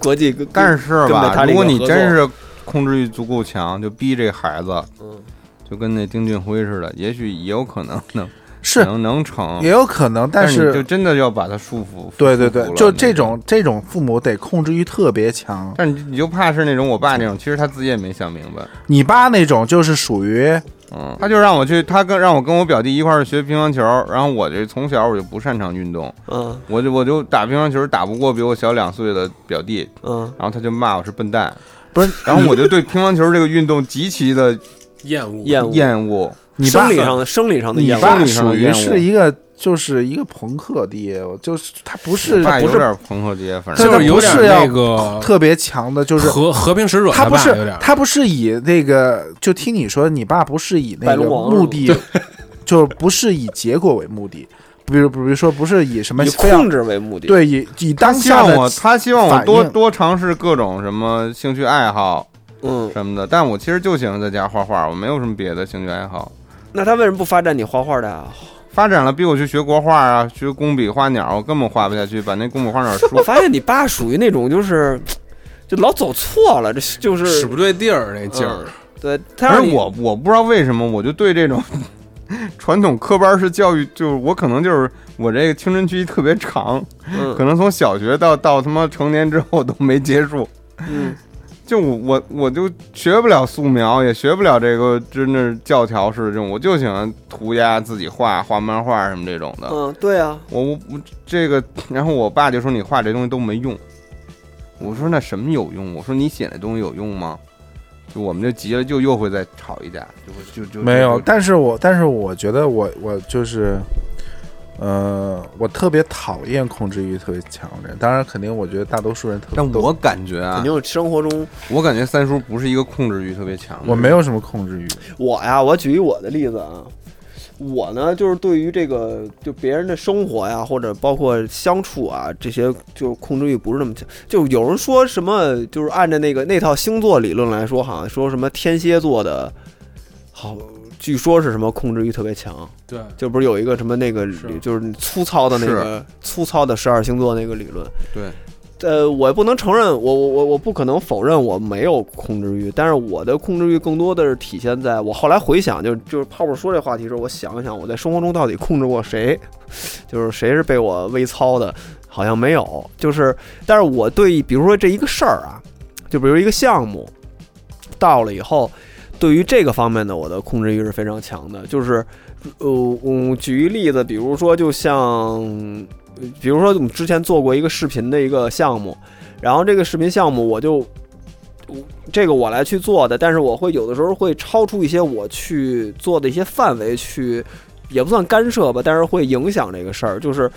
Speaker 2: 国际，
Speaker 4: 但是
Speaker 2: 根本
Speaker 4: 吧
Speaker 2: 他，这
Speaker 4: 如
Speaker 2: 个
Speaker 4: 果你
Speaker 2: 合作
Speaker 4: 真是控制欲足够强，就逼这孩子，
Speaker 2: 嗯
Speaker 4: 就跟那丁俊晖似的，也许也有可能能
Speaker 5: 是
Speaker 4: 能能成
Speaker 5: 也，有可能，但
Speaker 4: 但
Speaker 5: 是
Speaker 4: 你就真的要把他束缚。
Speaker 5: 对对
Speaker 4: 束缚
Speaker 5: 对
Speaker 4: 了，
Speaker 5: 就
Speaker 4: 那
Speaker 5: 这种这种父母得控制欲特别强。
Speaker 4: 但你你就怕是那种我爸那种，其实他自己也没想明白，
Speaker 5: 你爸那种就是属于
Speaker 4: 嗯，他就让我去，他跟让我跟我表弟一块儿学乒乓球，然后我这从小我就不擅长运动，
Speaker 2: 嗯
Speaker 4: 我就我就打乒乓球打不过比我小两岁的表弟，
Speaker 2: 嗯，
Speaker 4: 然后他就骂我是笨蛋，
Speaker 5: 不是，
Speaker 4: 然后我就对乒乓球这个运动极其的
Speaker 3: 厌恶
Speaker 2: 厌恶，
Speaker 4: 厌恶，
Speaker 5: 你
Speaker 2: 生
Speaker 5: 爸
Speaker 2: 理上的生理上的
Speaker 5: 你
Speaker 2: 厌
Speaker 5: 爸
Speaker 2: 恶，
Speaker 4: 生理上
Speaker 5: 属
Speaker 4: 的
Speaker 5: 于
Speaker 4: 厌恶
Speaker 5: 是一个就是一个朋克爹，我就是他不是
Speaker 4: 爸
Speaker 5: 不
Speaker 4: 有
Speaker 5: 是
Speaker 4: 点朋克街，反正
Speaker 3: 就是
Speaker 5: 他
Speaker 3: 有
Speaker 5: 不
Speaker 3: 点
Speaker 5: 是要
Speaker 3: 那个
Speaker 5: 特别强的，就是
Speaker 3: 和和平使者
Speaker 5: 他
Speaker 3: 他
Speaker 5: 不
Speaker 3: 爸有
Speaker 5: 是
Speaker 3: 点
Speaker 5: 他不是以那个，就听你说，你爸不是以
Speaker 2: 白
Speaker 5: 那个
Speaker 2: 龙王
Speaker 5: 目的，就不是以结果为目的，比如比如说不是以什么
Speaker 2: 以
Speaker 5: 非要
Speaker 2: 控制为目的，
Speaker 5: 对以以当
Speaker 4: 他希
Speaker 5: 下
Speaker 4: 望
Speaker 5: 的
Speaker 4: 我，他希望我多
Speaker 5: 反应
Speaker 4: 多尝试各种什么兴趣爱好
Speaker 2: 嗯，
Speaker 4: 什么的，但我其实就喜欢在家画画，我没有什么别的兴趣爱好。
Speaker 2: 那他为什么不发展你画画的啊？
Speaker 4: 发展了，逼我去学国画啊，学工笔花鸟，我根本画不下去，把那工笔花鸟书
Speaker 2: 我发现你爸属于那种就是，就老走错了，这就是嗯
Speaker 3: 使不对地儿那劲儿，
Speaker 2: 对，他
Speaker 4: 而
Speaker 2: 让你
Speaker 4: 我我不知道为什么，我就对这种 传统科班式教育，就是我可能就是我这个青春期特别长，可
Speaker 2: 嗯
Speaker 4: 能从小学到到他妈成年之后都没结束。
Speaker 2: 嗯
Speaker 4: 就我我我就学不了素描，也学不了这个真的教条式的这种，我就喜欢涂鸦、自己画、画漫画什么这种的。
Speaker 2: 嗯，对啊，
Speaker 4: 我我我这个，然后我爸就说你画这东西都没用。我说那什么有用？我说你写的东西有用吗？就我们就急了，就又会再吵一架，就会就就
Speaker 5: 没有，
Speaker 4: 就
Speaker 5: 但是我但是我觉得我我就是，呃，我特别讨厌控制欲特别强的人，当然肯定我觉得大多数人特
Speaker 4: 但
Speaker 5: 都
Speaker 4: 我感觉
Speaker 2: 肯
Speaker 4: 啊，
Speaker 2: 定生活中
Speaker 4: 我感觉三叔不是一个控制欲特别强的人。
Speaker 5: 我没有什么控制欲，
Speaker 2: 我呀，我举一我的例子啊，我呢就是对于这个就别人的生活呀，或者包括相处啊这些，就控制欲不是那么强。就有人说什么，就是按照那个那套星座理论来说，好像说什么天蝎座的，好。据说是什么控制欲特别强，
Speaker 3: 对，
Speaker 2: 就不是有一个什么那个
Speaker 3: 嗯是
Speaker 2: 就是粗糙的那个粗糙的十二星座那个理论。
Speaker 4: 对，
Speaker 2: 呃，我不能承认，我我我我不可能否认我没有控制欲，但是我的控制欲更多的是体现在我后来回想，就就是泡泡说这话题的时候，我想一想我在生活中到底控制过谁， 就是谁是被我微操的，好像没有。就是，但是我对比如说这一个事儿啊，就比如一个项目，到了以后，对于这个方面的我的控制欲是非常强的。就是，呃，嗯，举一例子，比如说就像比如说我们之前做过一个视频的一个项目，然后这个视频项目我就我这个我来去做的，但是我会有的时候会超出一些我去做的一些范围去，也不算干涉吧，但是会影响这个事儿。就是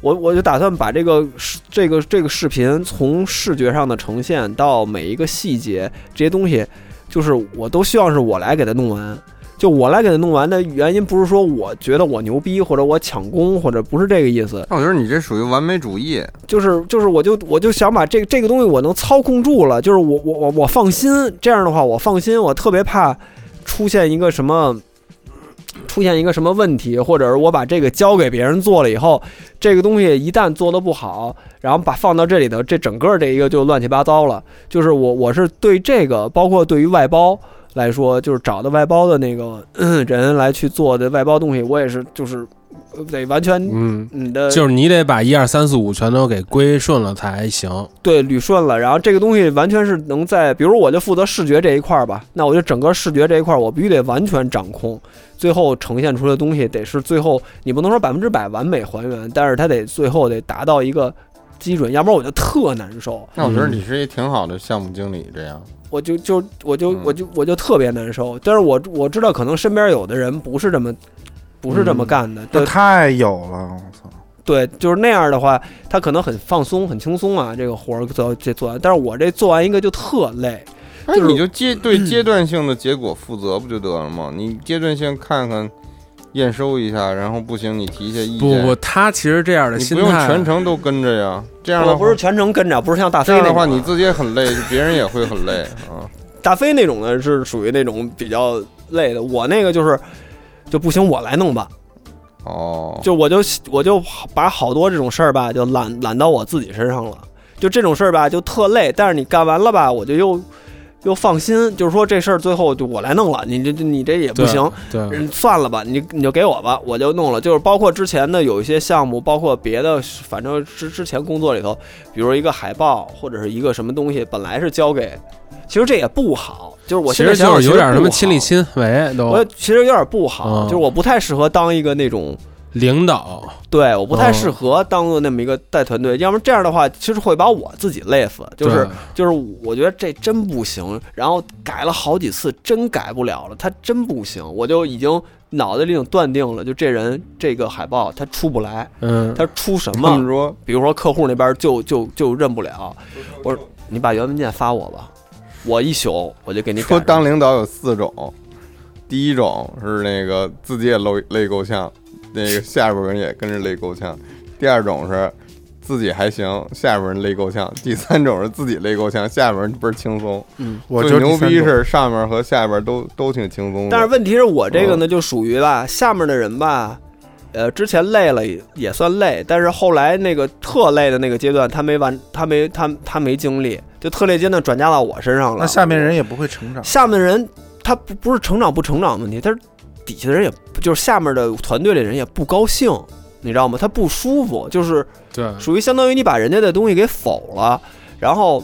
Speaker 2: 我我就打算把这个视这个这个视频从视觉上的呈现到每一个细节这些东西，就是我都希望是我来给它弄完。就我来给它弄完的原因，不是说我觉得我牛逼，或者我抢功，或者不是这个意思，
Speaker 4: 但我觉得你这属于完美主义，
Speaker 2: 就是就是，我就我就想把这这个东西我能操控住了，就是我我我我放心，这样的话我放心，我特别怕出现一个什么。出现一个什么问题，或者是我把这个交给别人做了以后，这个东西一旦做的不好，然后把放到这里头，这整个这一个就乱七八糟了。就是我我是对这个，包括对于外包来说，就是找的外包的那个 嗯人来去做的外包东西，我也是就是呃得完全
Speaker 3: 嗯，
Speaker 2: 你的
Speaker 3: 就是你得把一二三四五全都给归顺了才行。
Speaker 2: 对呃捋顺了，然后这个东西完全是能在，比如我就负责视觉这一块儿吧，那我就整个视觉这一块儿我必须得完全掌控，最后呈现出来的东西得是最后你不能说百分之百完美还原，但是它得最后得达到一个基准，要不然我就特难受，
Speaker 4: 那我觉得你是一挺好的项目经理，这样
Speaker 2: 我就就我就
Speaker 4: 嗯
Speaker 2: 我就我就特别难受。但是我我知道可能身边有的人不是这么不是这么干的，对
Speaker 5: 这太有了，我操！
Speaker 2: 对，就是那样的话，他可能很放松很轻松啊，这个活儿做这做完，但是我这做完一个就特累。
Speaker 4: 哎，
Speaker 2: 就是
Speaker 4: 你就阶对阶段性的结果负责不就得了吗？你阶段性看看，验收一下，然后不行你提一下意见。
Speaker 3: 不不，他其实这样的
Speaker 4: 你
Speaker 3: 心
Speaker 4: 不用
Speaker 3: 态，
Speaker 4: 全程都跟着呀。这样
Speaker 2: 我
Speaker 4: 的话
Speaker 2: 不是全程跟着，不是像大飞
Speaker 4: 这样
Speaker 2: 那
Speaker 4: 的话，
Speaker 2: 种啊
Speaker 4: 你自己也很累， 别人也会很累啊。
Speaker 2: 大飞那种呢是属于那种比较累的，我那个就是就不行我来弄吧，
Speaker 4: 哦，
Speaker 2: 就我就我就把好多这种事儿吧，就揽揽到我自己身上了。就这种事儿吧，就特累，但是你干完了吧，我就又又放心，就是说这事儿最后就我来弄了，你这这你这也不
Speaker 3: 对
Speaker 2: 行，
Speaker 3: 对，
Speaker 2: 嗯，算了吧，你你就给我吧，我就弄了。就是包括之前的有一些项目，包括别的，反正之之前工作里头，比如一个海报或者是一个什么东西，本来是交给，其实这也不好。就是我
Speaker 3: 其
Speaker 2: 现在
Speaker 3: 实
Speaker 2: 想
Speaker 3: 就
Speaker 2: 想
Speaker 3: 是有点什么
Speaker 2: 其实
Speaker 3: 亲
Speaker 2: 不好
Speaker 3: 力，亲为，
Speaker 2: 我
Speaker 3: 都
Speaker 2: 其实有点不好，
Speaker 3: 嗯
Speaker 2: 就是我不太适合当一个那种，
Speaker 3: 领导
Speaker 2: 对，我不太
Speaker 3: 嗯
Speaker 2: 适合当做那么一个带团队，要么这样的话，其实会把我自己累死。就是
Speaker 3: 对
Speaker 2: 就是我觉得这真不行，然后改了好几次，真改不了了，他真不行，我就已经脑袋里已经断定了，就这人这个海报他出不来，
Speaker 3: 嗯，
Speaker 2: 他出什
Speaker 4: 他们
Speaker 2: 么？
Speaker 4: 说
Speaker 2: 比如说客户那边就就就认不了，我说你把原文件发我吧，我一宿我就给你改
Speaker 4: 说
Speaker 2: 出来。
Speaker 4: 当领导有四种，第一种是那个自己也累累够呛，那个下边人也跟着累够呛；第二种是自己还行，下边人累够呛；第三种是自己累够呛，下边人倍儿轻松。
Speaker 2: 嗯
Speaker 5: 我就
Speaker 4: 最
Speaker 5: 是第
Speaker 4: 牛
Speaker 5: 三
Speaker 4: 逼
Speaker 5: 种
Speaker 4: 是上面和下边都都挺轻松的，
Speaker 2: 但是问题是我这个呢，就属于吧，下面的人吧，呃，之前累了也也算累，但是后来那个特累的那个阶段，他没完，他没他他没精力，就特累阶段转嫁到我身上了。
Speaker 5: 那下面人也不会成长。
Speaker 2: 下面人他不不是成长不成长的问题，他是底下的人也不就是下面的团队里人也不高兴，你知道吗？他不舒服，就是
Speaker 3: 对，
Speaker 2: 属于相当于你把人家的东西给否了，然后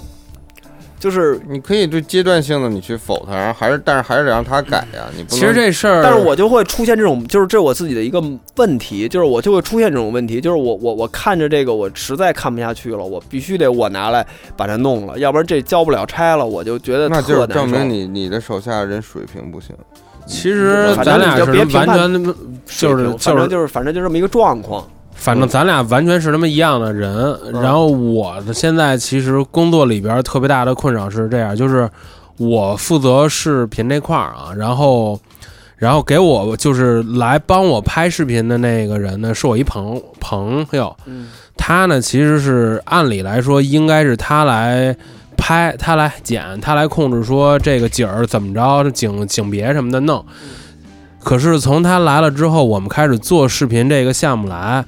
Speaker 2: 就是，
Speaker 4: 你可以对阶段性的你去否他，然后还是但是还是得让他改呀、你不
Speaker 3: 其
Speaker 4: 能
Speaker 3: 实这事儿，
Speaker 2: 但是我就会出现这种，就是这是我自己的一个问题，就是我就会出现这种问题，就是我我我看着这个我实在看不下去了，我必须得我拿来把它弄了，要不然这交不了差了，我就觉得
Speaker 4: 那就
Speaker 2: 特
Speaker 4: 是
Speaker 2: 难受。
Speaker 4: 证明你你的手下人水平不行。
Speaker 3: 其实
Speaker 2: 反正
Speaker 3: 咱俩
Speaker 2: 你就是别评
Speaker 3: 完
Speaker 2: 判
Speaker 3: 全就
Speaker 2: 反
Speaker 3: 是就
Speaker 2: 正
Speaker 3: 是。
Speaker 2: 就是反正就这么一个状况，
Speaker 3: 反正咱俩完全是他妈一样的人。然后我的现在其实工作里边特别大的困扰是这样，就是我负责视频这块儿啊，然后然后给我就是来帮我拍视频的那个人呢，是我一朋朋友，
Speaker 2: 嗯
Speaker 3: 他呢其实是按理来说应该是他来。拍他来剪，他来控制说这个景儿怎么着，景景别什么的弄。可是从他来了之后，我们开始做视频这个项目来，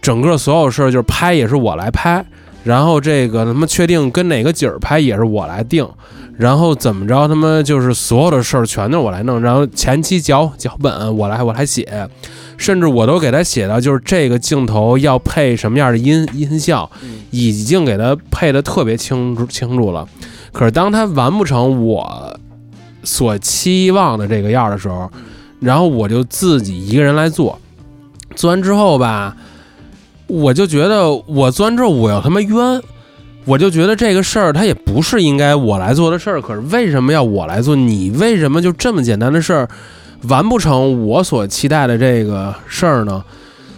Speaker 3: 整个所有事儿就是拍也是我来拍，然后这个他妈确定跟哪个景儿拍也是我来定，然后怎么着他妈就是所有的事儿全都是我来弄，然后前期脚脚本我来我来写，甚至我都给他写到就是这个镜头要配什么样的音音效，已经给他配的特别清楚清楚了。可是当他完不成我所期望的这个样儿的时候，然后我就自己一个人来做，做完之后吧，我就觉得我做完之后我要他妈冤，我就觉得这个事儿它也不是应该我来做的事儿，可是为什么要我来做？你为什么就这么简单的事儿完不成我所期待的这个事儿呢？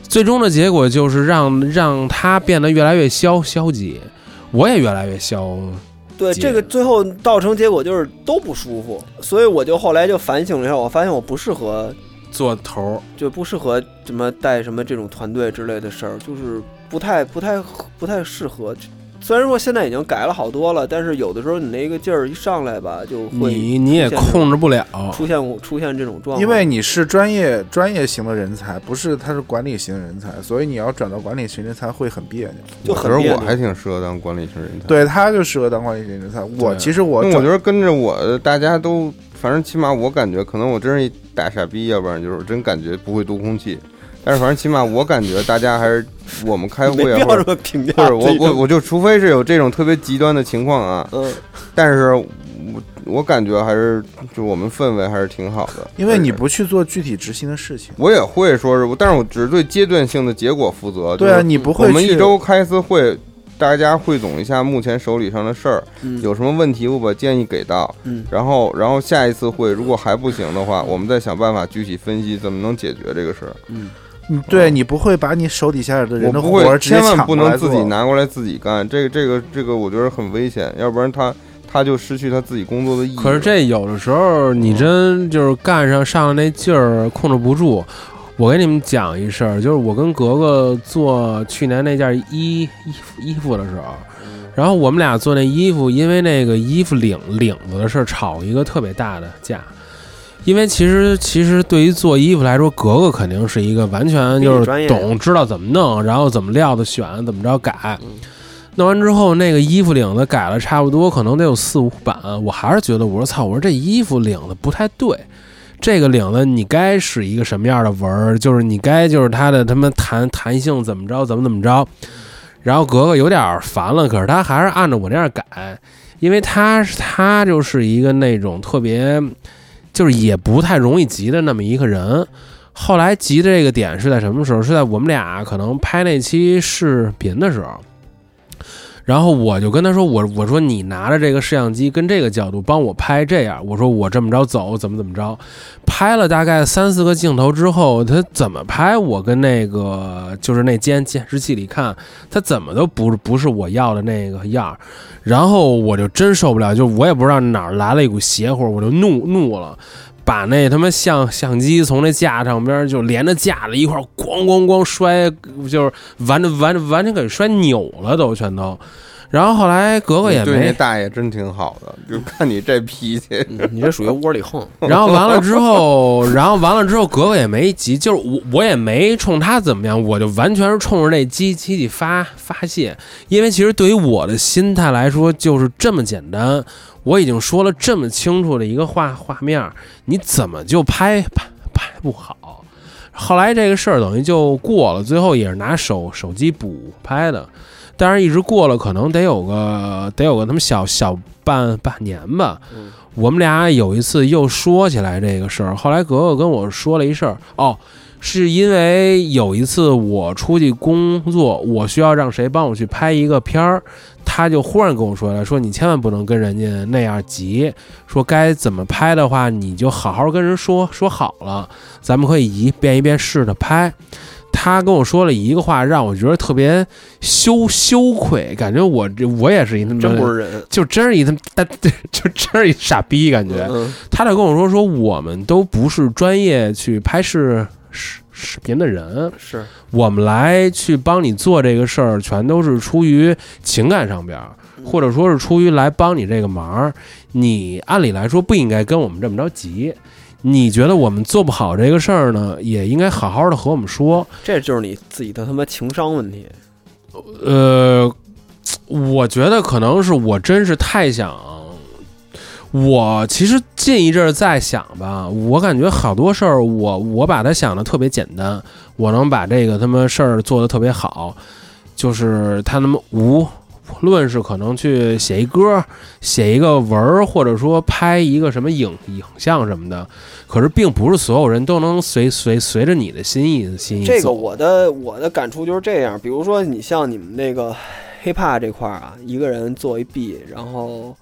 Speaker 3: 最终的结果就是让让他变得越来越消消极，我也越来越消。
Speaker 2: 对，
Speaker 3: 解
Speaker 2: 这个最后造成结果就是都不舒服，所以我就后来就反省了一下，我发现我不适合，
Speaker 3: 做头
Speaker 2: 就不适合什么带什么这种团队之类的事儿，就是不太不太不太适合。虽然说现在已经改了好多了，但是有的时候你那个劲儿一上来吧，就会
Speaker 3: 你你也
Speaker 2: 出现这种
Speaker 3: 控制不了，
Speaker 2: 出现出现这种状况，
Speaker 5: 因为你是专业专业型的人才，不是他是管理型人才，所以你要转到管理型人才会很别扭。
Speaker 2: 就
Speaker 4: 我觉
Speaker 2: 很
Speaker 4: 得
Speaker 2: 别
Speaker 4: 我
Speaker 2: 扭
Speaker 4: 还挺适合当管理型人才。
Speaker 5: 对他就适合当管理型人才。我
Speaker 3: 对
Speaker 5: 其实我
Speaker 4: 那我
Speaker 5: 转
Speaker 4: 觉得跟着我，大家都，反正起码我感觉，可能我真是一大傻逼，要不然就是我真感觉不会读空气。但是反正起码我感觉大家还是我们开
Speaker 2: 没
Speaker 4: 会
Speaker 2: 必
Speaker 4: 啊，
Speaker 2: 要
Speaker 4: 或
Speaker 2: 这
Speaker 4: 者
Speaker 2: 么评价这
Speaker 4: 或者
Speaker 2: 种。
Speaker 4: 我我我就除非是有这种特别极端的情况啊，
Speaker 2: 嗯，
Speaker 4: 但是我我感觉还是就我们氛围还是挺好的，
Speaker 5: 因为你
Speaker 4: 而且
Speaker 5: 不去做具体执行的事情，
Speaker 4: 我也会说是，但是我只是对阶段性的结果负责。
Speaker 5: 对
Speaker 4: 就
Speaker 5: 啊，
Speaker 4: 是
Speaker 5: 你不
Speaker 4: 我
Speaker 5: 会
Speaker 4: 们
Speaker 5: 去
Speaker 4: 一周开一次会，大家汇总一下目前手里上的事儿，
Speaker 2: 嗯
Speaker 4: 有什么问题我把建议给到，
Speaker 2: 嗯
Speaker 4: 然后然后下一次会如果还不行的话，我们再想办法具体分析怎么能解决这个事儿。
Speaker 2: 嗯，
Speaker 5: 你对你不会把你手底下的
Speaker 4: 我
Speaker 5: 人的
Speaker 4: 不
Speaker 5: 活
Speaker 4: 会，
Speaker 5: 儿直接
Speaker 4: 千万
Speaker 5: 抢
Speaker 4: 不
Speaker 5: 过来
Speaker 4: 能自己
Speaker 5: 做。
Speaker 4: 拿过来自己干，这个这个这个我觉得很危险，要不然他他就失去他自己工作的意义了。
Speaker 3: 可是这有的时候你真就是干上上了那劲儿控制不住。我给你们讲一事儿，就是我跟格格做去年那件衣衣服衣服的时候，然后我们俩做那衣服，因为那个衣服领领子的事儿吵一个特别大的架。因为其实其实对于做衣服来说，格格肯定是一个完全就
Speaker 2: 比你
Speaker 3: 是
Speaker 2: 专业
Speaker 3: 懂知道怎么弄，然后怎么料子选，怎么着改。
Speaker 2: 嗯
Speaker 3: 弄完之后，那个衣服领子改了差不多，可能得有四五版。我还是觉得，我说操，我说这衣服领子不太对。这个领子你该是一个什么样的纹儿？就是你该就是它的他妈弹弹性怎么着，怎么怎么着。然后格格有点烦了，可是他还是按照我那样改，因为他是他就是一个那种特别，就是也不太容易急的那么一个人。后来急的这个点是在什么时候？是在我们俩可能拍那期视频的时候。然后我就跟他说：“我我说你拿着这个摄像机跟这个角度帮我拍这样，我说我这么着走，怎么怎么着，拍了大概三四个镜头之后，他怎么拍，我跟那个就是那监监视器里看，他怎么都不是不是我要的那个样儿，然后我就真受不了，就我也不知道哪儿来了一股邪火，我就怒怒了。把那他妈相相机从那架上边儿就连着架子一块儿咣咣咣摔，就是完着完着完全给摔扭了都全都。然后后来格格也
Speaker 4: 对那
Speaker 3: 没，
Speaker 4: 大爷真挺好的，就看你这脾气，
Speaker 2: 嗯你这属于窝里横，
Speaker 3: 然后完了之后，然后完了之后，格格也没急，就是我我也没冲他怎么样，我就完全是冲着那机器去发发泄，因为其实对于我的心态来说就是这么简单，我已经说了这么清楚的一个画画面儿，你怎么就拍拍拍不好？后来这个事儿等于就过了，最后也是拿手手机补拍的，但是一直过了，可能得有个得有个他们小小半半年吧。
Speaker 2: 嗯
Speaker 3: 我们俩有一次又说起来这个事儿，后来格格跟我说了一事儿，哦，是因为有一次我出去工作，我需要让谁帮我去拍一个片儿，他就忽然跟我说了，说你千万不能跟人家那样急，说该怎么拍的话，你就好好跟人说说好了，咱们可以一遍一遍试着拍。他跟我说了一个话，让我觉得特别羞羞愧，感觉我这我也是一他妈
Speaker 2: 真不是人。
Speaker 3: 就真是一他妈大， 就真是一傻逼感觉。
Speaker 2: 嗯，
Speaker 3: 他就跟我说说，我们都不是专业去拍视视视频的人，
Speaker 2: 是
Speaker 3: 我们来去帮你做这个事儿，全都是出于情感上边儿，或者说是出于来帮你这个忙儿。你按理来说不应该跟我们这么着急。你觉得我们做不好这个事儿呢，也应该好好的和我们说。
Speaker 2: 这就是你自己的他妈情商问题。
Speaker 3: 呃，我觉得可能是我真是太想。我其实近一阵儿在想吧，我感觉好多事儿，我我把它想的特别简单，我能把这个他妈事儿做得特别好，就是他他妈无论是可能去写一歌，写一个文儿，或者说拍一个什么影影像什么的，可是并不是所有人都能随随随着你的心意心意
Speaker 2: 这个
Speaker 3: 走
Speaker 2: 我的我的感触就是这样，比如说你像你们那个 hiphop 这块儿啊，一个人做一 B，然后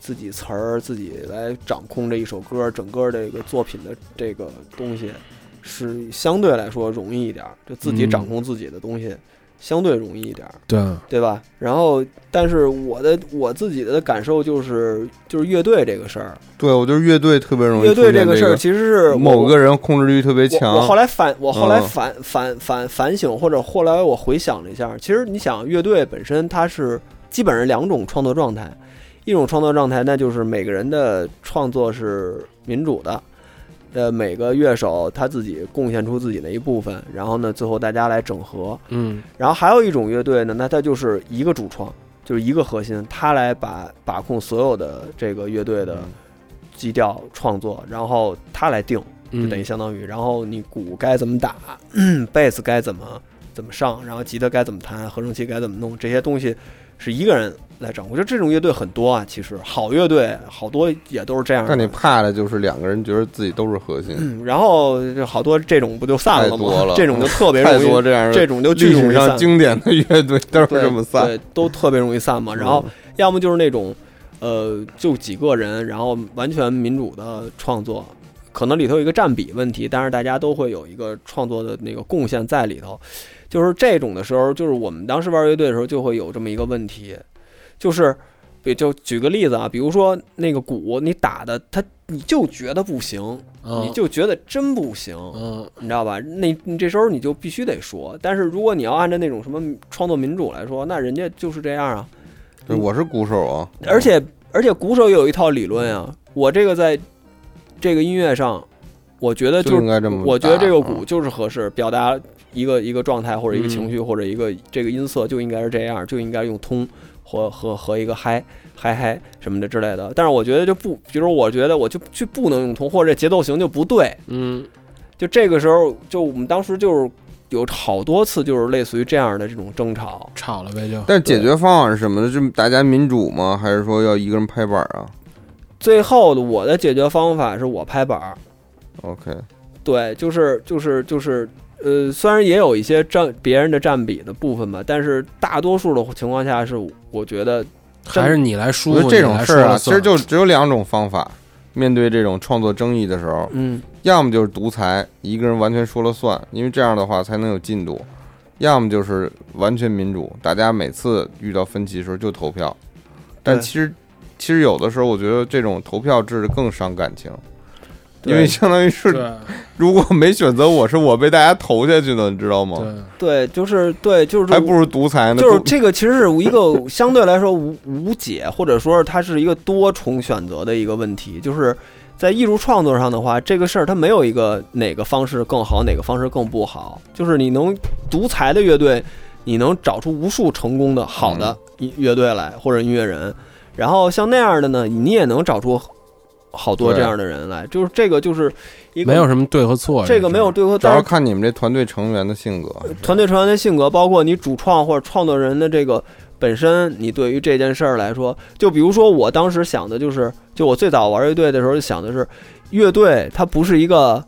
Speaker 2: 自己词儿自己来掌控这一首歌，整个这个作品的这个东西是相对来说容易一点儿，就自己
Speaker 3: 嗯
Speaker 2: 掌控自己的东西、相对容易一点儿。
Speaker 3: 对，
Speaker 2: 对吧？然后，但是我的我自己的感受就是，就是乐队这个事儿，
Speaker 4: 对我觉得乐队特别容易
Speaker 2: 乐队
Speaker 4: 出现
Speaker 2: 个事儿其实是我
Speaker 4: 某个人控制欲特别强，
Speaker 2: 我我后来反，我后来
Speaker 4: 嗯
Speaker 2: 反、反反反省，或者后来我回想了一下，其实你想，乐队本身它是基本上两种创作状态，一种创作状态那就是每个人的创作是民主的，呃，每个乐手他自己贡献出自己的一部分，然后呢，最后大家来整合。
Speaker 3: 嗯
Speaker 2: 然后还有一种乐队呢，那它就是一个主创，就是一个核心，他来把把控所有的这个乐队的
Speaker 4: 嗯
Speaker 2: 基调创作，然后他来定。
Speaker 3: 嗯，
Speaker 2: 就等于相当于，然后你鼓该怎么打，嗯贝斯该怎么怎么上，然后吉他该怎么弹，合成器该怎么弄，这些东西是一个人来掌握。就这种乐队很多啊，其实好乐队好多也都是这样
Speaker 4: 但你
Speaker 2: 的。
Speaker 4: 怕的就是两个人觉得自己都是核心，
Speaker 2: 嗯然后就好多这种不就散了
Speaker 4: 太多
Speaker 2: 吗？
Speaker 4: 了
Speaker 2: 这种就特别
Speaker 4: 太
Speaker 2: 容
Speaker 4: 多
Speaker 2: 易，
Speaker 4: 这
Speaker 2: 嗯
Speaker 4: 样
Speaker 2: 这
Speaker 4: 的
Speaker 2: 种就巨
Speaker 4: 历
Speaker 2: 容
Speaker 4: 史
Speaker 2: 易
Speaker 4: 上
Speaker 2: 散，
Speaker 4: 经典的乐队都是
Speaker 2: 对
Speaker 4: 这么散。
Speaker 2: 对，都特别容易散嘛。然后
Speaker 4: 嗯
Speaker 2: 要么就是那种，呃，就几个人，然后完全民主的创作，可能里头有一个占比问题，但是大家都会有一个创作的那个贡献在里头。就是这种的时候，就是我们当时玩乐队的时候就会有这么一个问题，就是，比就举个例子啊，比如说那个鼓你打的，它你就觉得不行，
Speaker 3: 嗯
Speaker 2: 你就觉得真不行，
Speaker 3: 嗯
Speaker 2: 你知道吧？那你这时候你就必须得说，但是如果你要按照那种什么创作民主来说，那人家就是这样啊。
Speaker 4: 对我是鼓手啊，
Speaker 2: 而且而且鼓手也有一套理论啊，我这个在这个音乐上，我觉得
Speaker 4: 嗯就
Speaker 2: 就是
Speaker 4: 应该这么打。
Speaker 2: 我觉得这个
Speaker 4: 嗯
Speaker 2: 鼓就是合适，表达一个一个状态或者一个情绪或者一个这个音色就应该是这样，就应该用通和和和一个嗨嗨嗨什么的之类的。但是我觉得就不，比如我觉得我就就不能用通，或者节奏型就不对。
Speaker 3: 嗯，
Speaker 2: 就这个时候，就我们当时就是有好多次就是类似于这样的这种争吵。
Speaker 3: 吵了呗就。
Speaker 4: 但是解决方案是什么呢？是大家民主吗？还是说要一个人拍板啊
Speaker 2: 最后的我的解决方法是我拍板儿，
Speaker 4: ？OK，
Speaker 2: 对，就是就是就是，呃，虽然也有一些占别人的占比的部分吧，但是大多数的情况下是，我觉得
Speaker 3: 还是你来舒
Speaker 4: 我觉
Speaker 3: 服，
Speaker 4: 得这种事儿
Speaker 3: 你来说了
Speaker 4: 啊，其
Speaker 3: 算
Speaker 4: 实就只有两种方法。面对这种创作争议的时候，
Speaker 2: 嗯，
Speaker 4: 要么就是独裁，一个人完全说了算，因为这样的话才能有进度；要么就是完全民主，大家每次遇到分歧的时候就投票。但
Speaker 2: 对
Speaker 4: 其实，其实有的时候我觉得这种投票制更伤感情，
Speaker 2: 对
Speaker 4: 因为相当于是
Speaker 3: 对
Speaker 4: 如果没选择我是我被大家投下去的，你知道吗？
Speaker 2: 对，
Speaker 3: 对，
Speaker 2: 就是对，就是
Speaker 4: 还不如独裁呢。
Speaker 2: 就是
Speaker 4: 独
Speaker 2: 这个其实是一个相对来说无无解，或者说它是一个多重选择的一个问题。就是在艺术创作上的话，这个事儿它没有一个哪个方式更好，哪个方式更不好。就是你能独裁的乐队，你能找出无数成功的好的
Speaker 4: 嗯
Speaker 2: 音乐队来或者音乐人，然后像那样的呢，你也能找出好多这
Speaker 4: 对
Speaker 2: 样的人来。就是这个就是一个
Speaker 3: 没有什么对和错，
Speaker 2: 这个没有
Speaker 3: 事
Speaker 2: 对和
Speaker 4: 主
Speaker 2: 当
Speaker 4: 要
Speaker 2: 然
Speaker 4: 看你们这团队成员的性格。
Speaker 2: 团队成员的性格，包括你主创或者创作人的这个本身，你对于这件事儿来说，就比如说我当时想的就是，就我最早玩乐队的时候就想的是，乐队它不是一个，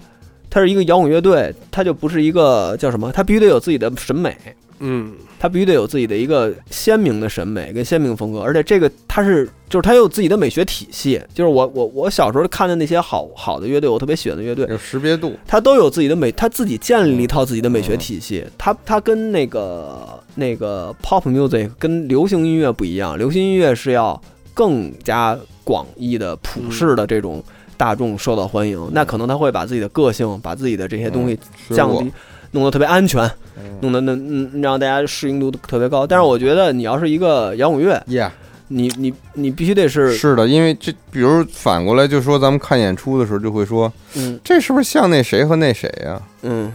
Speaker 2: 它是一个摇滚乐队，它就不是一个叫什么，它必须得有自己的审美，
Speaker 3: 儿，嗯，
Speaker 2: 它必须得有自己的一个鲜明的审美跟鲜明风格，而且这个它是就是它有自己的美学体系，就是我我我小时候看的那些好好的乐队，我特别喜欢的乐队，
Speaker 4: 有识别度，
Speaker 2: 他都有自己的美，他自己建立了一套自己的美学体系。他他跟那个那个 pop music 跟流行音乐不一样，流行音乐是要更加广义的、普世的这种大众受到欢迎。那可能他会把自己的个性、把自己的这些东西
Speaker 4: 吃
Speaker 2: 降
Speaker 4: 过
Speaker 2: 低，弄得特别安全，
Speaker 4: 嗯
Speaker 2: 弄得那嗯让大家适应度特别高。但是我觉得你要是一个摇滚乐，
Speaker 4: ，Yeah，
Speaker 2: 你你你必须得是
Speaker 4: 是的，因为这，比如反过来就说，咱们看演出的时候就会说，
Speaker 2: 嗯
Speaker 4: 这是不是像那谁和那谁呀、
Speaker 2: 嗯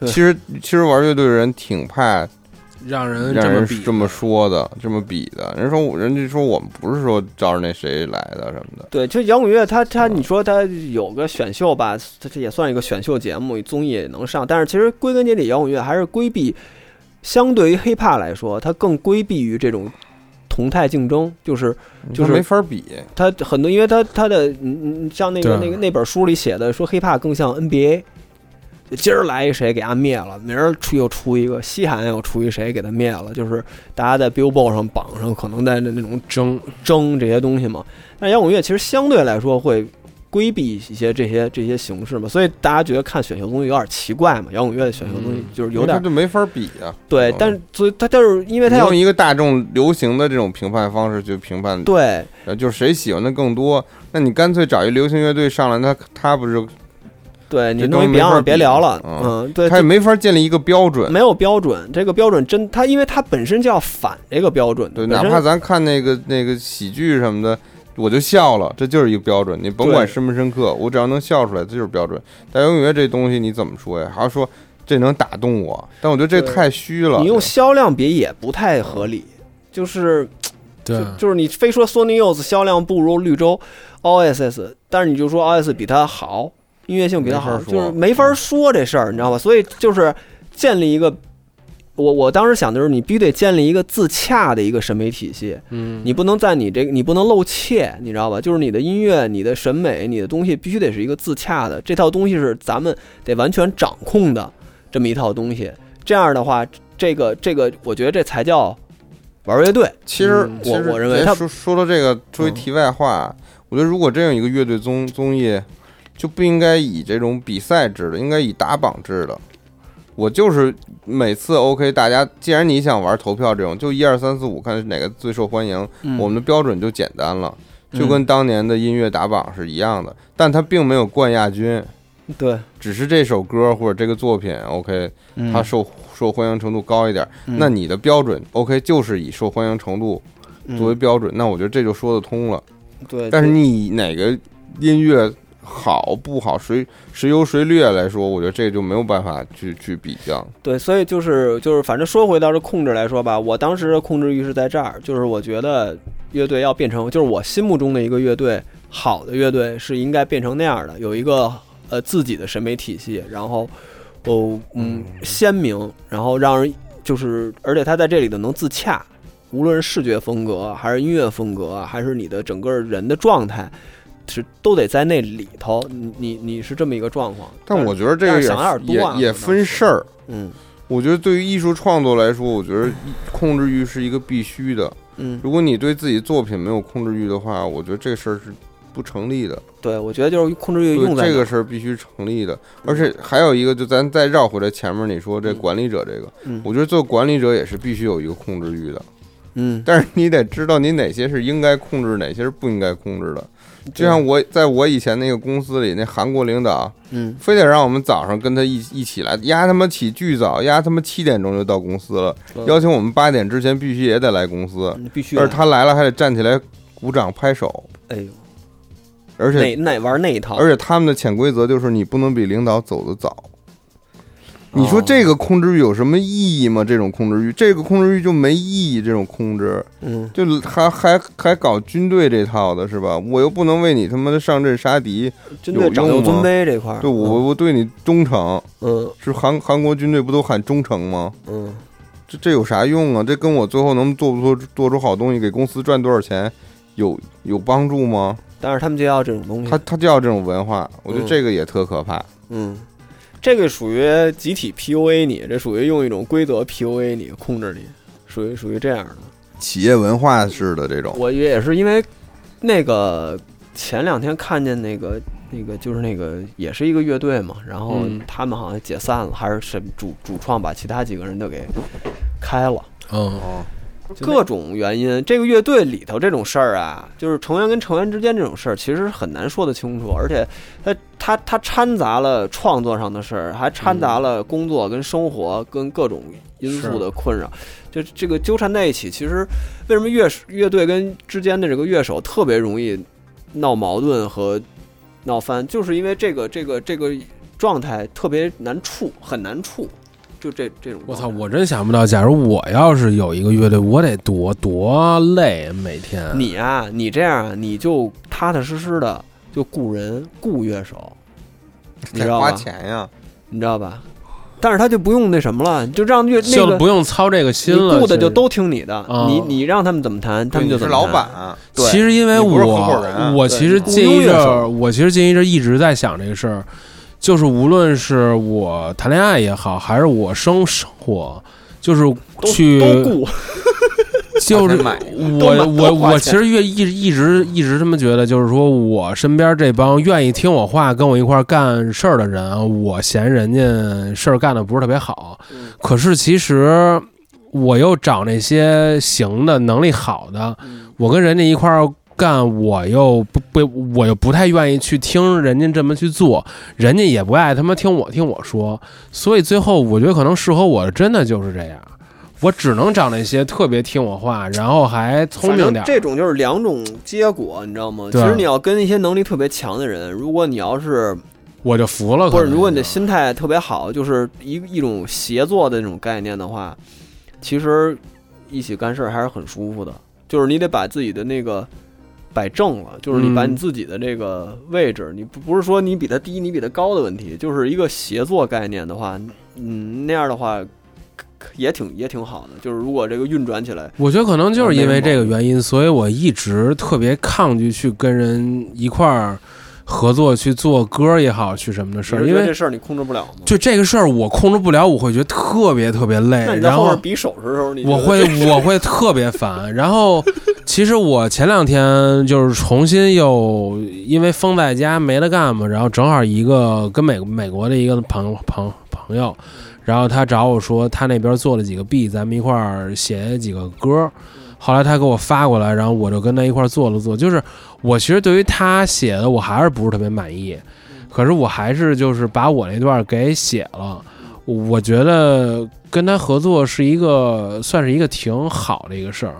Speaker 2: 对
Speaker 4: 其实，其实玩乐队的人挺怕
Speaker 3: 让人
Speaker 4: 让
Speaker 3: 这么
Speaker 4: 人
Speaker 3: 比
Speaker 4: 这么说的，这么比的。人说我，人家说我们不是说照着那谁来的什么的。
Speaker 2: 对，就摇滚乐它，它
Speaker 4: 嗯
Speaker 2: 你说它有个选秀吧，它这也算一个选秀节目，综艺也能上。但是其实归根结底，摇滚乐还是规避，相对于 hiphop 来说，它更规避于这种同态竞争，就是就是
Speaker 4: 没法比，
Speaker 2: 它很多，因为它它的，嗯嗯，像那个
Speaker 3: 对
Speaker 2: 那个那本书里写的，说 hiphop 更像 NBA。就今儿来一谁给他灭了，明儿出又出一个西海岸又出一谁给他灭了，就是大家在 Billboard 上榜上，可能在那那种
Speaker 3: 争，
Speaker 2: 争这些东西嘛。但摇滚乐其实相对来说会规避一些这些这些形式嘛，所以大家觉得看选秀东西有点奇怪嘛。摇滚乐的选秀东西
Speaker 3: 嗯
Speaker 2: 就是有点、
Speaker 4: 就没法比啊。
Speaker 2: 对
Speaker 4: 嗯，
Speaker 2: 但是所以它就是因为它
Speaker 4: 你
Speaker 2: 要
Speaker 4: 用一个大众流行的这种评判方式去评判，
Speaker 2: 对
Speaker 4: 呃就是谁喜欢的更多，那你干脆找一流行乐队上来，他他不是
Speaker 2: 对，你
Speaker 4: 这
Speaker 2: 东西
Speaker 4: 东西没法
Speaker 2: Beyond
Speaker 4: 比
Speaker 2: 别聊了，
Speaker 4: 嗯
Speaker 2: 嗯，对，
Speaker 4: 他也
Speaker 2: 这
Speaker 4: 没法建立一个标准。
Speaker 2: 没有标准，这个标准真它因为它本身就要反这个标准，
Speaker 4: 对，
Speaker 2: 本
Speaker 4: 哪
Speaker 2: 身
Speaker 4: 怕咱看那个那个喜剧什么的，我就笑了，这就是一个标准。你甭管
Speaker 2: 对
Speaker 4: 深不深刻，我只要能笑出来，这就是标准。但永远这东西你怎么说呀？还要说这能打动我，但我觉得这
Speaker 2: 对
Speaker 4: 太虚了。
Speaker 2: 你用销量比也不太合理，就是
Speaker 3: 对
Speaker 4: 嗯
Speaker 2: 就就是你非说 Sony Youth 销量不如绿洲 OSS，但是你就说 OSS 比它好，音乐性比它好，
Speaker 4: 没法说
Speaker 2: 就是没法说这事儿，你知道吧？所以就是建立一个，我我当时想的就是，你必须得建立一个自洽的一个审美体系，
Speaker 3: 嗯，
Speaker 2: 你不能在你这个你不能露怯，你知道吧？就是你的音乐、你的审美、你的东西必须得是一个自洽的，这套东西是咱们得完全掌控的这么一套东西。这样的话，这个这个，我觉得这才叫玩乐队。
Speaker 4: 其实
Speaker 3: 嗯
Speaker 4: 其实
Speaker 2: 我我认为
Speaker 4: 咱
Speaker 2: 他
Speaker 4: 说说到这个，说一
Speaker 2: 嗯
Speaker 4: 题外话，我觉得如果真有一个乐队综综艺，就不应该以这种比赛制的，应该以打榜制的。我就是每次 OK，大家既然你想玩投票这种，就一二三四五，看哪个最受欢迎，
Speaker 2: 嗯
Speaker 4: 我们的标准就简单了，就跟当年的音乐打榜是一样的，但它并没有冠亚军，
Speaker 2: 对，
Speaker 4: 只是这首歌或者这个作品，OK，它
Speaker 2: 嗯
Speaker 4: 受受欢迎程度高一点，那你的标准 OK 就是以受欢迎程度
Speaker 2: 嗯
Speaker 4: 作为标准，那我觉得这就说得通了。
Speaker 2: 对，
Speaker 4: 但是你以哪个音乐好不好谁谁优谁劣来说，我觉得这就没有办法去去比较。
Speaker 2: 对，所以就是就是，反正说回到这控制来说吧，我当时的控制欲是在这儿，就是我觉得乐队要变成，就是我心目中的一个乐队，好的乐队是应该变成那样的，有一个呃自己的审美体系，然后哦嗯鲜明，然后让人就是，而且他在这里头能自洽，无论是视觉风格，啊还是音乐风格，啊还是你的整个人的状态。是都得在那里头，你你你是这么一个状况，
Speaker 4: 但我觉得这个
Speaker 2: 但是想法有
Speaker 4: 也
Speaker 2: 点多啊
Speaker 4: 也也分事儿。
Speaker 2: 嗯
Speaker 4: 我觉得对于艺术创作来说，我觉得控制欲是一个必须的。
Speaker 2: 嗯，
Speaker 4: 如果你对自己作品没有控制欲的话，我觉得这事儿是不成立的。
Speaker 2: 对，我觉得就是控制欲
Speaker 4: 对
Speaker 2: 用在
Speaker 4: 这
Speaker 2: 哪
Speaker 4: 个
Speaker 2: 儿
Speaker 4: 事儿必须成立的，而且还有一个，就咱再绕回来前面你说这
Speaker 2: 嗯
Speaker 4: 管理者这个，
Speaker 2: 嗯
Speaker 4: 我觉得做管理者也是必须有一个控制欲的，
Speaker 2: 嗯，
Speaker 4: 但是你得知道你哪些是应该控制，哪些是不应该控制的。就像我在我以前那个公司里，那韩国领导
Speaker 2: 嗯
Speaker 4: 非得让我们早上跟他一一起来，丫他妈起巨早，丫他妈七点钟就到公司了，
Speaker 2: 嗯
Speaker 4: 邀请我们八点之前必须也得来公司，
Speaker 2: 嗯必须
Speaker 4: 但
Speaker 2: 的
Speaker 4: 是他来了还得站起来鼓掌拍手，
Speaker 2: 哎呦，
Speaker 4: 而且
Speaker 2: 那那玩那一套，
Speaker 4: 而且他们的潜规则就是你不能比领导走得早。你说
Speaker 2: 哦
Speaker 4: 这个控制欲有什么意义吗？这种控制欲，这个控制欲就没意义。这种控制，
Speaker 2: 嗯
Speaker 4: 就还还还搞军队这套的是吧？我又不能为你他妈的上阵杀敌，
Speaker 2: 针对长
Speaker 4: 有
Speaker 2: 幼
Speaker 4: 用吗啊
Speaker 2: 尊卑这块儿，
Speaker 4: 对我我对你忠诚，
Speaker 2: 嗯
Speaker 4: 是韩韩国军队不都喊忠诚吗？
Speaker 2: 嗯
Speaker 4: 这这有啥用啊？这跟我最后能做不做做出好东西，给公司赚多少钱有有帮助吗？
Speaker 2: 嗯，但是他们就要这种东西
Speaker 4: 他，他就要这种文化，我觉得
Speaker 2: 嗯
Speaker 4: 这个也特可怕。
Speaker 2: 嗯，这个属于集体 PUA 你，这属于用一种规则 PUA 你，控制你，属于属于这样的。
Speaker 4: 企业文化式的这种。
Speaker 2: 我也是因为那个前两天看见那个那个就是那个也是一个乐队嘛，然后
Speaker 3: 嗯
Speaker 2: 他们好像解散了，还是什主主创把其他几个人都给开了。
Speaker 3: 嗯，
Speaker 2: 各种原因，这个乐队里头这种事儿啊，就是成员跟成员之间这种事儿，其实很难说得清楚，而且它它它掺杂了创作上的事儿，还掺杂了工作跟生活跟各种因素的困扰，就这个纠缠在一起。其实为什么乐手乐队跟之间的这个乐手特别容易闹矛盾和闹翻，就是因为这个这个这个状态特别难处，很难处。就这这种状态，
Speaker 3: 我操，我真想不到，假如我要是有一个乐队，我得多多累，每天
Speaker 2: 你啊，你这样啊，你就踏踏实实的就雇人雇乐手，你知
Speaker 4: 得
Speaker 2: 道
Speaker 4: 花
Speaker 2: 吧？
Speaker 4: 钱呀，
Speaker 2: 你知道吧？但是他就不用那什么了，就让乐那
Speaker 3: 就
Speaker 2: 个
Speaker 3: 不用操这个心
Speaker 2: 你
Speaker 3: 了。
Speaker 2: 雇的
Speaker 3: 其实
Speaker 2: 就都听你的，
Speaker 3: 啊
Speaker 2: 你你让他们怎么谈，他们就
Speaker 4: 对
Speaker 2: 怎么
Speaker 4: 你是老
Speaker 2: 谈
Speaker 4: 板。啊。对
Speaker 3: 其实因为
Speaker 4: 你不是合伙人啊
Speaker 3: 我我
Speaker 2: 对
Speaker 3: 其实
Speaker 2: 你
Speaker 3: 近
Speaker 2: 雇佣
Speaker 3: 一
Speaker 2: 乐
Speaker 3: 阵儿，
Speaker 2: 手
Speaker 3: 我其实近一阵儿一直在想这个事儿，就是无论是我谈恋爱也好，还是我生生活，就是
Speaker 2: 都
Speaker 3: 去
Speaker 2: 都雇，
Speaker 3: 就是
Speaker 4: 花钱买
Speaker 3: 我我
Speaker 2: 都花
Speaker 3: 我其
Speaker 2: 钱
Speaker 3: 实越一直一直一直这么觉得，就是说我身边这帮愿意听我话、跟我一块儿干事儿的人啊，我嫌人家事儿干的不是特别好，可是其实我又找那些行的、能力好的，我跟人家一块儿。干我又不不，我又不太愿意去听人家这么去做，人家也不爱他妈听我听我说，所以最后我觉得可能适合我的真的就是这样，我只能找那些特别听我话，然后还聪 明
Speaker 2: 反正
Speaker 3: 点儿。
Speaker 2: 这种就是两种结果，你知道吗？其
Speaker 3: 对啊
Speaker 2: 实你要跟一些能力特别强的人，如果你要是
Speaker 3: 我就服了。
Speaker 2: 或
Speaker 3: 可
Speaker 2: 者
Speaker 3: 能
Speaker 2: 如果你的
Speaker 3: 就
Speaker 2: 心态特别好，就是一一种协作的那种概念的话，其实一起干事儿还是很舒服的。就是你得把自己的那个摆正了，就是你把
Speaker 3: 嗯
Speaker 2: 你自己的这个位置，你不不是说你比他低，你比他高的问题，就是一个协作概念的话，嗯，那样的话也挺也挺好的。就是如果这个运转起来，
Speaker 3: 我觉得可能就是因为这个原因，所以我一直特别抗拒去跟人一块儿合作去做歌也好，去什么的事
Speaker 2: 你
Speaker 3: 儿，
Speaker 2: 是觉
Speaker 3: 因
Speaker 2: 得这
Speaker 3: 为
Speaker 2: 事儿你控制不了吗？
Speaker 3: 就这个事儿我控制不了，我会觉得特别特别累
Speaker 2: 那，你在
Speaker 3: 然
Speaker 2: 后
Speaker 3: 后
Speaker 2: 面比手势的时候，你觉
Speaker 3: 我
Speaker 2: 得
Speaker 3: 会 我会特别烦。然后其实我前两天就是重新又因为封在家没得干嘛，然后正好一个跟美美国的一个朋朋朋友，然后他找我说他那边做了几个 B，咱们一块儿写几个歌。后来他给我发过来，然后我就跟他一块儿做了做。就是我其实对于他写的，我还是不是特别满意，
Speaker 2: 嗯
Speaker 3: 可是我还是就是把我那段儿给写了。我觉得跟他合作是一个算是一个挺好的一个事儿。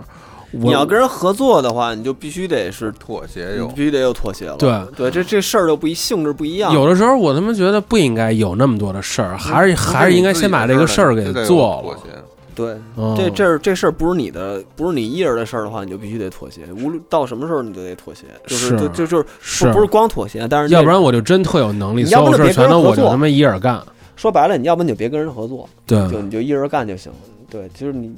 Speaker 3: 我
Speaker 2: 你要跟人合作的话，你就必须得是
Speaker 4: 妥协
Speaker 2: 你
Speaker 4: 有，
Speaker 2: 必须得有妥协了。
Speaker 3: 对
Speaker 2: 对，这这事儿就不一性质不一样。
Speaker 3: 有的时候我他妈觉得不应该有那么多的事
Speaker 2: 嗯
Speaker 3: 儿，还是还是应该先把这个事儿给做
Speaker 4: 妥
Speaker 3: 了。
Speaker 4: 协。
Speaker 2: 对，
Speaker 3: 嗯
Speaker 2: 这这这事儿不是你的，不是你一人的事儿的话，你就必须得妥协。无论到什么时候，你都得妥协，就是
Speaker 3: 是
Speaker 2: 就就就是
Speaker 3: 是
Speaker 2: 不不是光妥协，但是那
Speaker 3: 要不然我就真特有能力，
Speaker 2: 你要
Speaker 3: 所
Speaker 2: 不
Speaker 3: 有
Speaker 2: 就
Speaker 3: 事儿
Speaker 2: 别跟
Speaker 3: 全
Speaker 2: 人
Speaker 3: 都我
Speaker 2: 合
Speaker 3: 就
Speaker 2: 作
Speaker 3: 他妈一人干。
Speaker 2: 说白了，你要不然你就别跟人合作，
Speaker 3: 对，
Speaker 2: 就你就一人干就行。对，就是你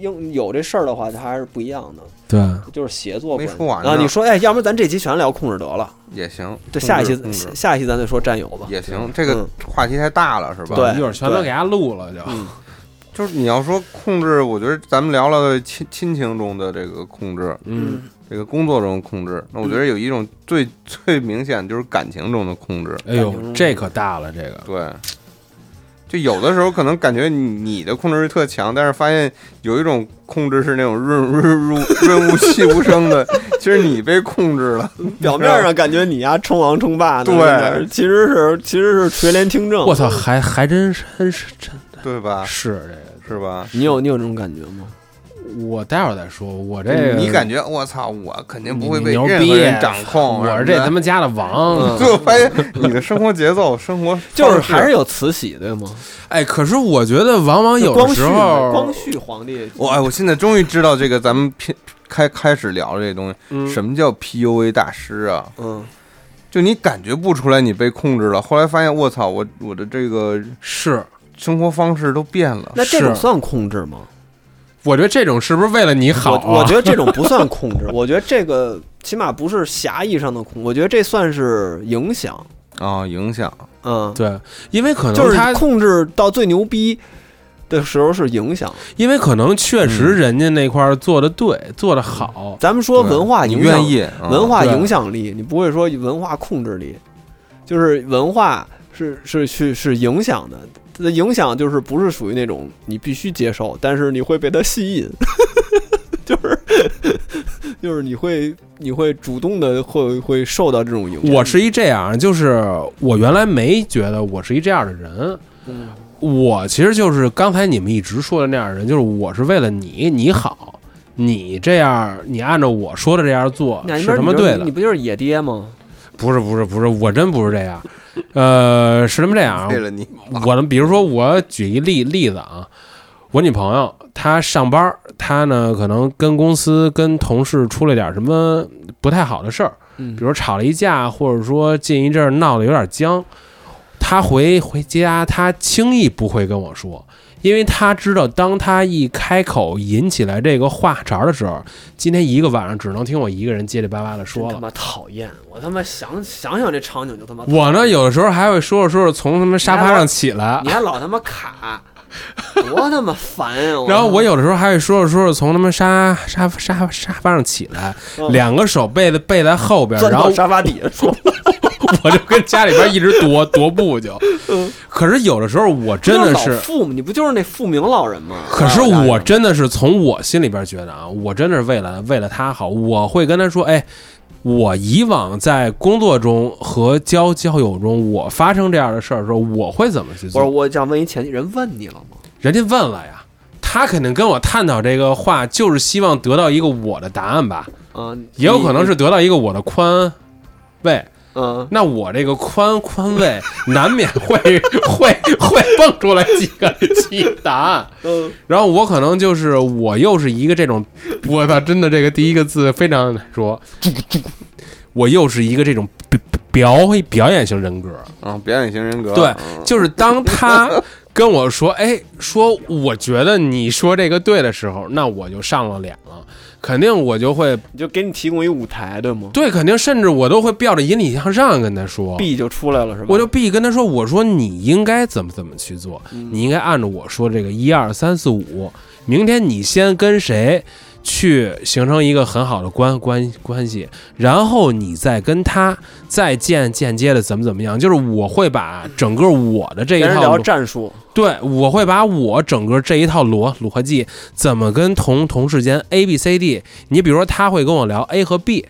Speaker 2: 应有这事儿的话，它还是不一样的，
Speaker 3: 对，
Speaker 2: 就是协作
Speaker 4: 没
Speaker 2: 关系
Speaker 4: 说完呢
Speaker 2: 啊。你说，哎，要不然咱这期全聊控制得了，
Speaker 4: 也行，
Speaker 2: 这下一期
Speaker 4: 控制控制
Speaker 2: 下一期咱再说战友吧。
Speaker 4: 也行，这个话题太大了，是吧？
Speaker 2: 嗯对
Speaker 3: 一会儿全都给他录了就。
Speaker 2: 嗯
Speaker 4: 就是你要说控制，我觉得咱们聊了亲亲情中的这个控制，
Speaker 3: 嗯，
Speaker 4: 这个工作中的控制，那我觉
Speaker 2: 嗯
Speaker 4: 得有一种最最明显就是感情中的控制，
Speaker 3: 哎
Speaker 2: 感
Speaker 3: 呦，
Speaker 2: 情
Speaker 3: 这可大了，这个
Speaker 4: 对。就有的时候可能感觉你你的控制欲特强，但是发现有一种控制是那种润润润润物细无声的，其实你被控制了。
Speaker 2: 嗯表面上感觉你丫称王称霸呢，
Speaker 4: 对
Speaker 2: 在那儿其实是其实是垂帘 听政。
Speaker 3: 我操，，还还真是真是真
Speaker 4: 对吧？
Speaker 3: 是这个。
Speaker 4: 是吧？
Speaker 2: 你有你有这种感觉吗？
Speaker 3: 我待会儿再说，我这个
Speaker 4: 你感觉我操，我肯定不会被
Speaker 3: 牛
Speaker 4: 任
Speaker 3: 逼啊
Speaker 4: 何人掌控。啊
Speaker 3: 我是这他
Speaker 4: 妈，
Speaker 3: 妈家的王。
Speaker 4: 最后发现你的生活节奏、生活
Speaker 2: 嗯 就是
Speaker 4: 方式
Speaker 2: 还是有慈禧对吗？
Speaker 3: 哎，可是我觉得往往有
Speaker 2: 光
Speaker 3: 的
Speaker 2: 绪
Speaker 3: 时候，
Speaker 2: 光绪皇帝，
Speaker 4: 我哎，我现在终于知道这个咱们偏开开始聊这东西，
Speaker 3: 嗯
Speaker 4: 什么叫 PUA 大师啊？
Speaker 2: 嗯，
Speaker 4: 就你感觉不出来你被控制了，后来发现我操，我我的这个
Speaker 3: 是，
Speaker 4: 生活方式都变了。
Speaker 2: 那这种
Speaker 3: 是
Speaker 2: 算控制吗？
Speaker 3: 我觉得这种是不是为了你好啊、
Speaker 2: 我我觉得这种不算控制，我觉得这个起码不是狭义上的控，我觉得这算是影响。
Speaker 4: 啊、影响
Speaker 2: 嗯，
Speaker 3: 对，因为可
Speaker 2: 就
Speaker 3: 能
Speaker 2: 是
Speaker 3: 他，
Speaker 2: 控制到最牛逼的时候是影响。
Speaker 3: 因为可能确实人家那块儿做的对，做的好，
Speaker 2: 咱们说文化
Speaker 4: 你
Speaker 2: 影响
Speaker 4: 愿意嗯
Speaker 2: 文化
Speaker 3: 对
Speaker 2: 影响力，你不会说文化控制力，就是文化是是是是影响的。它的影响就是不是属于那种你必须接受，但是你会被它吸引， 就是就是你会你会主动的会会受到这种影响。
Speaker 3: 我是一这样，就是我原来没觉得我是一这样的人，
Speaker 2: 嗯
Speaker 3: 我其实就是刚才你们一直说的那样的人，就是我是为了你，你好，你这样，你按照我说的这样做
Speaker 2: 那你
Speaker 3: 是
Speaker 2: 不
Speaker 3: 他妈对
Speaker 2: 你
Speaker 3: 的
Speaker 2: 你，不就是野爹吗？
Speaker 3: 不是不是不是，我真不是这样，呃，是他妈这样啊
Speaker 4: 为，了你，
Speaker 3: 我呢，比如说我举一例例子啊，我女朋友她上班儿，她呢可能跟公司跟同事出了点儿什么不太好的事儿，
Speaker 2: 嗯
Speaker 3: 比如吵了一架，或者说近一阵儿闹得有点僵，她回回家，她轻易不会跟我说。因为她知道，当她一开口引起来这个话茬儿的时候，今天一个晚上只能听我一个人结结巴巴的说
Speaker 2: 真
Speaker 3: 了
Speaker 2: 他。妈讨厌！我他妈想想想这场景就他妈讨厌。
Speaker 3: 我呢，有的时候还会说着说着从他们沙发上起来
Speaker 2: 你，还老他妈卡，多他妈烦呀、
Speaker 3: 然后我有的时候还会说着说着从他们沙沙沙沙发上起来，两个手背在背在后边，
Speaker 2: 嗯钻
Speaker 3: 然后
Speaker 2: 到沙发底下说，
Speaker 3: 我就跟家里边一直踱踱步就。可是有的时候我真
Speaker 2: 不
Speaker 3: 的
Speaker 2: 就是老，父母，你不嗯就是那富明老人吗？
Speaker 3: 可是
Speaker 2: 大人
Speaker 3: 我真的是从我心里边觉得啊，我真的是为了为了他好，我会跟他说，哎。我以往在工作中和交交友中，我发生这样的事儿的时候，我会怎么去
Speaker 2: 不
Speaker 3: 做
Speaker 2: 是，？我想问一前提，人问你了吗？
Speaker 3: 人家问了呀，他肯定跟我探讨这个话，就是希望得到一个我的答案吧，
Speaker 2: 嗯，
Speaker 3: 也有可能
Speaker 2: 你，
Speaker 3: 是得到一个我的宽慰。
Speaker 2: 嗯，
Speaker 3: 那我这个宽宽慰 难免会会会蹦出来几个几个答案，
Speaker 2: 嗯，
Speaker 3: 然后我可能就是我又是一个这种，我操，真的这个第一个字非常难说，我又是一个这种表表表演型人格，
Speaker 4: 嗯，表演型人格，
Speaker 3: 对
Speaker 4: 嗯，
Speaker 3: 就是当他跟我说，哎，说我觉得你说这个对的时候，那我就上了脸了，肯定我就会
Speaker 2: 就给你提供一舞台，对吗
Speaker 3: 对，肯定甚至我都会吊着引体向上跟他说。
Speaker 2: ？B 就出来了是吧？
Speaker 3: 我就必跟他说，我说你应该怎么怎么去做，
Speaker 2: 嗯
Speaker 3: 你应该按照我说这个一二三四五，明天你先跟谁去形成一个很好的关关关系，然后你再跟他再间间接的怎么怎么样，就是我会把整个我的这一
Speaker 2: 跟人
Speaker 3: 套
Speaker 2: 聊
Speaker 3: 逻
Speaker 2: 战术，
Speaker 3: 对，我会把我整个这一套逻逻辑怎么跟同同事间 A B C D，你比如说他会跟我聊 A 和 B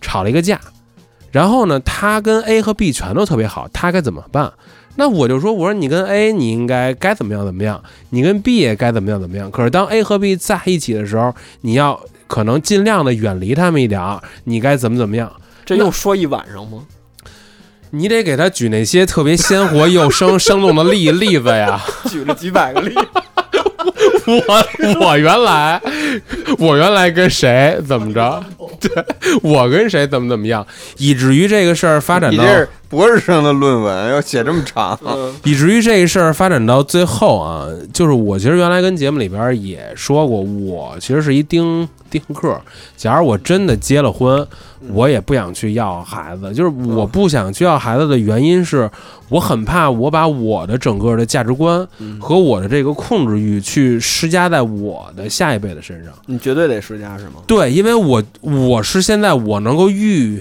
Speaker 3: 吵了一个架，然后呢，他跟 A 和 B 全都特别好，他该怎么办？那我就说，我说你跟 A 你应该该怎么样怎么样，你跟 B 也该怎么样怎么样。可是当 A 和 B 在一起的时候，你要可能尽量的远离他们一点儿，你该怎么怎么样。
Speaker 2: 这用说一晚上吗？
Speaker 3: 你得给他举那些特别鲜活又生 生动的例例子呀。
Speaker 2: 举了几百个例，
Speaker 3: 我我原来我原来跟谁怎么着？对，我跟谁怎么怎么样，以至于这个事儿发展
Speaker 4: 你
Speaker 3: 到
Speaker 4: 这是博士生的论文，要写这么长，
Speaker 2: 嗯，
Speaker 3: 以至于这个事儿发展到最后啊，就是我其实原来跟节目里边也说过，我其实是一丁丁克。假如我真的结了婚，我也不想去要孩子。就是我不想去要孩子的原因是，我很怕我把我的整个的价值观和我的这个控制欲去施加在我的下一辈的身上。
Speaker 2: 你绝对得施加是吗？
Speaker 3: 对，因为我我是现在我能够预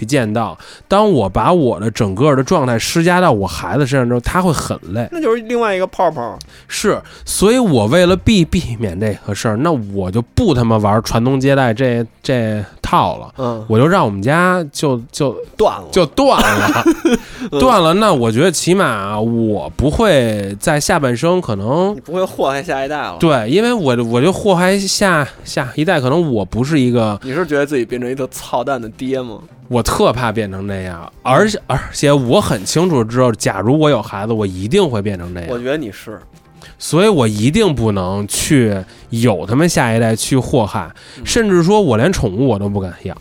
Speaker 3: 预见到，当我把我的整个的状态施加到我孩子身上之后，他会很累。
Speaker 2: 那就是另外一个泡泡。
Speaker 3: 是，所以我为了避避免这个事儿，那我就不他妈玩传宗接代这这套了，
Speaker 2: 嗯，
Speaker 3: 我就让我们家就就
Speaker 2: 断了，
Speaker 3: 就断了
Speaker 2: ，嗯
Speaker 3: 断了。那我觉得起码我不会在下半生可能
Speaker 2: 你不会祸害下一代了。，
Speaker 3: 对，因为我我就祸害下下一代，可能我不是一个
Speaker 2: 你是觉得自己变成一个操蛋的爹吗？
Speaker 3: 我特怕变成那样，而且而且我很清楚知道，假如我有孩子，我一定会变成那
Speaker 2: 我
Speaker 3: 样，
Speaker 2: 觉得你 是，
Speaker 3: 所以我一定不能去有他们下一代去祸害，
Speaker 2: 嗯
Speaker 3: 甚至说我连宠物我都不敢养。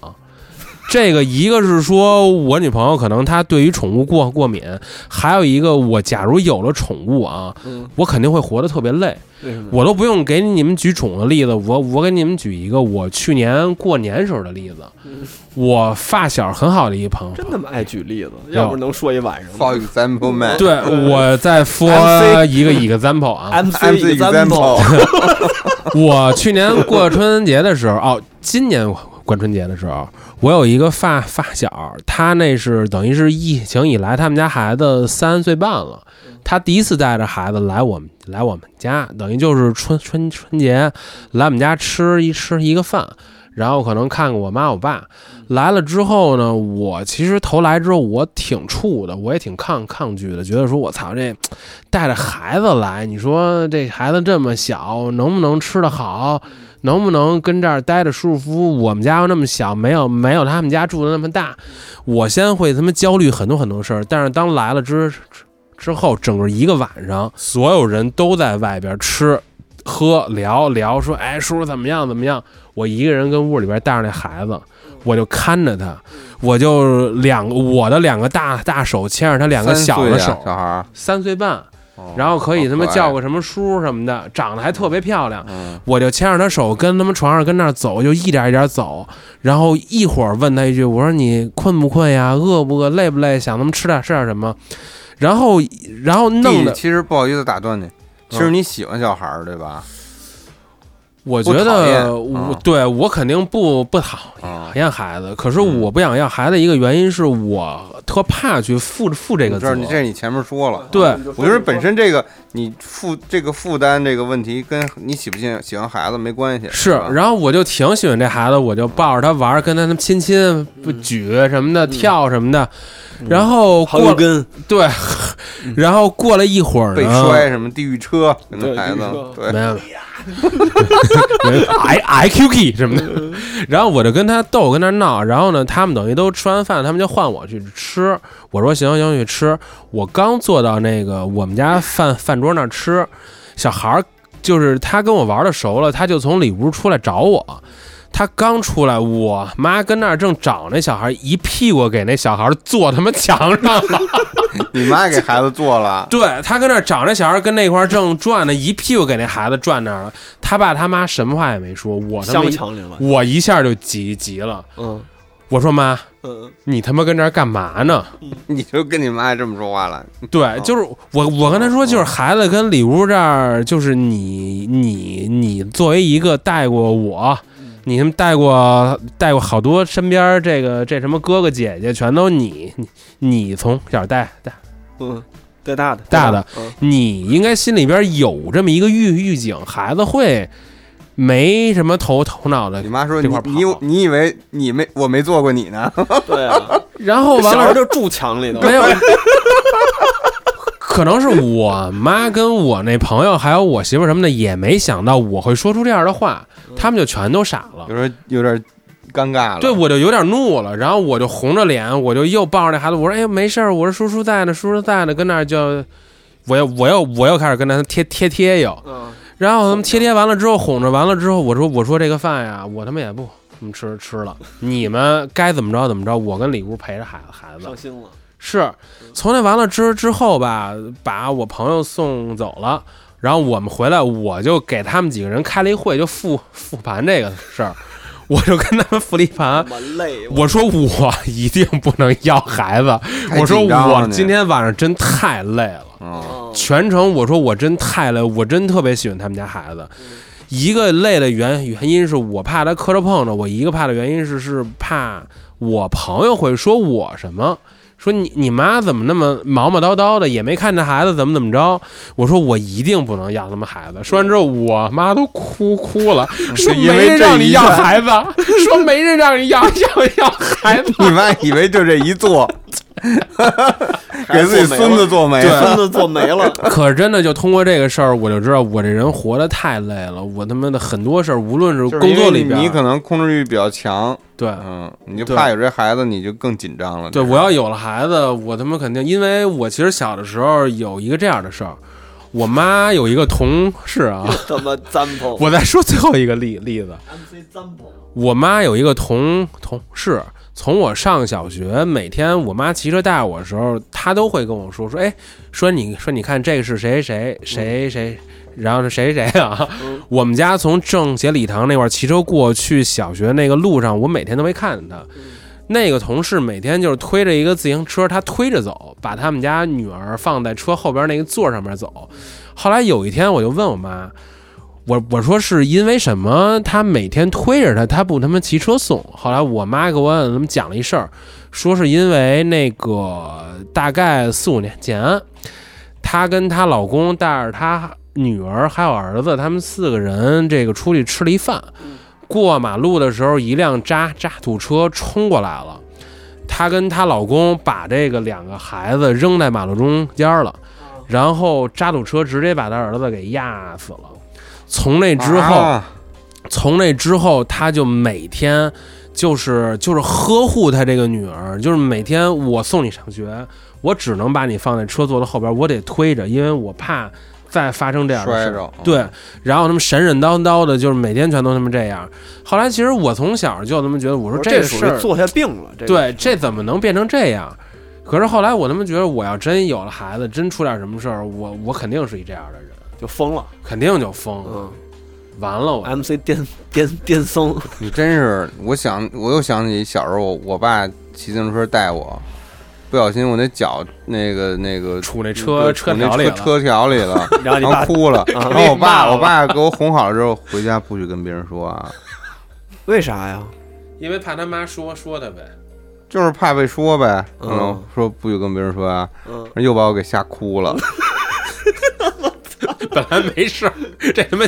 Speaker 3: 这个一个是说我女朋友可能她对于宠物过过敏，还有一个我假如有了宠物啊，
Speaker 2: 嗯，
Speaker 3: 我肯定会活得特别累。
Speaker 2: 为什么？
Speaker 3: 我都不用给你们举宠的例子，我我给你们举一个我去年过年时候的例子
Speaker 2: 嗯，
Speaker 3: 我发小很好的一朋友，
Speaker 2: 真他妈爱举例子， 要不能说一晚上。
Speaker 4: For example, man，
Speaker 3: 对，我再说
Speaker 2: MC
Speaker 3: 一个 example 啊，
Speaker 2: MC
Speaker 4: ，MC example，
Speaker 3: 我去年过春节的时候，哦，今年过春节的时候，我有一个发发小，他那是等于是疫情以来，他们家孩子三岁半了，他第一次带着孩子来我们来我们家，等于就是春春春节来我们家吃一吃一个饭。然后可能看看我妈我爸来了之后呢，我其实头来之后我挺怵的，我也挺抗抗拒的，觉得说我操这带着孩子来，你说这孩子这么小，能不能吃得好？能不能跟这儿待着舒舒服服？我们家又那么小，没有没有他们家住的那么大，我先会他妈焦虑很多很多事儿。但是当来了之之之后，整个一个晚上，所有人都在外边吃、喝、聊聊，说哎叔叔怎么样怎么样？我一个人跟屋里边带着那孩子，我就看着他，我就两个我的两个大大手牵着他两个
Speaker 4: 三
Speaker 3: 小
Speaker 4: 岁啊
Speaker 3: 的
Speaker 4: 呀
Speaker 3: 手，
Speaker 4: 小孩儿，
Speaker 3: 三岁半，
Speaker 4: 哦
Speaker 3: 然后可啊以他妈叫，
Speaker 4: 好
Speaker 3: 个什么叔什么的，长得还特别漂亮
Speaker 4: 可爱。嗯
Speaker 3: 我就牵着她手，跟他们床上跟那儿走，就一点一点走。然后一会儿问她一句，我说你困不困呀？饿不饿？累不累？想他们吃点吃点什么？然后然后弄
Speaker 4: 弟，
Speaker 3: 的，嗯
Speaker 4: 其实不好意思打断你，其实你喜欢小孩儿对吧？
Speaker 3: 我觉
Speaker 4: 不讨厌
Speaker 3: 得
Speaker 4: 嗯
Speaker 3: 我对我肯定不不讨
Speaker 4: 啊
Speaker 3: 讨，厌孩子，可是我不想要孩子一个原因是我特怕去负负这个
Speaker 4: 你知
Speaker 3: 责
Speaker 4: 道，。你这你前面说了，
Speaker 3: 对，
Speaker 4: 我觉得本身这个你负这个负担这个问题跟你喜不喜喜欢孩子没关系，
Speaker 3: 是
Speaker 4: 吧，
Speaker 3: 然后我就挺喜欢这孩子，我就抱着他玩，跟他们亲亲、不举什么的、跳什么的。然后
Speaker 2: 好
Speaker 3: 过
Speaker 2: 有
Speaker 3: 了
Speaker 2: 根，
Speaker 3: 对， 然后过了一会儿呢，
Speaker 4: 被摔什么地狱车，可
Speaker 2: 对
Speaker 4: 能孩子
Speaker 2: 地狱车
Speaker 4: 对
Speaker 3: 没有。没 有 i i q k 什么的，然后我就跟他逗，跟他闹，然后呢，他们等于都吃完饭，他们就换我去吃。我说行行去吃。我刚坐到那个我们家饭饭桌那儿吃，小孩儿就是他跟我玩的熟了，他就从里屋出来找我。他刚出来，我妈跟那儿正找那小孩儿，一屁股给那小孩儿坐他妈墙上了。，
Speaker 4: 你妈给孩子做了
Speaker 3: 对他跟那儿找那小孩儿跟那块儿正转呢，一屁股给那孩子转那儿了。他爸他妈什么话也没说，我他
Speaker 2: 相
Speaker 3: 妈
Speaker 2: 不
Speaker 3: 一
Speaker 2: 强凌 了。
Speaker 3: 我一下就急急了。
Speaker 2: 嗯
Speaker 3: 我说妈，
Speaker 2: 嗯，
Speaker 3: 你他妈跟这儿干嘛呢？
Speaker 4: 你就跟你妈这么说话了，
Speaker 3: 对，就是我我跟他
Speaker 2: 哦
Speaker 3: 说，就是孩子跟里屋这儿，就是你你你作为一个带过我。你他妈带过带过好多身边儿这个这什么哥哥姐姐，全都你你你从小带带
Speaker 2: 嗯，带大的，
Speaker 3: 大的
Speaker 2: 嗯，
Speaker 3: 你应该心里边有这么一个预预警，孩子会没什么头头脑的
Speaker 4: 你。妈说
Speaker 3: 这
Speaker 4: 你
Speaker 3: 块儿
Speaker 4: 你
Speaker 3: 跑
Speaker 4: 你以为你没我没做过你 呢？
Speaker 2: 对啊，
Speaker 3: 然后
Speaker 2: 小
Speaker 3: 完
Speaker 2: 孩
Speaker 3: 了
Speaker 2: 就住墙里头，
Speaker 3: 没有， 可能是我妈跟我那朋友还有我媳妇儿什么的也没想到我会说出这样的话，他们就全都傻了。
Speaker 4: 有点有点尴尬了。
Speaker 3: 对，我就有点怒了，然后我就红着脸，我就又抱着那孩子，我说：“哎呀，没事儿，我说叔叔在呢，叔叔在呢。”跟那儿就，我又我又我又开始跟他贴贴贴又，
Speaker 2: 嗯，
Speaker 3: 然后他们贴贴完了之后，哄着完了之后，我说：“我说这个饭呀，我他妈也不他们吃吃了，你们该怎么着怎么着，我跟里屋陪着孩子孩子
Speaker 2: 上。心了，”
Speaker 3: 是，从那完了之之后吧，把我朋友送走了。然后我们回来，我就给他们几个人开了一会，就复复盘这个事儿，我就跟他们复了一盘，
Speaker 2: 蛮累。
Speaker 3: 我说我一定不能要孩子，
Speaker 4: 太
Speaker 3: 我说
Speaker 4: 紧张了啊
Speaker 3: 我
Speaker 4: 你
Speaker 3: 今天晚上真太累了，
Speaker 4: 嗯，
Speaker 2: 嗯
Speaker 3: 全程我说我真太累，我真特别喜欢他们家孩子。一个累的原原因是我怕他磕着碰着，我一个怕的原因是是怕我朋友会说我什么。说你你妈怎么那么毛毛叨叨的，也没看着孩子怎么怎么着？我说我一定不能要他们孩子。说完之后，我妈都哭哭了，说
Speaker 4: 因为
Speaker 3: 没人
Speaker 4: 这
Speaker 3: 让你
Speaker 4: 一
Speaker 3: 要
Speaker 4: 下
Speaker 3: 孩子，说没人让你要要要孩子。
Speaker 4: 你妈以为就这 一做，给自己孙子做没
Speaker 2: 给孙
Speaker 4: 了。
Speaker 2: 子做没 了，
Speaker 3: 可是真的，就通过这个事儿，我就知道我这人活得太累了。我他妈的很多事儿，无论是
Speaker 4: 就是
Speaker 3: 工
Speaker 4: 因为
Speaker 3: 作里边，
Speaker 4: 你可能控制欲比较强，
Speaker 3: 对
Speaker 4: 嗯，你就
Speaker 3: 对
Speaker 4: 怕有这孩子，你就更紧张了。
Speaker 3: 对，我要有了孩子，我他妈肯定，因为我其实小的时候有一个这样的事儿，我妈有一个同事啊，
Speaker 2: 他妈 example，
Speaker 3: 我再说最后一个例例子，我妈有一个同同事，从我上小学，每天我妈骑车带我的时候，她都会跟我说说，哎，说你说你看这个是谁谁谁谁谁，然后是谁谁谁啊？我们家从政协礼堂那块儿骑车过去小学那个路上，我每天都会看见她。那个同事每天就是推着一个自行车，他推着走，把他们家女儿放在车后边那个座上面走。后来有一天，我就问我妈，我我说是因为什么？他每天推着他，他不他妈骑车送。后来我妈给我他们讲了一事儿，说是因为那个大概四五年前，她跟她老公带着她女儿还有儿子，他们四个人这个出去吃了一饭，过马路的时候，一辆渣渣土车冲过来了，她跟她老公把这个两个孩子扔在马路中间了，然后渣土车直接把她儿子给压死了。从那之后，
Speaker 4: 啊
Speaker 3: 从那之后，他就每天就是就是呵护他这个女儿，就是每天我送你上学，我只能把你放在车座的后边，我得推着，因为我怕再发生这样的
Speaker 4: 摔
Speaker 3: 事儿。
Speaker 4: 着，嗯
Speaker 3: 对，然后他们神神叨叨的，就是每天全都他妈这样。后来其实我从小就他妈觉得，我说
Speaker 2: 这
Speaker 3: 个
Speaker 2: 属
Speaker 3: 事
Speaker 2: 于
Speaker 3: 儿，
Speaker 2: 坐下病了。这个
Speaker 3: 对，这怎么能变成这样？可是后来我他妈觉得，我要真有了孩子，真出点什么事儿，我我肯定是一这样的人，
Speaker 2: 就疯了。
Speaker 3: 肯定就疯了，
Speaker 2: 嗯
Speaker 3: 完了我。
Speaker 2: ，MC 巅巅巅僧，
Speaker 4: 你真是，我想，我又想起小时候我我爸骑自行车带我，不小心我那脚那个那个
Speaker 3: 杵那车
Speaker 4: 对
Speaker 3: 车
Speaker 4: 杵那
Speaker 3: 条里了
Speaker 4: 车车条里 了，
Speaker 2: 然后你
Speaker 4: 然后
Speaker 2: 爸
Speaker 4: 哭了，然后
Speaker 2: 骂
Speaker 4: 我爸
Speaker 2: 了
Speaker 4: 我爸给我哄好了之后，回家不许跟别人说啊，
Speaker 2: 为啥呀？
Speaker 3: 因为怕他妈说说他呗。
Speaker 4: 就是怕被说呗，
Speaker 2: 嗯
Speaker 4: 嗯，说不许跟别人说啊，
Speaker 2: 嗯，
Speaker 4: 又把我给吓哭了，
Speaker 3: 本来没事儿，这他妈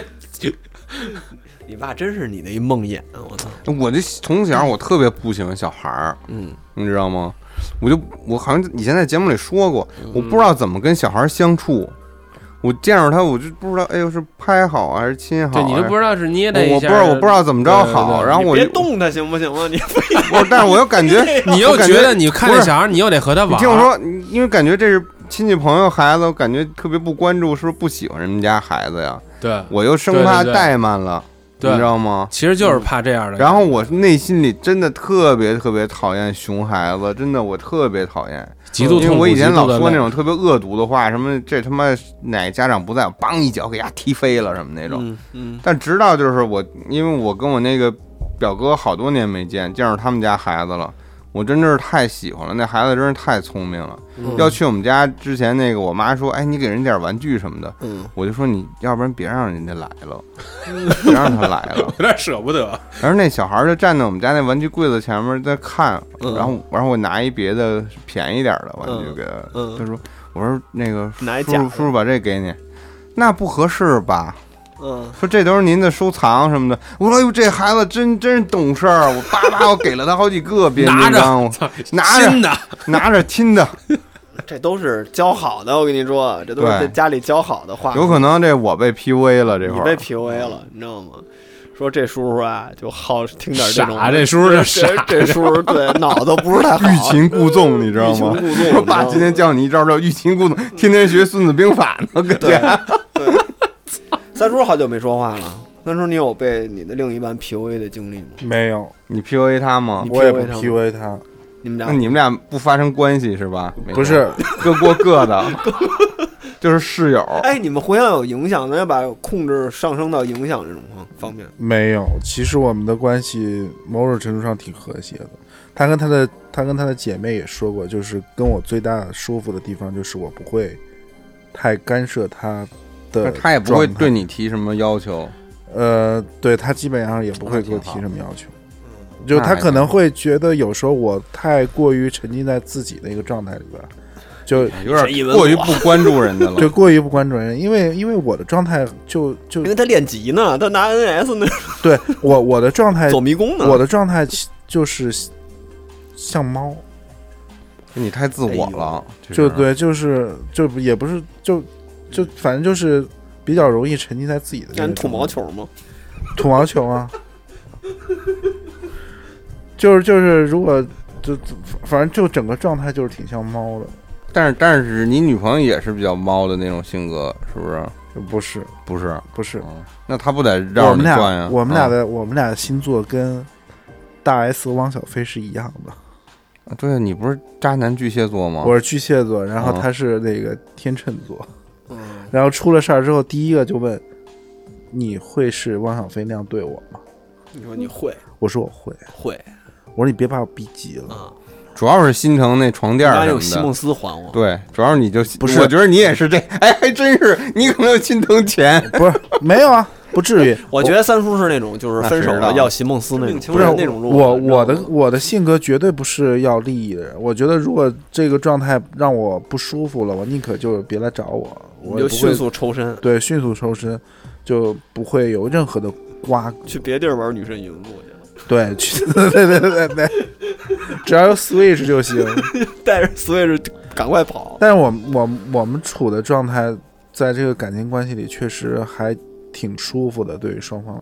Speaker 2: 你爸真是你的一梦魇，我操！
Speaker 4: 我这从小我特别不喜欢小孩儿，
Speaker 2: 嗯，
Speaker 4: 你知道吗？我就我好像以前在节目里说过，
Speaker 3: 嗯
Speaker 4: 我不知道怎么跟小孩儿相处。我见着他，我就不知道，哎呦，是拍好还是亲 好？
Speaker 3: 对，你就不知道是捏
Speaker 4: 还
Speaker 3: 他
Speaker 4: 是我我
Speaker 3: 一下
Speaker 4: 不知
Speaker 3: 儿，
Speaker 4: 道，我不知道怎么着好。
Speaker 3: 对对对
Speaker 4: 然后啊我
Speaker 2: 别
Speaker 4: 就
Speaker 2: 动他行不行啊？你
Speaker 4: 我，但是我又感觉
Speaker 3: 你又
Speaker 4: 我感觉
Speaker 3: 觉得你看
Speaker 4: 不
Speaker 3: 这
Speaker 4: 是
Speaker 3: 小孩儿，你又得和他玩。
Speaker 4: 你听我，说，因为感觉这是亲戚朋友孩子，我感觉特别不关注，是不是不喜欢人家孩子呀？
Speaker 3: 对，
Speaker 4: 我又生
Speaker 3: 对对
Speaker 4: 怕
Speaker 3: 对
Speaker 4: 怠慢了，
Speaker 3: 对
Speaker 4: 你知道吗？
Speaker 3: 其实就是怕这样的。
Speaker 4: 然后我内心里真的特别特别讨厌熊孩子，真的我特别讨厌。嗯
Speaker 3: 极度
Speaker 4: 因为
Speaker 3: 痛苦，
Speaker 4: 我以前老
Speaker 3: 极度地
Speaker 4: 说那
Speaker 3: 累
Speaker 4: 种特别恶毒的话，什么这他妈哪家长不在，我梆一脚给他踢飞了什么那种。
Speaker 2: 嗯嗯
Speaker 4: 但直到就是我，因为我跟我那个表哥好多年没见，见着他们家孩子了，我真的是太喜欢了，那孩子真是太聪明了。
Speaker 2: 嗯
Speaker 4: 要去我们家之前，那个我妈说，哎，你给人点玩具什么的，
Speaker 2: 嗯，
Speaker 4: 我就说你要不然别让人家来了，别让他来了。
Speaker 3: 有点舍不得。
Speaker 4: 然后那小孩儿就站在我们家那玩具柜子前面在看，
Speaker 2: 嗯
Speaker 4: 然后然后我拿一别的便宜点儿的玩具
Speaker 2: 嗯
Speaker 4: 给他，
Speaker 2: 嗯
Speaker 4: 他说我说那个
Speaker 2: 拿一
Speaker 4: 叔
Speaker 2: 假
Speaker 4: 叔
Speaker 2: 的
Speaker 4: 叔叔把这给你，那不合适吧？
Speaker 2: 嗯，
Speaker 4: 说这都是您的收藏什么的。我说哎呦这孩子真真是懂事儿，我叭叭我给了他好几个别人
Speaker 3: 拿着
Speaker 4: 章，我拿着
Speaker 3: 新的，
Speaker 4: 拿着亲的。
Speaker 2: 这都是教好的，我跟你说，这都是
Speaker 4: 对
Speaker 2: 在家里教好的话。
Speaker 4: 有可能这我被 PUA 了这
Speaker 2: 你
Speaker 4: 会
Speaker 2: 被
Speaker 4: 儿，
Speaker 2: PUA 了，你知道吗？说这叔叔啊，就好听点这种
Speaker 3: 傻，啊这叔叔傻
Speaker 2: 这这叔叔对脑子不是太好，
Speaker 4: 欲擒故纵，你知道
Speaker 2: 欲擒
Speaker 4: 吗
Speaker 2: 故？纵你知道吗
Speaker 4: 我爸今天教你一招叫欲擒故纵，天天学《孙子兵法》呢，搁
Speaker 2: 对
Speaker 4: 家。
Speaker 2: 对。三叔好久没说话了，三叔，你有被你的另一半 PUA 的经历吗？
Speaker 5: 没有，
Speaker 4: 你 PUA 他吗
Speaker 2: 你？
Speaker 5: 我也不
Speaker 2: PUA 他吗
Speaker 5: PUA 他，
Speaker 2: 你们俩
Speaker 4: 那你们俩不发生关系是吧？没
Speaker 5: 不是
Speaker 4: 各过各 的，就是室友。
Speaker 2: 哎，你们互相有影响，咱要把控制上升到影响这种方方面。
Speaker 5: 没有。其实我们的关系某种程度上挺和谐的。他跟他的他跟他的姐妹也说过，就是跟我最大舒服的地方就是我不会太干涉他的，
Speaker 4: 他也不会对。你提什么要求，
Speaker 5: 呃，对他基本上也不会给我
Speaker 4: 那挺
Speaker 5: 提
Speaker 4: 好
Speaker 5: 什么要求，就
Speaker 4: 那
Speaker 5: 他
Speaker 4: 还
Speaker 5: 可能会觉得有时候我太过于沉浸在自己的一个状态里边儿，就
Speaker 4: 有点过于不关注人家 了。
Speaker 5: 就过于不关注人，因为因为我的状态就就
Speaker 2: 因为他练级呢，他拿 NS 呢，
Speaker 5: 对我我的状态
Speaker 2: 走迷宫呢。
Speaker 5: 哎我的状态其就是像猫，
Speaker 4: 你太自我了，
Speaker 5: 哎就
Speaker 4: 这是
Speaker 5: 对，就是就也不是就就反正就是比较容易沉浸在自己的这
Speaker 2: 那
Speaker 5: 个
Speaker 2: 你吐毛
Speaker 5: 状
Speaker 2: 球
Speaker 5: 态
Speaker 2: 吗？
Speaker 5: 土毛球啊，就是就是，如果就反正就整个状态就是挺像猫的，
Speaker 4: 但是但是你女朋友也是比较猫的那种性格，是不是？
Speaker 5: 不是
Speaker 4: 不是，
Speaker 5: 不是，
Speaker 4: 嗯那他不得
Speaker 5: 我
Speaker 4: 绕
Speaker 5: 们
Speaker 4: 你
Speaker 5: 俩
Speaker 4: 转呀？
Speaker 5: 我们俩
Speaker 4: 啊
Speaker 5: 的、我们俩的星座跟大 S 和汪小菲是一样的，
Speaker 4: 对啊你不是渣男巨蟹座吗？
Speaker 5: 我是巨蟹座，然后
Speaker 4: 啊
Speaker 5: 他是那个天秤座，
Speaker 2: 嗯，
Speaker 5: 然后出了事儿之后，第一个就问你会是汪小菲那样对我吗？
Speaker 2: 你说你会
Speaker 5: 我说我会，
Speaker 2: 会
Speaker 5: 我说你别把我逼急了，
Speaker 2: 啊？
Speaker 4: 主要是心疼那床垫
Speaker 2: 当
Speaker 4: 儿
Speaker 2: 然
Speaker 4: 什
Speaker 2: 有西
Speaker 4: 么
Speaker 2: 蒙
Speaker 4: 的。
Speaker 2: 斯还我。
Speaker 4: 对，主要是你就
Speaker 5: 不是
Speaker 4: 我觉得你也是这，哎，还真是你可能有心疼钱，
Speaker 5: 不是没有啊，不至 于，
Speaker 2: 我觉得三叔是那种就是分手
Speaker 4: 那谁知道
Speaker 2: 了要席梦思那种，
Speaker 5: 不
Speaker 2: 是
Speaker 5: 是
Speaker 2: 那种路子。
Speaker 5: 我
Speaker 2: 你知道
Speaker 5: 我
Speaker 2: 吗
Speaker 5: 的我的性格绝对不是要利益的人。我觉得如果这个状态让我不舒服了，我宁可就别来找我，我
Speaker 2: 你就
Speaker 5: 也不会
Speaker 2: 迅速抽身
Speaker 5: 对迅速抽身，就不会有任何的瓜葛。
Speaker 2: 去别地儿玩女神异闻录去了，
Speaker 5: 对， 去对对对对对，只要有 Switch 就行。
Speaker 2: 带着 Switch 赶快跑。
Speaker 5: 但是我们我们我们处的状态，在这个感情关系里确实还挺舒服的，对于双方。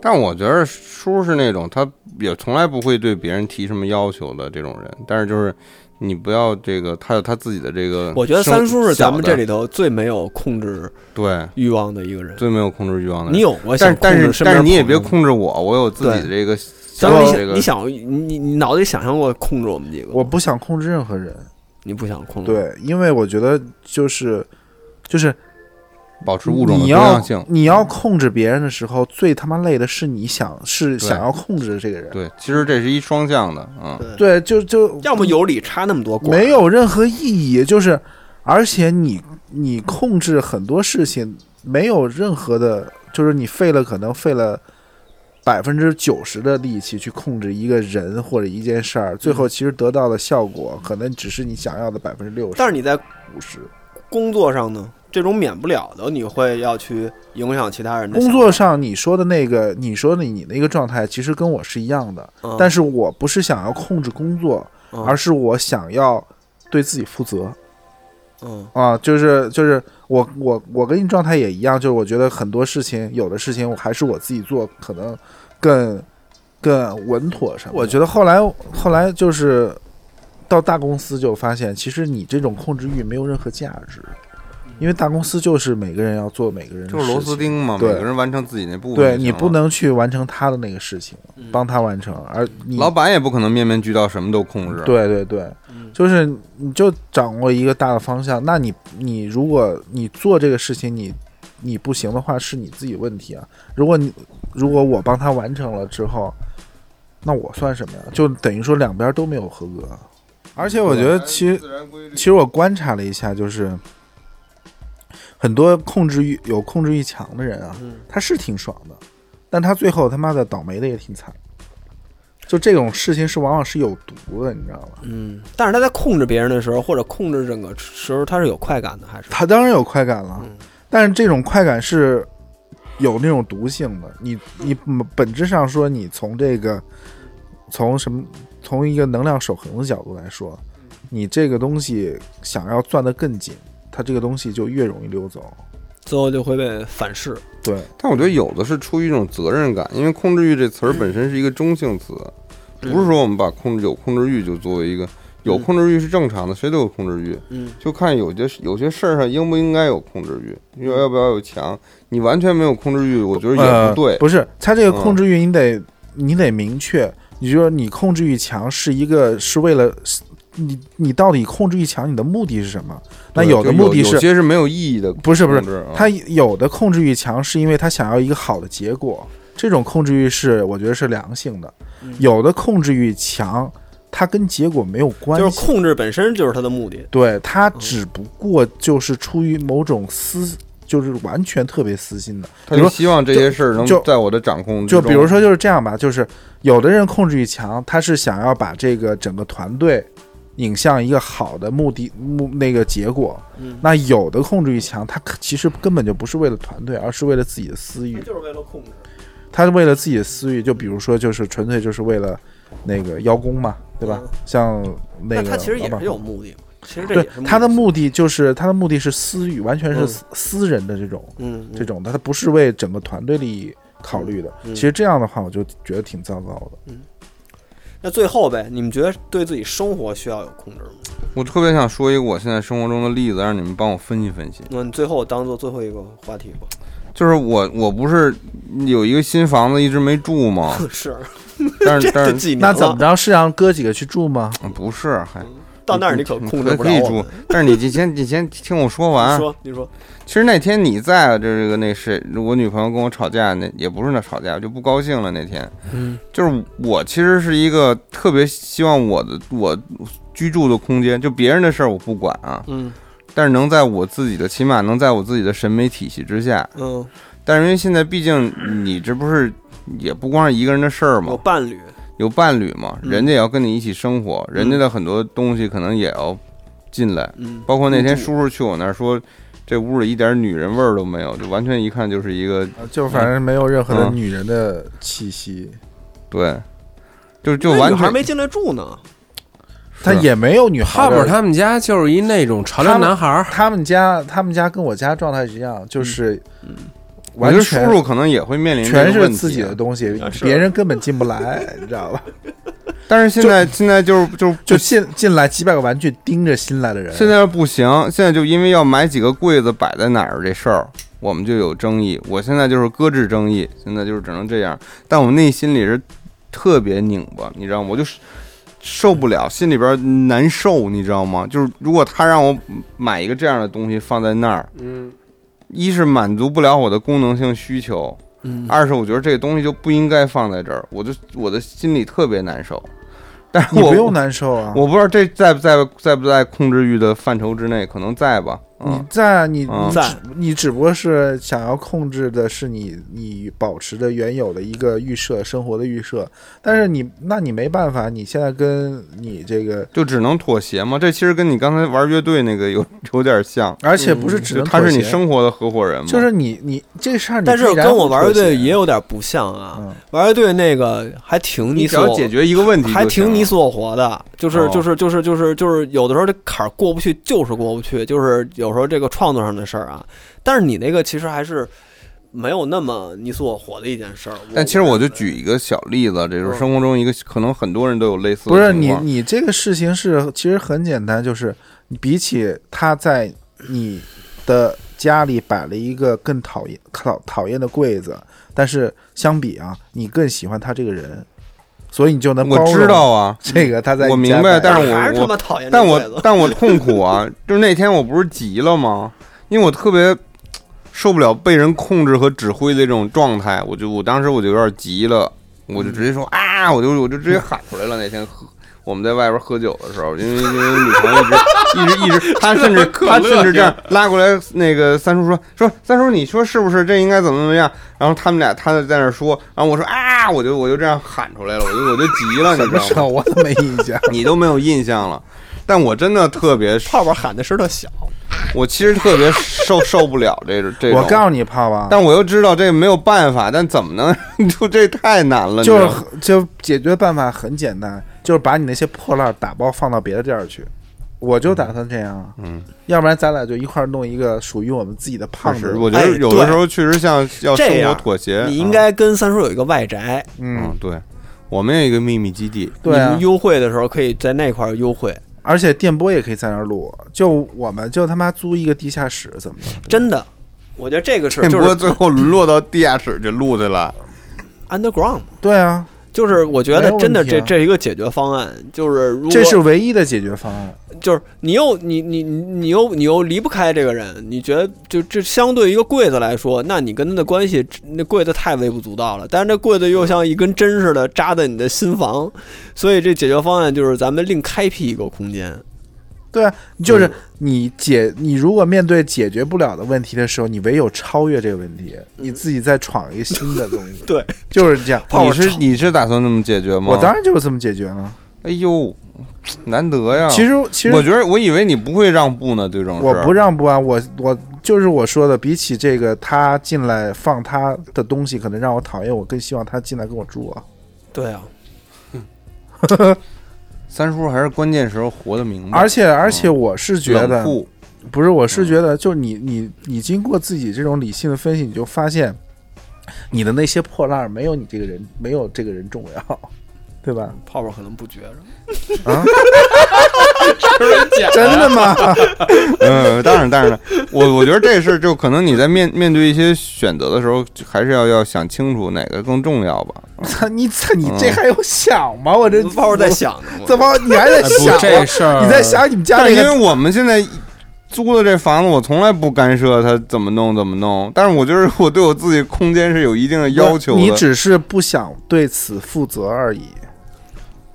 Speaker 4: 但我觉得叔是那种他也从来不会对别人提什么要求的这种人，但是就是你不要这个，他有他自己的这个生。
Speaker 2: 我觉得三叔是咱们
Speaker 4: 嗯小的
Speaker 2: 这里头最没有控制
Speaker 4: 对
Speaker 2: 欲望的一个人。
Speaker 4: 最没有控制欲望的人。
Speaker 2: 你有过
Speaker 4: 但
Speaker 2: 想
Speaker 4: 是但
Speaker 2: 控制
Speaker 4: 是
Speaker 2: 身
Speaker 4: 但
Speaker 2: 边
Speaker 4: 是你也
Speaker 2: 朋友
Speaker 4: 别
Speaker 2: 吗。
Speaker 4: 控制我，我有自己的这个小
Speaker 2: 三叔，
Speaker 4: 这个
Speaker 2: 你想你想你你脑子里想象过控制我们几个？
Speaker 5: 我不想控制任何人，
Speaker 2: 你不想
Speaker 4: 嗯
Speaker 2: 控制？，
Speaker 5: 对，因为我觉得就是就是
Speaker 4: 保持物种的
Speaker 5: 你
Speaker 4: 多样
Speaker 5: 要
Speaker 4: 性。
Speaker 5: 你要控制别人的时候，最他妈累的是你想是
Speaker 4: 对
Speaker 5: 想要控制的这个人。
Speaker 4: 对，其实这是一双向的，嗯，
Speaker 5: 对，就就
Speaker 2: 要么有理插那么多管，
Speaker 5: 没有任何意义，就是而且你你控制很多事情没有任何的，就是你费了可能费了。百分之九十的力气去控制一个人或者一件事儿，最后其实得到的效果可能只是你想要的百分之六十、
Speaker 2: 但是你在
Speaker 5: 五十。
Speaker 2: 工作上呢，这种免不了的，你会要去影响其他人的
Speaker 5: 工
Speaker 2: 想
Speaker 5: 作
Speaker 2: 法
Speaker 5: 上你说的那个，你说的你那个状态，其实跟我是一样的，
Speaker 2: 嗯
Speaker 5: 但是我不是想要控制工作，
Speaker 2: 嗯
Speaker 5: 而是我想要对自己负责
Speaker 2: 嗯
Speaker 5: 啊，就是就是我我我跟你状态也一样，就是我觉得很多事情，有的事情我还是我自己做，可能更更稳妥什么的。我觉得后来后来就是到大公司就发现，其实你这种控制欲没有任何价值，因为大公司就是每个人要做每个人的
Speaker 4: 就是螺
Speaker 5: 事情
Speaker 4: 丝钉嘛，每
Speaker 5: 对
Speaker 4: 个人完成自己那部分就行了。嗯
Speaker 5: 对你不能去完成他的那个事情，帮他完成，而你
Speaker 4: 老板也不可能面面俱到，什么都控制。，
Speaker 5: 对对对，
Speaker 2: 嗯
Speaker 5: 就是你就掌握一个大的方向。那你你如果你做这个事情你你不行的话，是你自己问题啊。如果你如果我帮他完成了之后，那我算什么呀？就等于说两边都没有合格。啊而且我觉得其实其实我观察了一下，就是很多控制欲有控制欲强的人啊，
Speaker 2: 嗯
Speaker 5: 他是挺爽的，但他最后他妈的倒霉的也挺惨。就这种事情是往往是有毒的，你知道吗？
Speaker 2: 嗯，但是他在控制别人的时候，或者控制整个时候，他是有快感的，还是
Speaker 5: 他当然有快感了，
Speaker 2: 嗯
Speaker 5: 但是这种快感是有那种毒性的。你你本本质上说，你从这个从什么从一个能量守恒的角度来说，你这个东西想要攥得更紧，它这个东西就越容易溜走。
Speaker 2: 最后就会被反噬。
Speaker 5: 对，
Speaker 4: 但我觉得有的是出于一种责任感，因为控制欲这词儿本身是一个中性词，不是说我们把控制有控制欲就作为一个有控制欲是正常的，谁都有控制欲，
Speaker 2: 嗯，
Speaker 4: 就看有些有些事儿上应不应该有控制欲，要要不要有强。你完全没有控制欲，我觉得也
Speaker 5: 呃
Speaker 4: 不对。
Speaker 5: 不是，它这个
Speaker 4: 嗯
Speaker 5: 控制欲你得、你得明确，你就说你控制欲强是一个是为了你你到底控制欲强你的目的是什么？那
Speaker 4: 对
Speaker 5: 有的
Speaker 4: 就
Speaker 5: 目的
Speaker 4: 有
Speaker 5: 是
Speaker 4: 些是没有意义的控制，
Speaker 5: 不是不是
Speaker 4: 啊
Speaker 5: 他有的控制欲强，是因为他想要一个好的结果，这种控制欲是我觉得是良性的。有的控制欲强，它跟结果没有关
Speaker 2: 就是
Speaker 5: 系，
Speaker 2: 控制本身就是它的目的。
Speaker 5: 对，它
Speaker 4: 嗯
Speaker 5: 只不过就是出于某种私，就是完全特别私心的。
Speaker 4: 他
Speaker 5: 比
Speaker 4: 就
Speaker 5: 如
Speaker 4: 希望这些事儿能
Speaker 5: 就
Speaker 4: 在我的掌控之
Speaker 5: 就
Speaker 4: 中。
Speaker 5: 比如说就是这样吧，就是有的人控制欲强，他是想要把这个整个团队引向一个好的目的目那个结果。
Speaker 2: 嗯
Speaker 5: 那有的控制欲强，他其实根本就不是为了团队，而是为了自己的私欲。
Speaker 2: 就是为了控制。
Speaker 5: 他是为了自己的私欲，就比如说，就是纯粹就是为了那个邀功嘛，对吧
Speaker 2: 嗯？
Speaker 5: 像那
Speaker 2: 那
Speaker 5: 个
Speaker 2: 他其实也
Speaker 5: 老板
Speaker 2: 是有目的嘛，其实这
Speaker 5: 对
Speaker 2: 也是
Speaker 5: 他的
Speaker 2: 目
Speaker 5: 目的就是他的目的是私欲，完全是
Speaker 2: 嗯
Speaker 5: 私私人的这种
Speaker 2: 的，嗯，嗯
Speaker 5: 这种的，他不是为整个团队利益考虑的。
Speaker 2: 嗯
Speaker 5: 其实这样的话，我就觉得挺糟糕的。
Speaker 2: 那最后呗，你们觉得对自己生活需要有控制吗？
Speaker 4: 我特别想说一个我现在生活中的例子，让你们帮我分析分析。
Speaker 2: 那你最后当做最后一个话题吧。
Speaker 4: 就是我我不是有一个新房子一直没住吗？
Speaker 2: 是，
Speaker 4: 但
Speaker 2: 这
Speaker 4: 是但
Speaker 2: 这
Speaker 4: 是
Speaker 2: 几年
Speaker 5: 那怎么
Speaker 2: 了
Speaker 5: 着？是让哥几个去住吗？
Speaker 4: 嗯不是，还
Speaker 2: 到那儿你可控制不
Speaker 4: 可以
Speaker 2: 了我
Speaker 4: 住
Speaker 2: 们。。
Speaker 4: 但是你你先你先听我说
Speaker 2: 你
Speaker 4: 完。啊
Speaker 2: 说，啊你说，
Speaker 4: 其实那天你在，这个那谁，我女朋友跟我吵架，那也不是那吵架，我就不高兴了。那天
Speaker 3: 嗯，
Speaker 4: 就是我其实是一个特别希望我的我居住的空间，就别人的事儿我不管啊，
Speaker 2: 嗯
Speaker 4: 但是能在我自己的，起码能在我自己的审美体系之下。
Speaker 2: 嗯，
Speaker 4: 但是因为现在毕竟你这不是也不光是一个人的事儿嘛
Speaker 2: 有，伴侣，
Speaker 4: 有伴侣嘛，
Speaker 2: 嗯
Speaker 4: 人家也要跟你一起生活，人家的很多东西可能也要进来。
Speaker 2: 嗯，
Speaker 4: 包括那天
Speaker 2: 入住
Speaker 4: 叔叔去我那儿说，这屋里一点女人味儿都没有，就完全一看就是一个
Speaker 5: 呃就反正没有任何的
Speaker 4: 嗯
Speaker 5: 女人的气息，
Speaker 4: 对，就就
Speaker 2: 那
Speaker 4: 完
Speaker 2: 女孩
Speaker 4: 全
Speaker 2: 没进来住呢。
Speaker 5: 他也没有女孩
Speaker 3: 哈
Speaker 5: 的。
Speaker 3: 伯他们家就是一那种潮流男孩儿，
Speaker 5: 他们家他们家跟我家状态是一样，就是
Speaker 4: 我
Speaker 5: 完
Speaker 4: 觉得叔
Speaker 5: 全
Speaker 4: 叔可能也会面临这
Speaker 5: 全
Speaker 4: 个
Speaker 5: 是
Speaker 4: 问题
Speaker 5: 自己的东西
Speaker 2: 啊，是
Speaker 5: 别人根本进不来，你知道吧？
Speaker 4: 但是现在现在就是就是
Speaker 5: 就进进来几百个玩具盯着新来的人，
Speaker 4: 现在不行，现在就因为要买几个柜子摆在哪儿这事儿，我们就有争议。我现在就是搁置争议，现在就是只能这样。但我内心里是特别拧巴，你知道吗？我就是受不了，心里边难受，你知道吗？就是如果他让我买一个这样的东西放在那儿，
Speaker 3: 嗯，
Speaker 4: 一是满足不了我的功能性需求，
Speaker 2: 嗯
Speaker 4: 二是我觉得这个东西就不应该放在这儿，我就我的心里特别难受。但是
Speaker 5: 你
Speaker 4: 我
Speaker 5: 不用难受啊。
Speaker 4: 我不知道这在不在在不在控制欲的范畴之内，可能在吧。
Speaker 5: 你
Speaker 4: 嗯，
Speaker 5: 在你
Speaker 4: 嗯
Speaker 5: 你
Speaker 2: 在
Speaker 5: 只你只不过是想要控制的是你你保持的原有的一个预设生活的预设，但是你那你没办法，你现在跟你这个，
Speaker 4: 就只能妥协嘛。这其实跟你刚才玩乐队那个有 有点像，
Speaker 5: 而且不是只
Speaker 4: 嗯就
Speaker 5: 能
Speaker 4: 他
Speaker 5: 妥
Speaker 4: 是
Speaker 5: 协
Speaker 4: 你生活的合伙人嘛。
Speaker 5: 就是你你这事儿你
Speaker 2: 但是
Speaker 5: 必然
Speaker 2: 跟我
Speaker 5: 会
Speaker 2: 玩乐
Speaker 5: 妥协
Speaker 2: 队也有点不像啊，
Speaker 5: 嗯
Speaker 2: 玩乐队那个还挺
Speaker 4: 你只
Speaker 2: 所
Speaker 4: 要解决一个问题就行了，
Speaker 2: 还挺你死我活的，就是
Speaker 4: 哦
Speaker 2: 就是就是就是就是有的时候这坎儿过不去，就是过不去，就是有时候这个创作上的事儿啊。但是你那个其实还是没有那么你死我活的一件事儿。
Speaker 4: 但其实我就举一个小例子，这就是生活中一个可能很多人都有类似的
Speaker 5: 不是
Speaker 4: 情
Speaker 5: 你
Speaker 4: 况，
Speaker 5: 你这个事情是其实很简单，就是你比起他在你的家里摆了一个更讨厌讨讨厌的柜子，但是相比啊，你更喜欢他这个人，所以你就能包
Speaker 4: 我
Speaker 5: 容
Speaker 4: 知道啊，
Speaker 5: 这个他在
Speaker 4: 我
Speaker 5: 你家
Speaker 4: 明
Speaker 5: 摆
Speaker 4: 白但是我
Speaker 2: 还是他妈讨厌这
Speaker 4: 但
Speaker 2: 辈
Speaker 4: 我
Speaker 2: 子，
Speaker 4: 但我痛苦啊，就是那天我不是急了吗？因为我特别受不了被人控制和指挥的这种状态，我就我当时我就有点急了，我就直接说
Speaker 2: 嗯
Speaker 4: 啊，我就我就直接喊出来了。那天喝我们在外边喝酒的时候，因为因为女朋友一直一直一直， 她甚至她甚至这样拉过来，那个三叔说说三叔，你说是不是？这应该怎么怎么样？然后他们俩他在那儿说，然后我说啊，我就我就这样喊出来了，我就我就急了，你
Speaker 5: 什
Speaker 4: 知
Speaker 5: 么时
Speaker 4: 道
Speaker 5: 候
Speaker 4: 吗？。
Speaker 5: 我都没印象
Speaker 4: 你都没有印象了。但我真的特别
Speaker 2: 泡泡喊的声儿特小，
Speaker 4: 我其实特别受受不了这种这种。
Speaker 5: 我告诉你，泡泡，
Speaker 4: 但我又知道这没有办法，但怎么能 就这太难了？
Speaker 5: 就
Speaker 4: 你
Speaker 5: 是
Speaker 4: 知道吗
Speaker 5: 就解决办法很简单，就是把你那些破烂打包放到别的地儿去。我就打算这样，啊
Speaker 4: 嗯，
Speaker 5: 要不然咱俩就一块儿弄一个属于我们自己的胖
Speaker 4: 是，
Speaker 5: 子。
Speaker 4: 我觉得
Speaker 2: 哎
Speaker 4: 有的时候确实像要
Speaker 2: 这
Speaker 4: 生活
Speaker 2: 样
Speaker 4: 妥协。
Speaker 2: 你应
Speaker 4: 嗯
Speaker 2: 该跟三叔有一个外宅，
Speaker 5: 嗯
Speaker 4: 嗯，，对，我们也有一个秘密基地，
Speaker 5: 对
Speaker 2: 你
Speaker 5: 啊
Speaker 2: 们，优惠的时候可以在那块儿优惠。
Speaker 5: 而且电波也可以在那儿录，就我们就他妈租一个地下室，怎么的？
Speaker 2: 真的，我觉得这个事儿
Speaker 4: 这
Speaker 2: 就
Speaker 4: 波
Speaker 2: 是
Speaker 4: 最后沦落到地下室去录去 了。
Speaker 2: underground 嘛
Speaker 5: 对啊，
Speaker 2: 就是我觉得真的
Speaker 5: 没有
Speaker 2: 这
Speaker 5: 问题啊
Speaker 2: 这是一个解决方案，就是如果
Speaker 5: 这是唯一的解决方案。
Speaker 2: 就是你又你你你你又你又离不开这个人，你觉得就这相对于一个柜子来说，那你跟他的关系那柜子太微不足道了，但是这柜子又像一根针似的扎在你的心房，所以这解决方案就是咱们另开辟一个空间，
Speaker 5: 对啊，
Speaker 4: 嗯
Speaker 5: 就是你解你如果面对解决不了的问题的时候，你唯有超越这个问题，
Speaker 4: 嗯
Speaker 5: 你自己再闯一个新的东 西。
Speaker 2: 对，
Speaker 5: 就是这样。
Speaker 2: 怕
Speaker 4: 你
Speaker 2: 我
Speaker 4: 是
Speaker 2: 吵
Speaker 4: 你是打算那么解决吗？
Speaker 5: 我当，然就是这么解决了。
Speaker 4: 哎呦，难得呀！
Speaker 5: 其实其实
Speaker 4: 嗯我觉得我以为你不会让步呢，对这种事
Speaker 5: 我不让步啊，我我就是我说的，比起这个他进来放他的东西，可能让我讨厌，我更希望他进来跟我住啊。
Speaker 2: 对啊，
Speaker 4: 三叔还是关键时候活得明白，
Speaker 5: 而且而且我是觉
Speaker 4: 嗯冷
Speaker 5: 得，
Speaker 4: 酷
Speaker 5: 不是，我是
Speaker 3: 嗯
Speaker 5: 觉得，就是你你你经过自己这种理性的分析，你就发现，你的那些破烂儿没有你这个人没有这个人重要， 对吧？
Speaker 2: 泡泡可能不觉着，
Speaker 5: 啊，
Speaker 4: 啊
Speaker 5: 真的吗？
Speaker 4: 嗯，当然，当然了，我我觉得这事儿就可能你在面面对一些选择的时候，还是要要想清楚哪个更重要吧。
Speaker 5: 操你操
Speaker 4: 嗯
Speaker 5: 你这还有想吗？我这
Speaker 2: 泡泡在，想呢，
Speaker 5: 怎么你还在
Speaker 3: 哎不
Speaker 5: 想，
Speaker 3: 这
Speaker 5: 啊？
Speaker 3: 事儿
Speaker 5: 你在想你们家
Speaker 4: 但
Speaker 5: 那
Speaker 4: 是因
Speaker 5: 个
Speaker 4: 为我们现在租的这房子，我从来不干涉他怎么弄怎么弄，但是我觉得我对我自己空间是有一定的要求的。
Speaker 5: 你只是不想对此负责而已，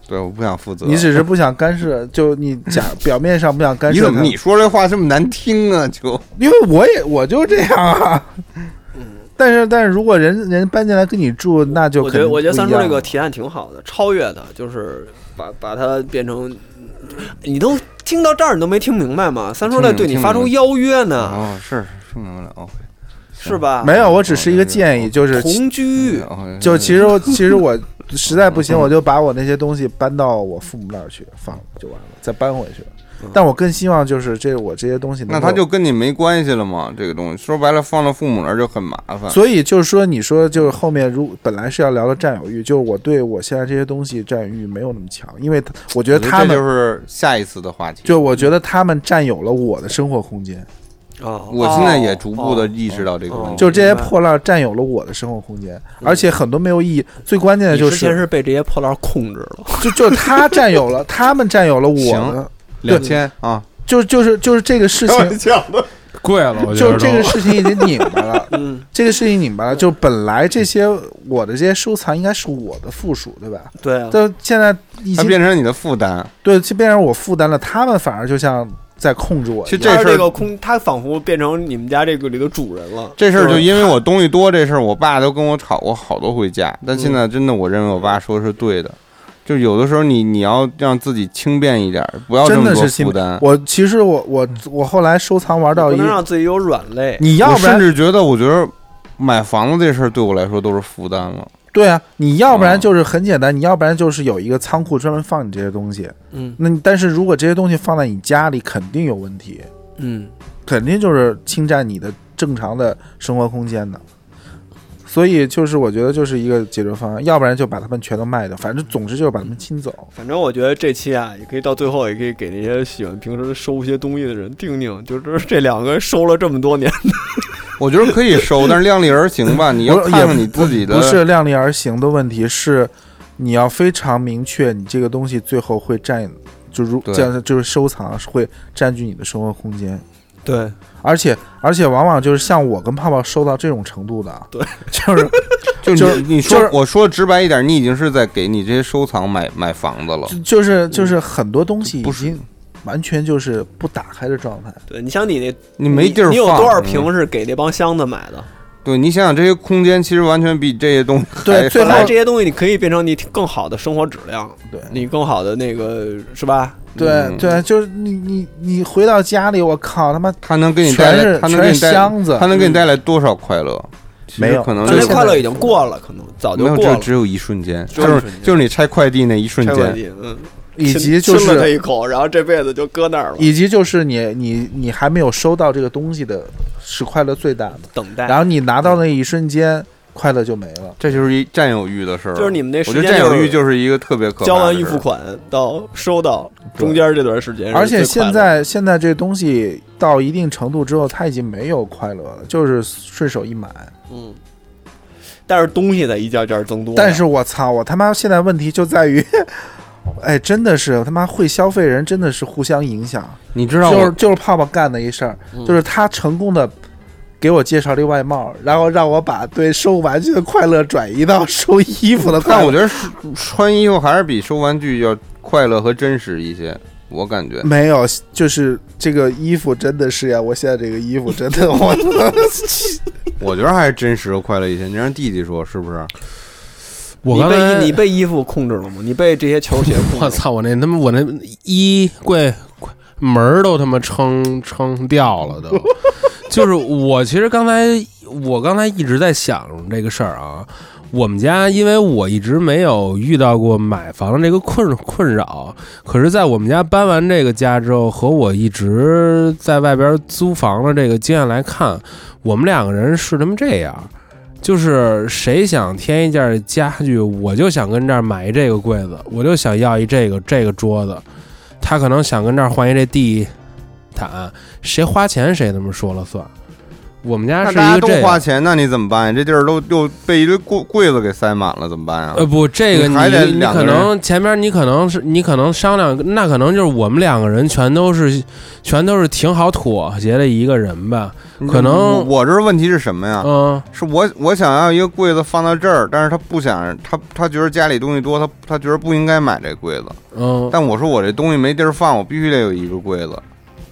Speaker 4: 对，我不想负责。
Speaker 5: 你只是不想干涉，就你假表面上不想干涉
Speaker 4: 你怎么
Speaker 5: 他
Speaker 4: 你说这话这么难听啊？就
Speaker 5: 因为我也我就这样啊。但是但是如果人人搬进来跟你住，那就
Speaker 2: 嗯我觉
Speaker 5: 肯定
Speaker 2: 得我觉得
Speaker 5: 不一
Speaker 2: 三叔这
Speaker 5: 样
Speaker 2: 个提案挺好的，超越的，就是把把它变成，你都听到这儿你都没听明白吗？三叔在对你发出邀约
Speaker 5: 啊
Speaker 2: 呢，
Speaker 4: 哦，是是是明白了哦。
Speaker 2: 是吧？
Speaker 5: 没有，我只是一个建议，就是
Speaker 2: 同居，
Speaker 4: 哦
Speaker 5: 就其实我其实我实在不
Speaker 2: 嗯
Speaker 5: 行，我就把我那些东西搬到我父母那儿去放就完了，再搬回去。
Speaker 2: 嗯
Speaker 5: 但我更希望就是这我这些东西能
Speaker 4: 那
Speaker 5: 够，
Speaker 4: 他就跟你没关系了嘛？这个东西说白了，放到父母那儿就很麻烦。
Speaker 5: 所以就是说，你说就是后面如本来是要聊的占有欲，就是我对我现在这些东西占有欲没有那么强，因为他我觉得
Speaker 4: 我觉得
Speaker 5: 他
Speaker 4: 这就
Speaker 5: 们
Speaker 4: 是下一次的话题。
Speaker 5: 就我觉得他们占有了我的生活空间，
Speaker 2: 哦，
Speaker 4: 我现在也逐步的
Speaker 2: 哦
Speaker 4: 意识到这个问
Speaker 2: 哦
Speaker 4: 题，
Speaker 5: 就是这些破烂占有了我的生活空间，而且很多没有意义。最关键的
Speaker 2: 你
Speaker 5: 就
Speaker 2: 之前
Speaker 5: 是，
Speaker 2: 是被这些破烂控制了，。
Speaker 5: 就就他占有了，他们占有了我的
Speaker 4: 行，两千啊，
Speaker 5: 就就是就是这个事情，
Speaker 4: 笑的，
Speaker 3: 贵了，我觉
Speaker 5: 就
Speaker 3: 得
Speaker 5: 是这个事情已经拧巴了
Speaker 2: 嗯，
Speaker 5: 这个事情拧巴了，就本来这些我的这些收藏应该是我的附属，对吧？
Speaker 2: 对啊，
Speaker 5: 但现在已
Speaker 4: 它
Speaker 5: 经
Speaker 4: 变成你的负担。
Speaker 5: 对，就变成我负担了，他们反而就像在控制我一
Speaker 4: 其实
Speaker 2: 他
Speaker 5: 样。
Speaker 4: 这事
Speaker 2: 这
Speaker 4: 儿，
Speaker 2: 个空，他仿佛变成你们家这个里的主人了，
Speaker 4: 这事儿
Speaker 2: 是吧
Speaker 4: 就因为我东西多这事儿，我爸都跟我吵过好多回架。但
Speaker 5: 嗯
Speaker 4: 现在真的，我认为我爸说是对的，就有的时候你你要让自己轻便一点儿，不要这
Speaker 5: 真
Speaker 4: 么
Speaker 5: 的
Speaker 4: 多
Speaker 5: 是心
Speaker 4: 负担。
Speaker 5: 我其实我我我后来收藏玩到
Speaker 2: 不
Speaker 5: 一
Speaker 2: 能，让自己有软肋，
Speaker 5: 你要
Speaker 4: 我
Speaker 5: 不
Speaker 4: 甚
Speaker 5: 然
Speaker 4: 至觉得，我觉得买房子这事儿对我来说都是负担了。
Speaker 5: 对啊，你要不然
Speaker 4: 嗯
Speaker 5: 就是很简单，你要不然就是有一个仓库专门放你这些东西。
Speaker 2: 嗯
Speaker 5: 那你但是如果这些东西放在你家里，肯定有问题，
Speaker 2: 嗯，
Speaker 5: 肯定就是侵占你的正常的生活空间的。所以就是我觉得就是一个解决方案，要不然就把它们全都卖掉，反正总之就是把它们清走。
Speaker 2: 反正我觉得这期啊，也可以到最后，也可以给那些喜欢平时收一些东西的人定定，就是这两个收了这么多 年，
Speaker 4: 我觉得可以收，但是量力而行吧。你要
Speaker 5: 不是
Speaker 4: 看
Speaker 5: 也
Speaker 4: 看你自己的，
Speaker 5: 不是量力而行的问题，是你要非常明确，你这个东西最后会占，就如
Speaker 4: 对
Speaker 5: 这样就是收藏是会占据你的生活空间，
Speaker 2: 对，
Speaker 5: 而且而且往往就是像我跟泡泡收到这种程度的，啊
Speaker 2: 对，
Speaker 5: 就是
Speaker 4: 就你
Speaker 5: 就是
Speaker 4: 你说、
Speaker 5: 就是
Speaker 4: 我说直白一点，你已经是在给你这些收藏买买房子了。
Speaker 5: 就是就是很多东西已
Speaker 4: 不是
Speaker 5: 经完全就是不打开的状态，
Speaker 2: 对你像你那，
Speaker 4: 你没地儿放，
Speaker 2: 你有多少
Speaker 4: 嗯
Speaker 2: 瓶是给那帮箱子买的？
Speaker 4: 对你想想，这些空间其实完全比这些东西
Speaker 5: 对
Speaker 4: 还
Speaker 5: 最
Speaker 2: 本
Speaker 5: 后
Speaker 2: 来这些东西你可以变成你更好的生活质量，
Speaker 5: 对。
Speaker 2: 你更好的那个是吧？
Speaker 5: 对
Speaker 4: 嗯
Speaker 5: 对，就是你你你回到家里，我靠他妈
Speaker 4: 它能给你带
Speaker 5: 全
Speaker 4: 来，
Speaker 5: 是
Speaker 4: 它能给
Speaker 5: 全
Speaker 4: 你
Speaker 5: 是
Speaker 4: 带，
Speaker 5: 箱子嗯
Speaker 4: 它，能给你带来多少快乐？其实
Speaker 5: 没有
Speaker 4: 可能
Speaker 2: 但
Speaker 5: 就
Speaker 2: 那
Speaker 5: 现在
Speaker 2: 快乐已经过了，可能早就
Speaker 4: 没有，
Speaker 2: 过
Speaker 4: 就
Speaker 2: 了。
Speaker 4: 只有一瞬间，
Speaker 2: 只
Speaker 4: 就
Speaker 2: 有一
Speaker 4: 是
Speaker 2: 瞬间
Speaker 4: 就是你拆快递那一瞬
Speaker 2: 拆快
Speaker 4: 间，
Speaker 2: 递，嗯，
Speaker 5: 以及
Speaker 2: 亲
Speaker 5: 就
Speaker 2: 亲了他
Speaker 5: 是
Speaker 2: 一口，然后这辈子就搁那儿了，
Speaker 5: 以及就是你你你还没有收到这个东西的是快乐最大的，
Speaker 2: 等待。
Speaker 5: 然后你拿到那一瞬间，快乐就没了。
Speaker 4: 这就是一占有欲的事儿。
Speaker 2: 就是你们那时
Speaker 4: 我觉
Speaker 2: 间
Speaker 4: 得
Speaker 2: 就
Speaker 4: 占
Speaker 2: 是，
Speaker 4: 有欲就是一个特别可怕的
Speaker 2: 交完
Speaker 4: 事
Speaker 2: 预
Speaker 4: 儿
Speaker 2: 付款到收到
Speaker 5: 对
Speaker 2: 中间这段时间是最快乐的，
Speaker 5: 而且现在现在这东西到一定程度之后，它已经没有快乐了，就是顺手一买。
Speaker 2: 嗯，但是东西在一件一件增多呀，
Speaker 5: 但是我操，我他妈现在问题就在于， 哎，真的是他妈会消费人真的是互相影响。
Speaker 4: 你知道
Speaker 5: 就是
Speaker 4: 我
Speaker 5: 就是泡泡干的一事儿，
Speaker 2: 嗯
Speaker 5: 就是他成功的给我介绍了一外贸，然后让我把对收玩具的快乐转移到收衣服的快
Speaker 4: 但
Speaker 5: 乐。
Speaker 4: 我觉 得是穿衣服还是比收玩具要快乐和真实一些，我 感觉。
Speaker 5: 没有，就是这个衣服真的是呀，我现在这个衣服真的我
Speaker 4: 我觉得还是真实和快乐一些。你让弟弟说是啊不是？
Speaker 3: 我
Speaker 2: 你
Speaker 3: 刚才
Speaker 2: 被你被衣服控制了吗？你被这些球鞋 控制了吗？
Speaker 3: 我操，我那他妈我那衣柜柜门儿都他妈撑撑掉了都。就是我其实刚才我刚才一直在想这个事儿啊，我们家因为我一直没有遇到过买房的这个困困扰，可是在我们家搬完这个家之后，和我一直在外边租房的这个经验来看，我们两个人是他妈这样。就是谁想添一件家具，我就想跟这儿买一这个柜子，我就想要一这个这个桌子。他可能想跟这儿换一这地毯，谁花钱谁他妈说了算。我们家
Speaker 4: 那
Speaker 3: 是
Speaker 4: 大
Speaker 3: 一
Speaker 4: 家
Speaker 3: 个
Speaker 4: 都
Speaker 3: 这
Speaker 4: 花
Speaker 3: 样，
Speaker 4: 钱，那你怎么办呀？这地儿都又被一堆柜柜子给塞满了，怎么办啊呀？
Speaker 3: 呃，不，这个
Speaker 4: 你还得
Speaker 3: 你你
Speaker 4: 两
Speaker 3: 可
Speaker 4: 个人
Speaker 3: 能前面你可能是你可能商量，那可能就是我们两个人全都是全都是挺好妥协的一个人吧。
Speaker 4: 你
Speaker 3: 可能
Speaker 4: 我我这儿问题是什么呀？
Speaker 3: 嗯，
Speaker 4: 是我我想要一个柜子放到这儿，但是他不想，他他觉得家里东西多，他他觉得不应该买这柜子。
Speaker 3: 嗯，
Speaker 4: 但我说我这东西没地儿放，我必须得有一个柜子，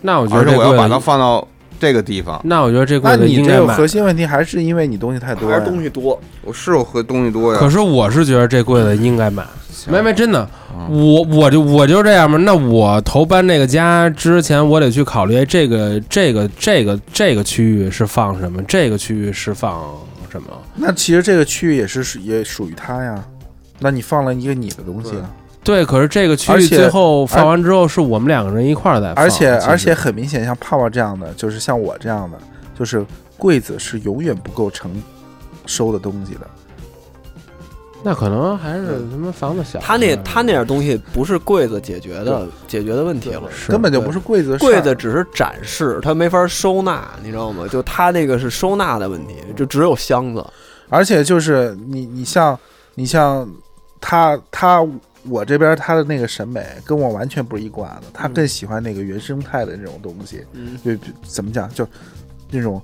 Speaker 3: 那我觉
Speaker 4: 而
Speaker 3: 得
Speaker 4: 且
Speaker 3: 这
Speaker 4: 我要
Speaker 3: 柜
Speaker 4: 把它
Speaker 3: 子，
Speaker 4: 放到这个地方。
Speaker 3: 那我觉得这
Speaker 5: 那
Speaker 3: 柜子
Speaker 5: 你
Speaker 3: 应
Speaker 5: 这
Speaker 3: 该
Speaker 5: 个
Speaker 3: 买
Speaker 5: 核。心问题还是因为你东西太多
Speaker 2: 还
Speaker 5: 呀
Speaker 2: 是东西多，
Speaker 4: 我是有和东西多呀，
Speaker 3: 可是我是觉得这柜子应该买。
Speaker 4: 行
Speaker 3: 没没，真的，
Speaker 4: 嗯
Speaker 3: 我我就我就这样嘛。那我投搬这个家之前，我得去考虑哎这个这个这个这个区域是放什么，这个区域是放什么。
Speaker 5: 那其实这个区域也是属也属于他呀。那你放了一个你的东西啊，
Speaker 3: 对，可是这个区
Speaker 5: 而
Speaker 3: 域
Speaker 5: 且
Speaker 3: 最后放完之后，是我们两个人一块儿在放，
Speaker 5: 而且
Speaker 3: 其实
Speaker 5: 而且很明显，像泡泡这样的，就是像我这样的，就是柜子是永远不够承收的东西的。
Speaker 3: 那可能还是他妈房子 小。嗯
Speaker 2: 他那他那点东西不是柜子解决的解决的问题了。
Speaker 3: 是
Speaker 5: 根本就不是柜子的事儿
Speaker 2: 柜子只是展示，它没法收纳，你知道吗？就它那个是收纳的问题，就只有箱子。
Speaker 5: 而且就是你，你像你像他他我这边他的那个审美跟我完全不是一挂的，他
Speaker 2: 嗯
Speaker 5: 更喜欢那个原生态的那种东西，
Speaker 2: 嗯，
Speaker 5: 就就怎么讲，就那种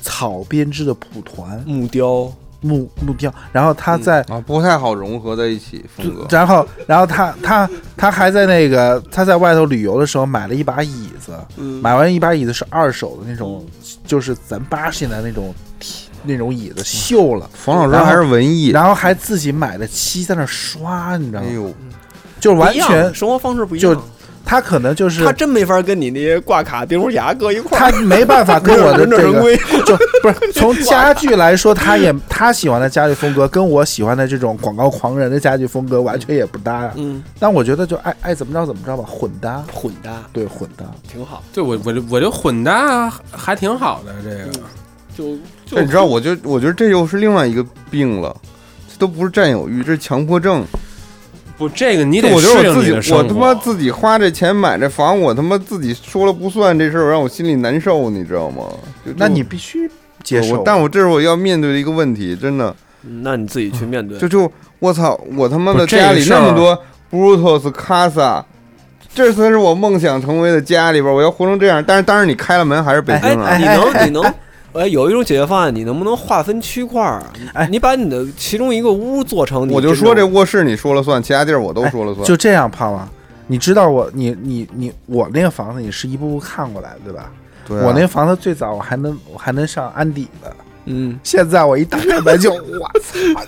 Speaker 5: 草编织的蒲团、
Speaker 2: 木雕，
Speaker 5: 木木雕，然后他
Speaker 2: 嗯
Speaker 5: 在。
Speaker 4: 啊，不太好融合在一起风格。
Speaker 5: 然后，然后他他他还在那个他在外头旅游的时候买了一把椅子，
Speaker 2: 嗯
Speaker 5: 买完一把椅子是二手的那种，就是咱爸现在那种那种椅子锈了，
Speaker 4: 冯老师还是文艺，
Speaker 5: 然后还自己买了漆在那儿刷，你知道
Speaker 4: 哎
Speaker 5: 吗？
Speaker 4: 呦，
Speaker 5: 就是完
Speaker 2: 不一样
Speaker 5: 全
Speaker 2: 生活方式不一
Speaker 5: 就
Speaker 2: 样。
Speaker 5: 他可能就是
Speaker 2: 他真没法跟你那些挂卡、冰壶夹搁一块儿，
Speaker 5: 他没办法跟我的
Speaker 2: 忍者
Speaker 5: 这
Speaker 2: 神
Speaker 5: 个
Speaker 2: 龟
Speaker 5: 就不是从家具来说，他也他喜欢的家具风格跟我喜欢的这种广告狂人的家具风格完全也不搭呀。
Speaker 2: 嗯，
Speaker 5: 但我觉得就爱爱怎么着怎么着吧，混搭，
Speaker 2: 混搭
Speaker 5: 对混搭。
Speaker 2: 挺好。
Speaker 3: 对我我就我就混搭还挺好的这个。
Speaker 2: 就就
Speaker 4: 这你知道，我就我觉得这又是另外一个病了，这都不是占有欲，这是强迫症。
Speaker 3: 不，这个你
Speaker 4: 这
Speaker 3: 得
Speaker 4: 我觉
Speaker 3: 适
Speaker 4: 得
Speaker 3: 应
Speaker 4: 我
Speaker 3: 你的
Speaker 4: 自己，
Speaker 3: 生
Speaker 4: 我
Speaker 3: 活。
Speaker 4: 他妈自己花这钱买这房，我他妈自己说了不算这事儿，让我心里难受，你知道吗？就
Speaker 5: 那
Speaker 4: 就
Speaker 5: 你必须接
Speaker 4: 我
Speaker 5: 受，
Speaker 4: 但我这是我要面对的一个问题，真的，
Speaker 2: 那你自己去
Speaker 3: 嗯
Speaker 2: 面对
Speaker 4: 就。就我操，我他妈
Speaker 3: 不
Speaker 4: 的
Speaker 3: 是这个
Speaker 4: 家里
Speaker 3: 事
Speaker 4: 那
Speaker 3: 儿啊
Speaker 4: 么多 Brutus Casa。这才是我梦想成为的家里边，我要活成这样。但是，当然你开了门还是北京
Speaker 5: 哎
Speaker 4: 啊
Speaker 2: 你，能你能，哎，有一种解决方案，你能不能划分区块儿啊？
Speaker 5: 哎
Speaker 2: 你把你的其中一个屋做成你
Speaker 4: 我
Speaker 2: 真正，
Speaker 4: 就说这卧室你说了算，其他地儿我都说了算。
Speaker 5: 就这样，胖啊！你知道我你你你我那个房子你是一步步看过来的，对吧？
Speaker 4: 对啊
Speaker 5: 我那个房子最早我还能我还能上安底的，
Speaker 2: 嗯，
Speaker 5: 现在我一打开门就我操，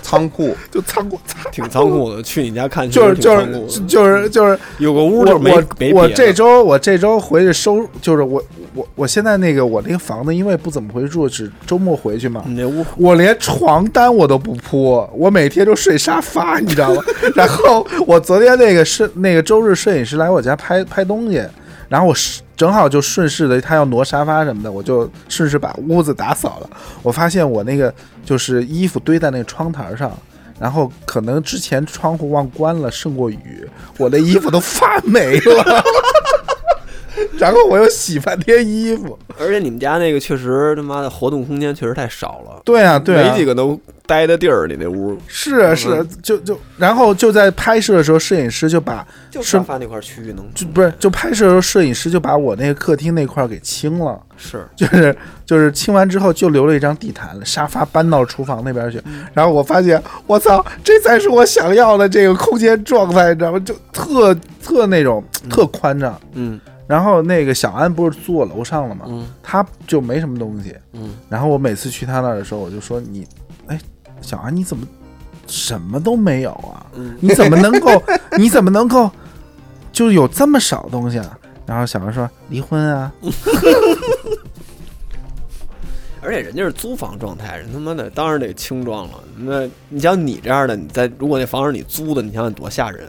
Speaker 4: 仓库，
Speaker 5: 就仓库，仓
Speaker 2: 挺仓酷的。去你家看，
Speaker 5: 就是
Speaker 2: 确
Speaker 5: 就
Speaker 2: 实挺仓
Speaker 5: 是
Speaker 2: 酷的
Speaker 5: 就是就是
Speaker 2: 有个屋
Speaker 5: 我
Speaker 2: 就没
Speaker 5: 我
Speaker 2: 没别
Speaker 5: 我
Speaker 2: 的
Speaker 5: 这周我这周回去收，就是我我我现在那个我那个房子，因为不怎么回住，只周末回去嘛。
Speaker 2: 你那屋
Speaker 5: 我连床单我都不铺，我每天都睡沙发，你知道吗？然后我昨天那个是那个周日摄影师来我家拍拍东西，然后我是正好就顺势的，他要挪沙发什么的，我就顺势把屋子打扫了。我发现我那个就是衣服堆在那个窗台上。然后可能之前窗户忘关了，渗过雨，我的衣服都发霉了。 然后我又洗半天衣服。
Speaker 2: 而且你们家那个确实他妈的活动空间确实太少了，
Speaker 5: 对啊，对啊，
Speaker 2: 没几个能待的地儿。你那屋
Speaker 5: 是啊是啊，就就然后就在拍摄的时候，摄影师就把
Speaker 2: 就是沙发那块区域能
Speaker 5: 就不是就拍摄的时候，摄影师就把我那个客厅那块儿给清了，
Speaker 2: 是
Speaker 5: 就是就是清完之后就留了一张地毯，沙发搬到厨房那边去。
Speaker 2: 嗯
Speaker 5: 然后我发现，我操，这才是我想要的这个空间状态，你知道吗？就特特那种特宽敞。
Speaker 2: 嗯
Speaker 5: 然后那个小安不是住我楼上了吗？
Speaker 2: 嗯
Speaker 5: 他就没什么东西。
Speaker 2: 嗯，
Speaker 5: 然后我每次去他那儿的时候，我就说你，哎，小安你怎么什么都没有啊？
Speaker 2: 嗯
Speaker 5: 你怎么能 够？你怎么能够就有这么少东西啊？然后小安说离婚啊，
Speaker 2: 而且人家是租房状态，人他妈的当然得轻装了。那你像你这样的，你在如果那房是你租的，你想想多吓人，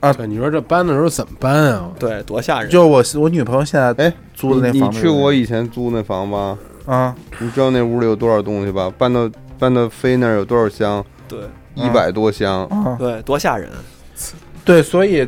Speaker 3: 对，你说这搬的时候怎么搬啊？
Speaker 2: 对，多吓人。
Speaker 5: 就我我女朋友现在
Speaker 4: 哎，
Speaker 5: 租的那
Speaker 4: 你
Speaker 5: 房
Speaker 4: 你
Speaker 5: 子，
Speaker 4: 去我以前租那房吗？
Speaker 5: 啊，
Speaker 4: 你知道那屋里有多少东西吧？搬到搬到飞那儿有多少箱？
Speaker 2: 对
Speaker 4: 一百多箱，
Speaker 5: 啊，
Speaker 2: 对，多吓人。
Speaker 5: 对，所以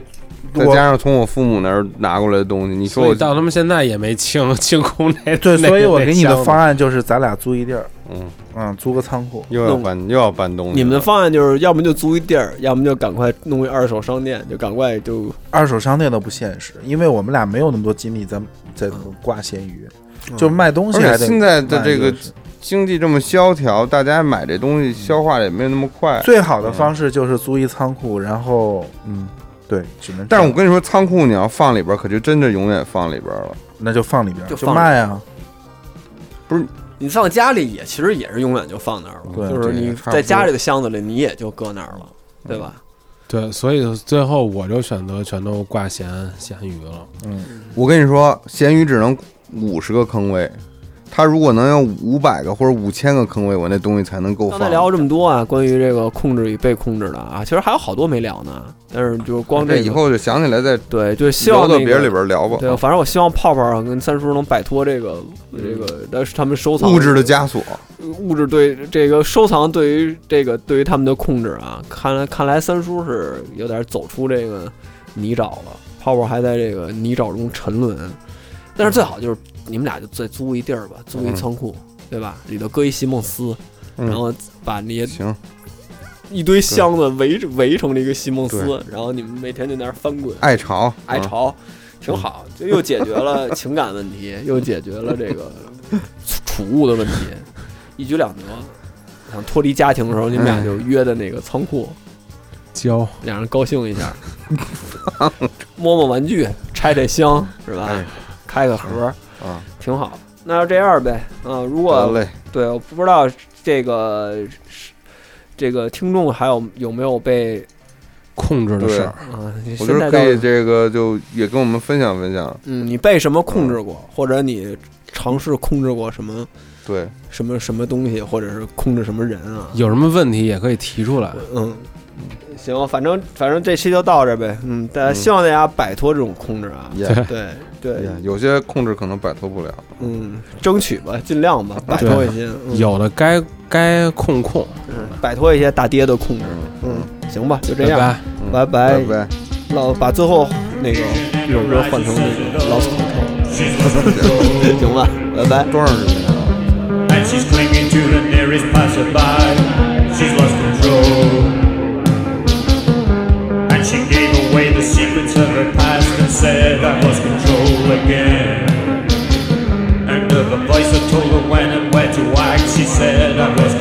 Speaker 4: 再
Speaker 5: 我
Speaker 4: 加上从我父母那儿拿过来的东西，你说
Speaker 3: 所
Speaker 4: 我
Speaker 3: 以到他们现在也没清 清空那
Speaker 5: 对，
Speaker 3: 那
Speaker 5: 所以我给你
Speaker 3: 那箱
Speaker 5: 的
Speaker 3: 子
Speaker 5: 方案就是咱俩租一地儿，
Speaker 4: 嗯，
Speaker 5: 嗯，租个仓库，
Speaker 4: 又要搬又要搬东西了，
Speaker 2: 你们的方案就是要么就租一地儿，要么就赶快弄一二手商店，就赶快就
Speaker 5: 二手商店都不现实，因为我们俩没有那么多精力在在挂闲鱼，就卖东西还
Speaker 4: 嗯而
Speaker 5: 得
Speaker 4: 且现在的
Speaker 5: 慢
Speaker 4: 这个
Speaker 5: 就是
Speaker 4: 经济这么萧条，大家买这东西消化的也没有那么快。
Speaker 5: 最好的方式就是租一仓库，然后嗯，对，只能这
Speaker 4: 但
Speaker 5: 样，
Speaker 4: 是我跟你说，仓库你要放里边儿，可就真的永远放里边儿了。
Speaker 5: 那就放里边儿
Speaker 2: 就
Speaker 5: 就
Speaker 2: 放
Speaker 5: 卖啊，
Speaker 2: 你放家里也其实也是永远就放那儿
Speaker 5: 对
Speaker 2: 了，就是
Speaker 4: 这
Speaker 2: 你
Speaker 4: 个差不多嗯
Speaker 2: 在家里的箱子里你也就搁那儿了，对吧？
Speaker 3: 对，所以最后我就选择全都挂咸咸鱼了。
Speaker 4: 我跟你说，咸鱼只能五十个坑位，它如果能有五百个或者五千个坑位，我那东西才能够
Speaker 2: 刚
Speaker 4: 放。
Speaker 2: 才聊了这么多啊，关于这个控制与被控制的啊，其实还有好多没聊呢，但是就光
Speaker 4: 这
Speaker 2: 这
Speaker 4: 哎以
Speaker 2: 个
Speaker 4: 后就想起来再
Speaker 2: 对，就希
Speaker 4: 聊
Speaker 2: 望
Speaker 4: 到
Speaker 2: 那
Speaker 4: 别人里
Speaker 2: 个。
Speaker 4: 边聊吧。
Speaker 2: 对，反正我希望泡泡跟三叔能摆脱这个这个，但是他们收藏
Speaker 4: 嗯物质的枷锁，
Speaker 2: 物质对这个收藏对于这个对于他们的控制啊，看来看来三叔是有点走出这个泥沼了，泡泡还在这个泥沼中沉沦。但是最好就是你们俩就再租一地儿吧，租一仓库，对吧？里头搁一席梦思，
Speaker 4: 嗯
Speaker 2: 然后把那些
Speaker 4: 行，
Speaker 2: 一堆箱子围着围成了一个席梦思，然后你们每天就在那儿翻滚
Speaker 4: 爱潮，
Speaker 2: 哀
Speaker 4: 嗯，
Speaker 2: 潮，挺好， 就又解决了情感问题，又解决了这个储物的问题，一举两得。想脱离家庭的时候，你们
Speaker 4: 哎
Speaker 2: 俩就约的那个仓库，
Speaker 3: 胶
Speaker 2: 俩人高兴一 下，摸摸玩具，拆拆箱，是吧
Speaker 4: 哎？
Speaker 2: 开个盒，
Speaker 4: 啊，
Speaker 2: 挺好。那就这样呗，啊，如果
Speaker 4: 得嘞，
Speaker 2: 对，我不知道这个这个听众还有有没有被
Speaker 3: 控制的事儿，
Speaker 2: 啊？现
Speaker 4: 我
Speaker 2: 在
Speaker 4: 觉得可
Speaker 2: 到
Speaker 4: 以这个就也跟我们分享分享。
Speaker 2: 嗯，你被什么控
Speaker 4: 啊
Speaker 2: 制过，或者你尝试控制过什么
Speaker 4: 对，
Speaker 2: 什么什么东西，或者是控制什么人啊？
Speaker 3: 有什么问题也可以提出来。
Speaker 2: 嗯，行，反正反正这期就到这儿呗。嗯，大家
Speaker 4: 嗯
Speaker 2: 希望大家摆脱这种控制啊。
Speaker 4: 也
Speaker 2: 对对
Speaker 4: 也，有些控制可能摆脱不了。
Speaker 2: 嗯，争取吧，尽量吧，摆脱一些，嗯、
Speaker 3: 有的该该控控，
Speaker 2: 嗯摆脱一些大爹的控制。嗯，行吧，就这样，
Speaker 3: 拜拜
Speaker 2: 拜拜
Speaker 4: 拜拜。
Speaker 2: 老把最后那个一首歌换成那个老 草头，行吧，拜拜。
Speaker 4: 多长时间啊？
Speaker 6: and she's clinging to the nearest passerby. She's lost control. And she gave away the secrets of her past and said, I've lost control again. And of a voice that told her when and where to act, she said, I've lost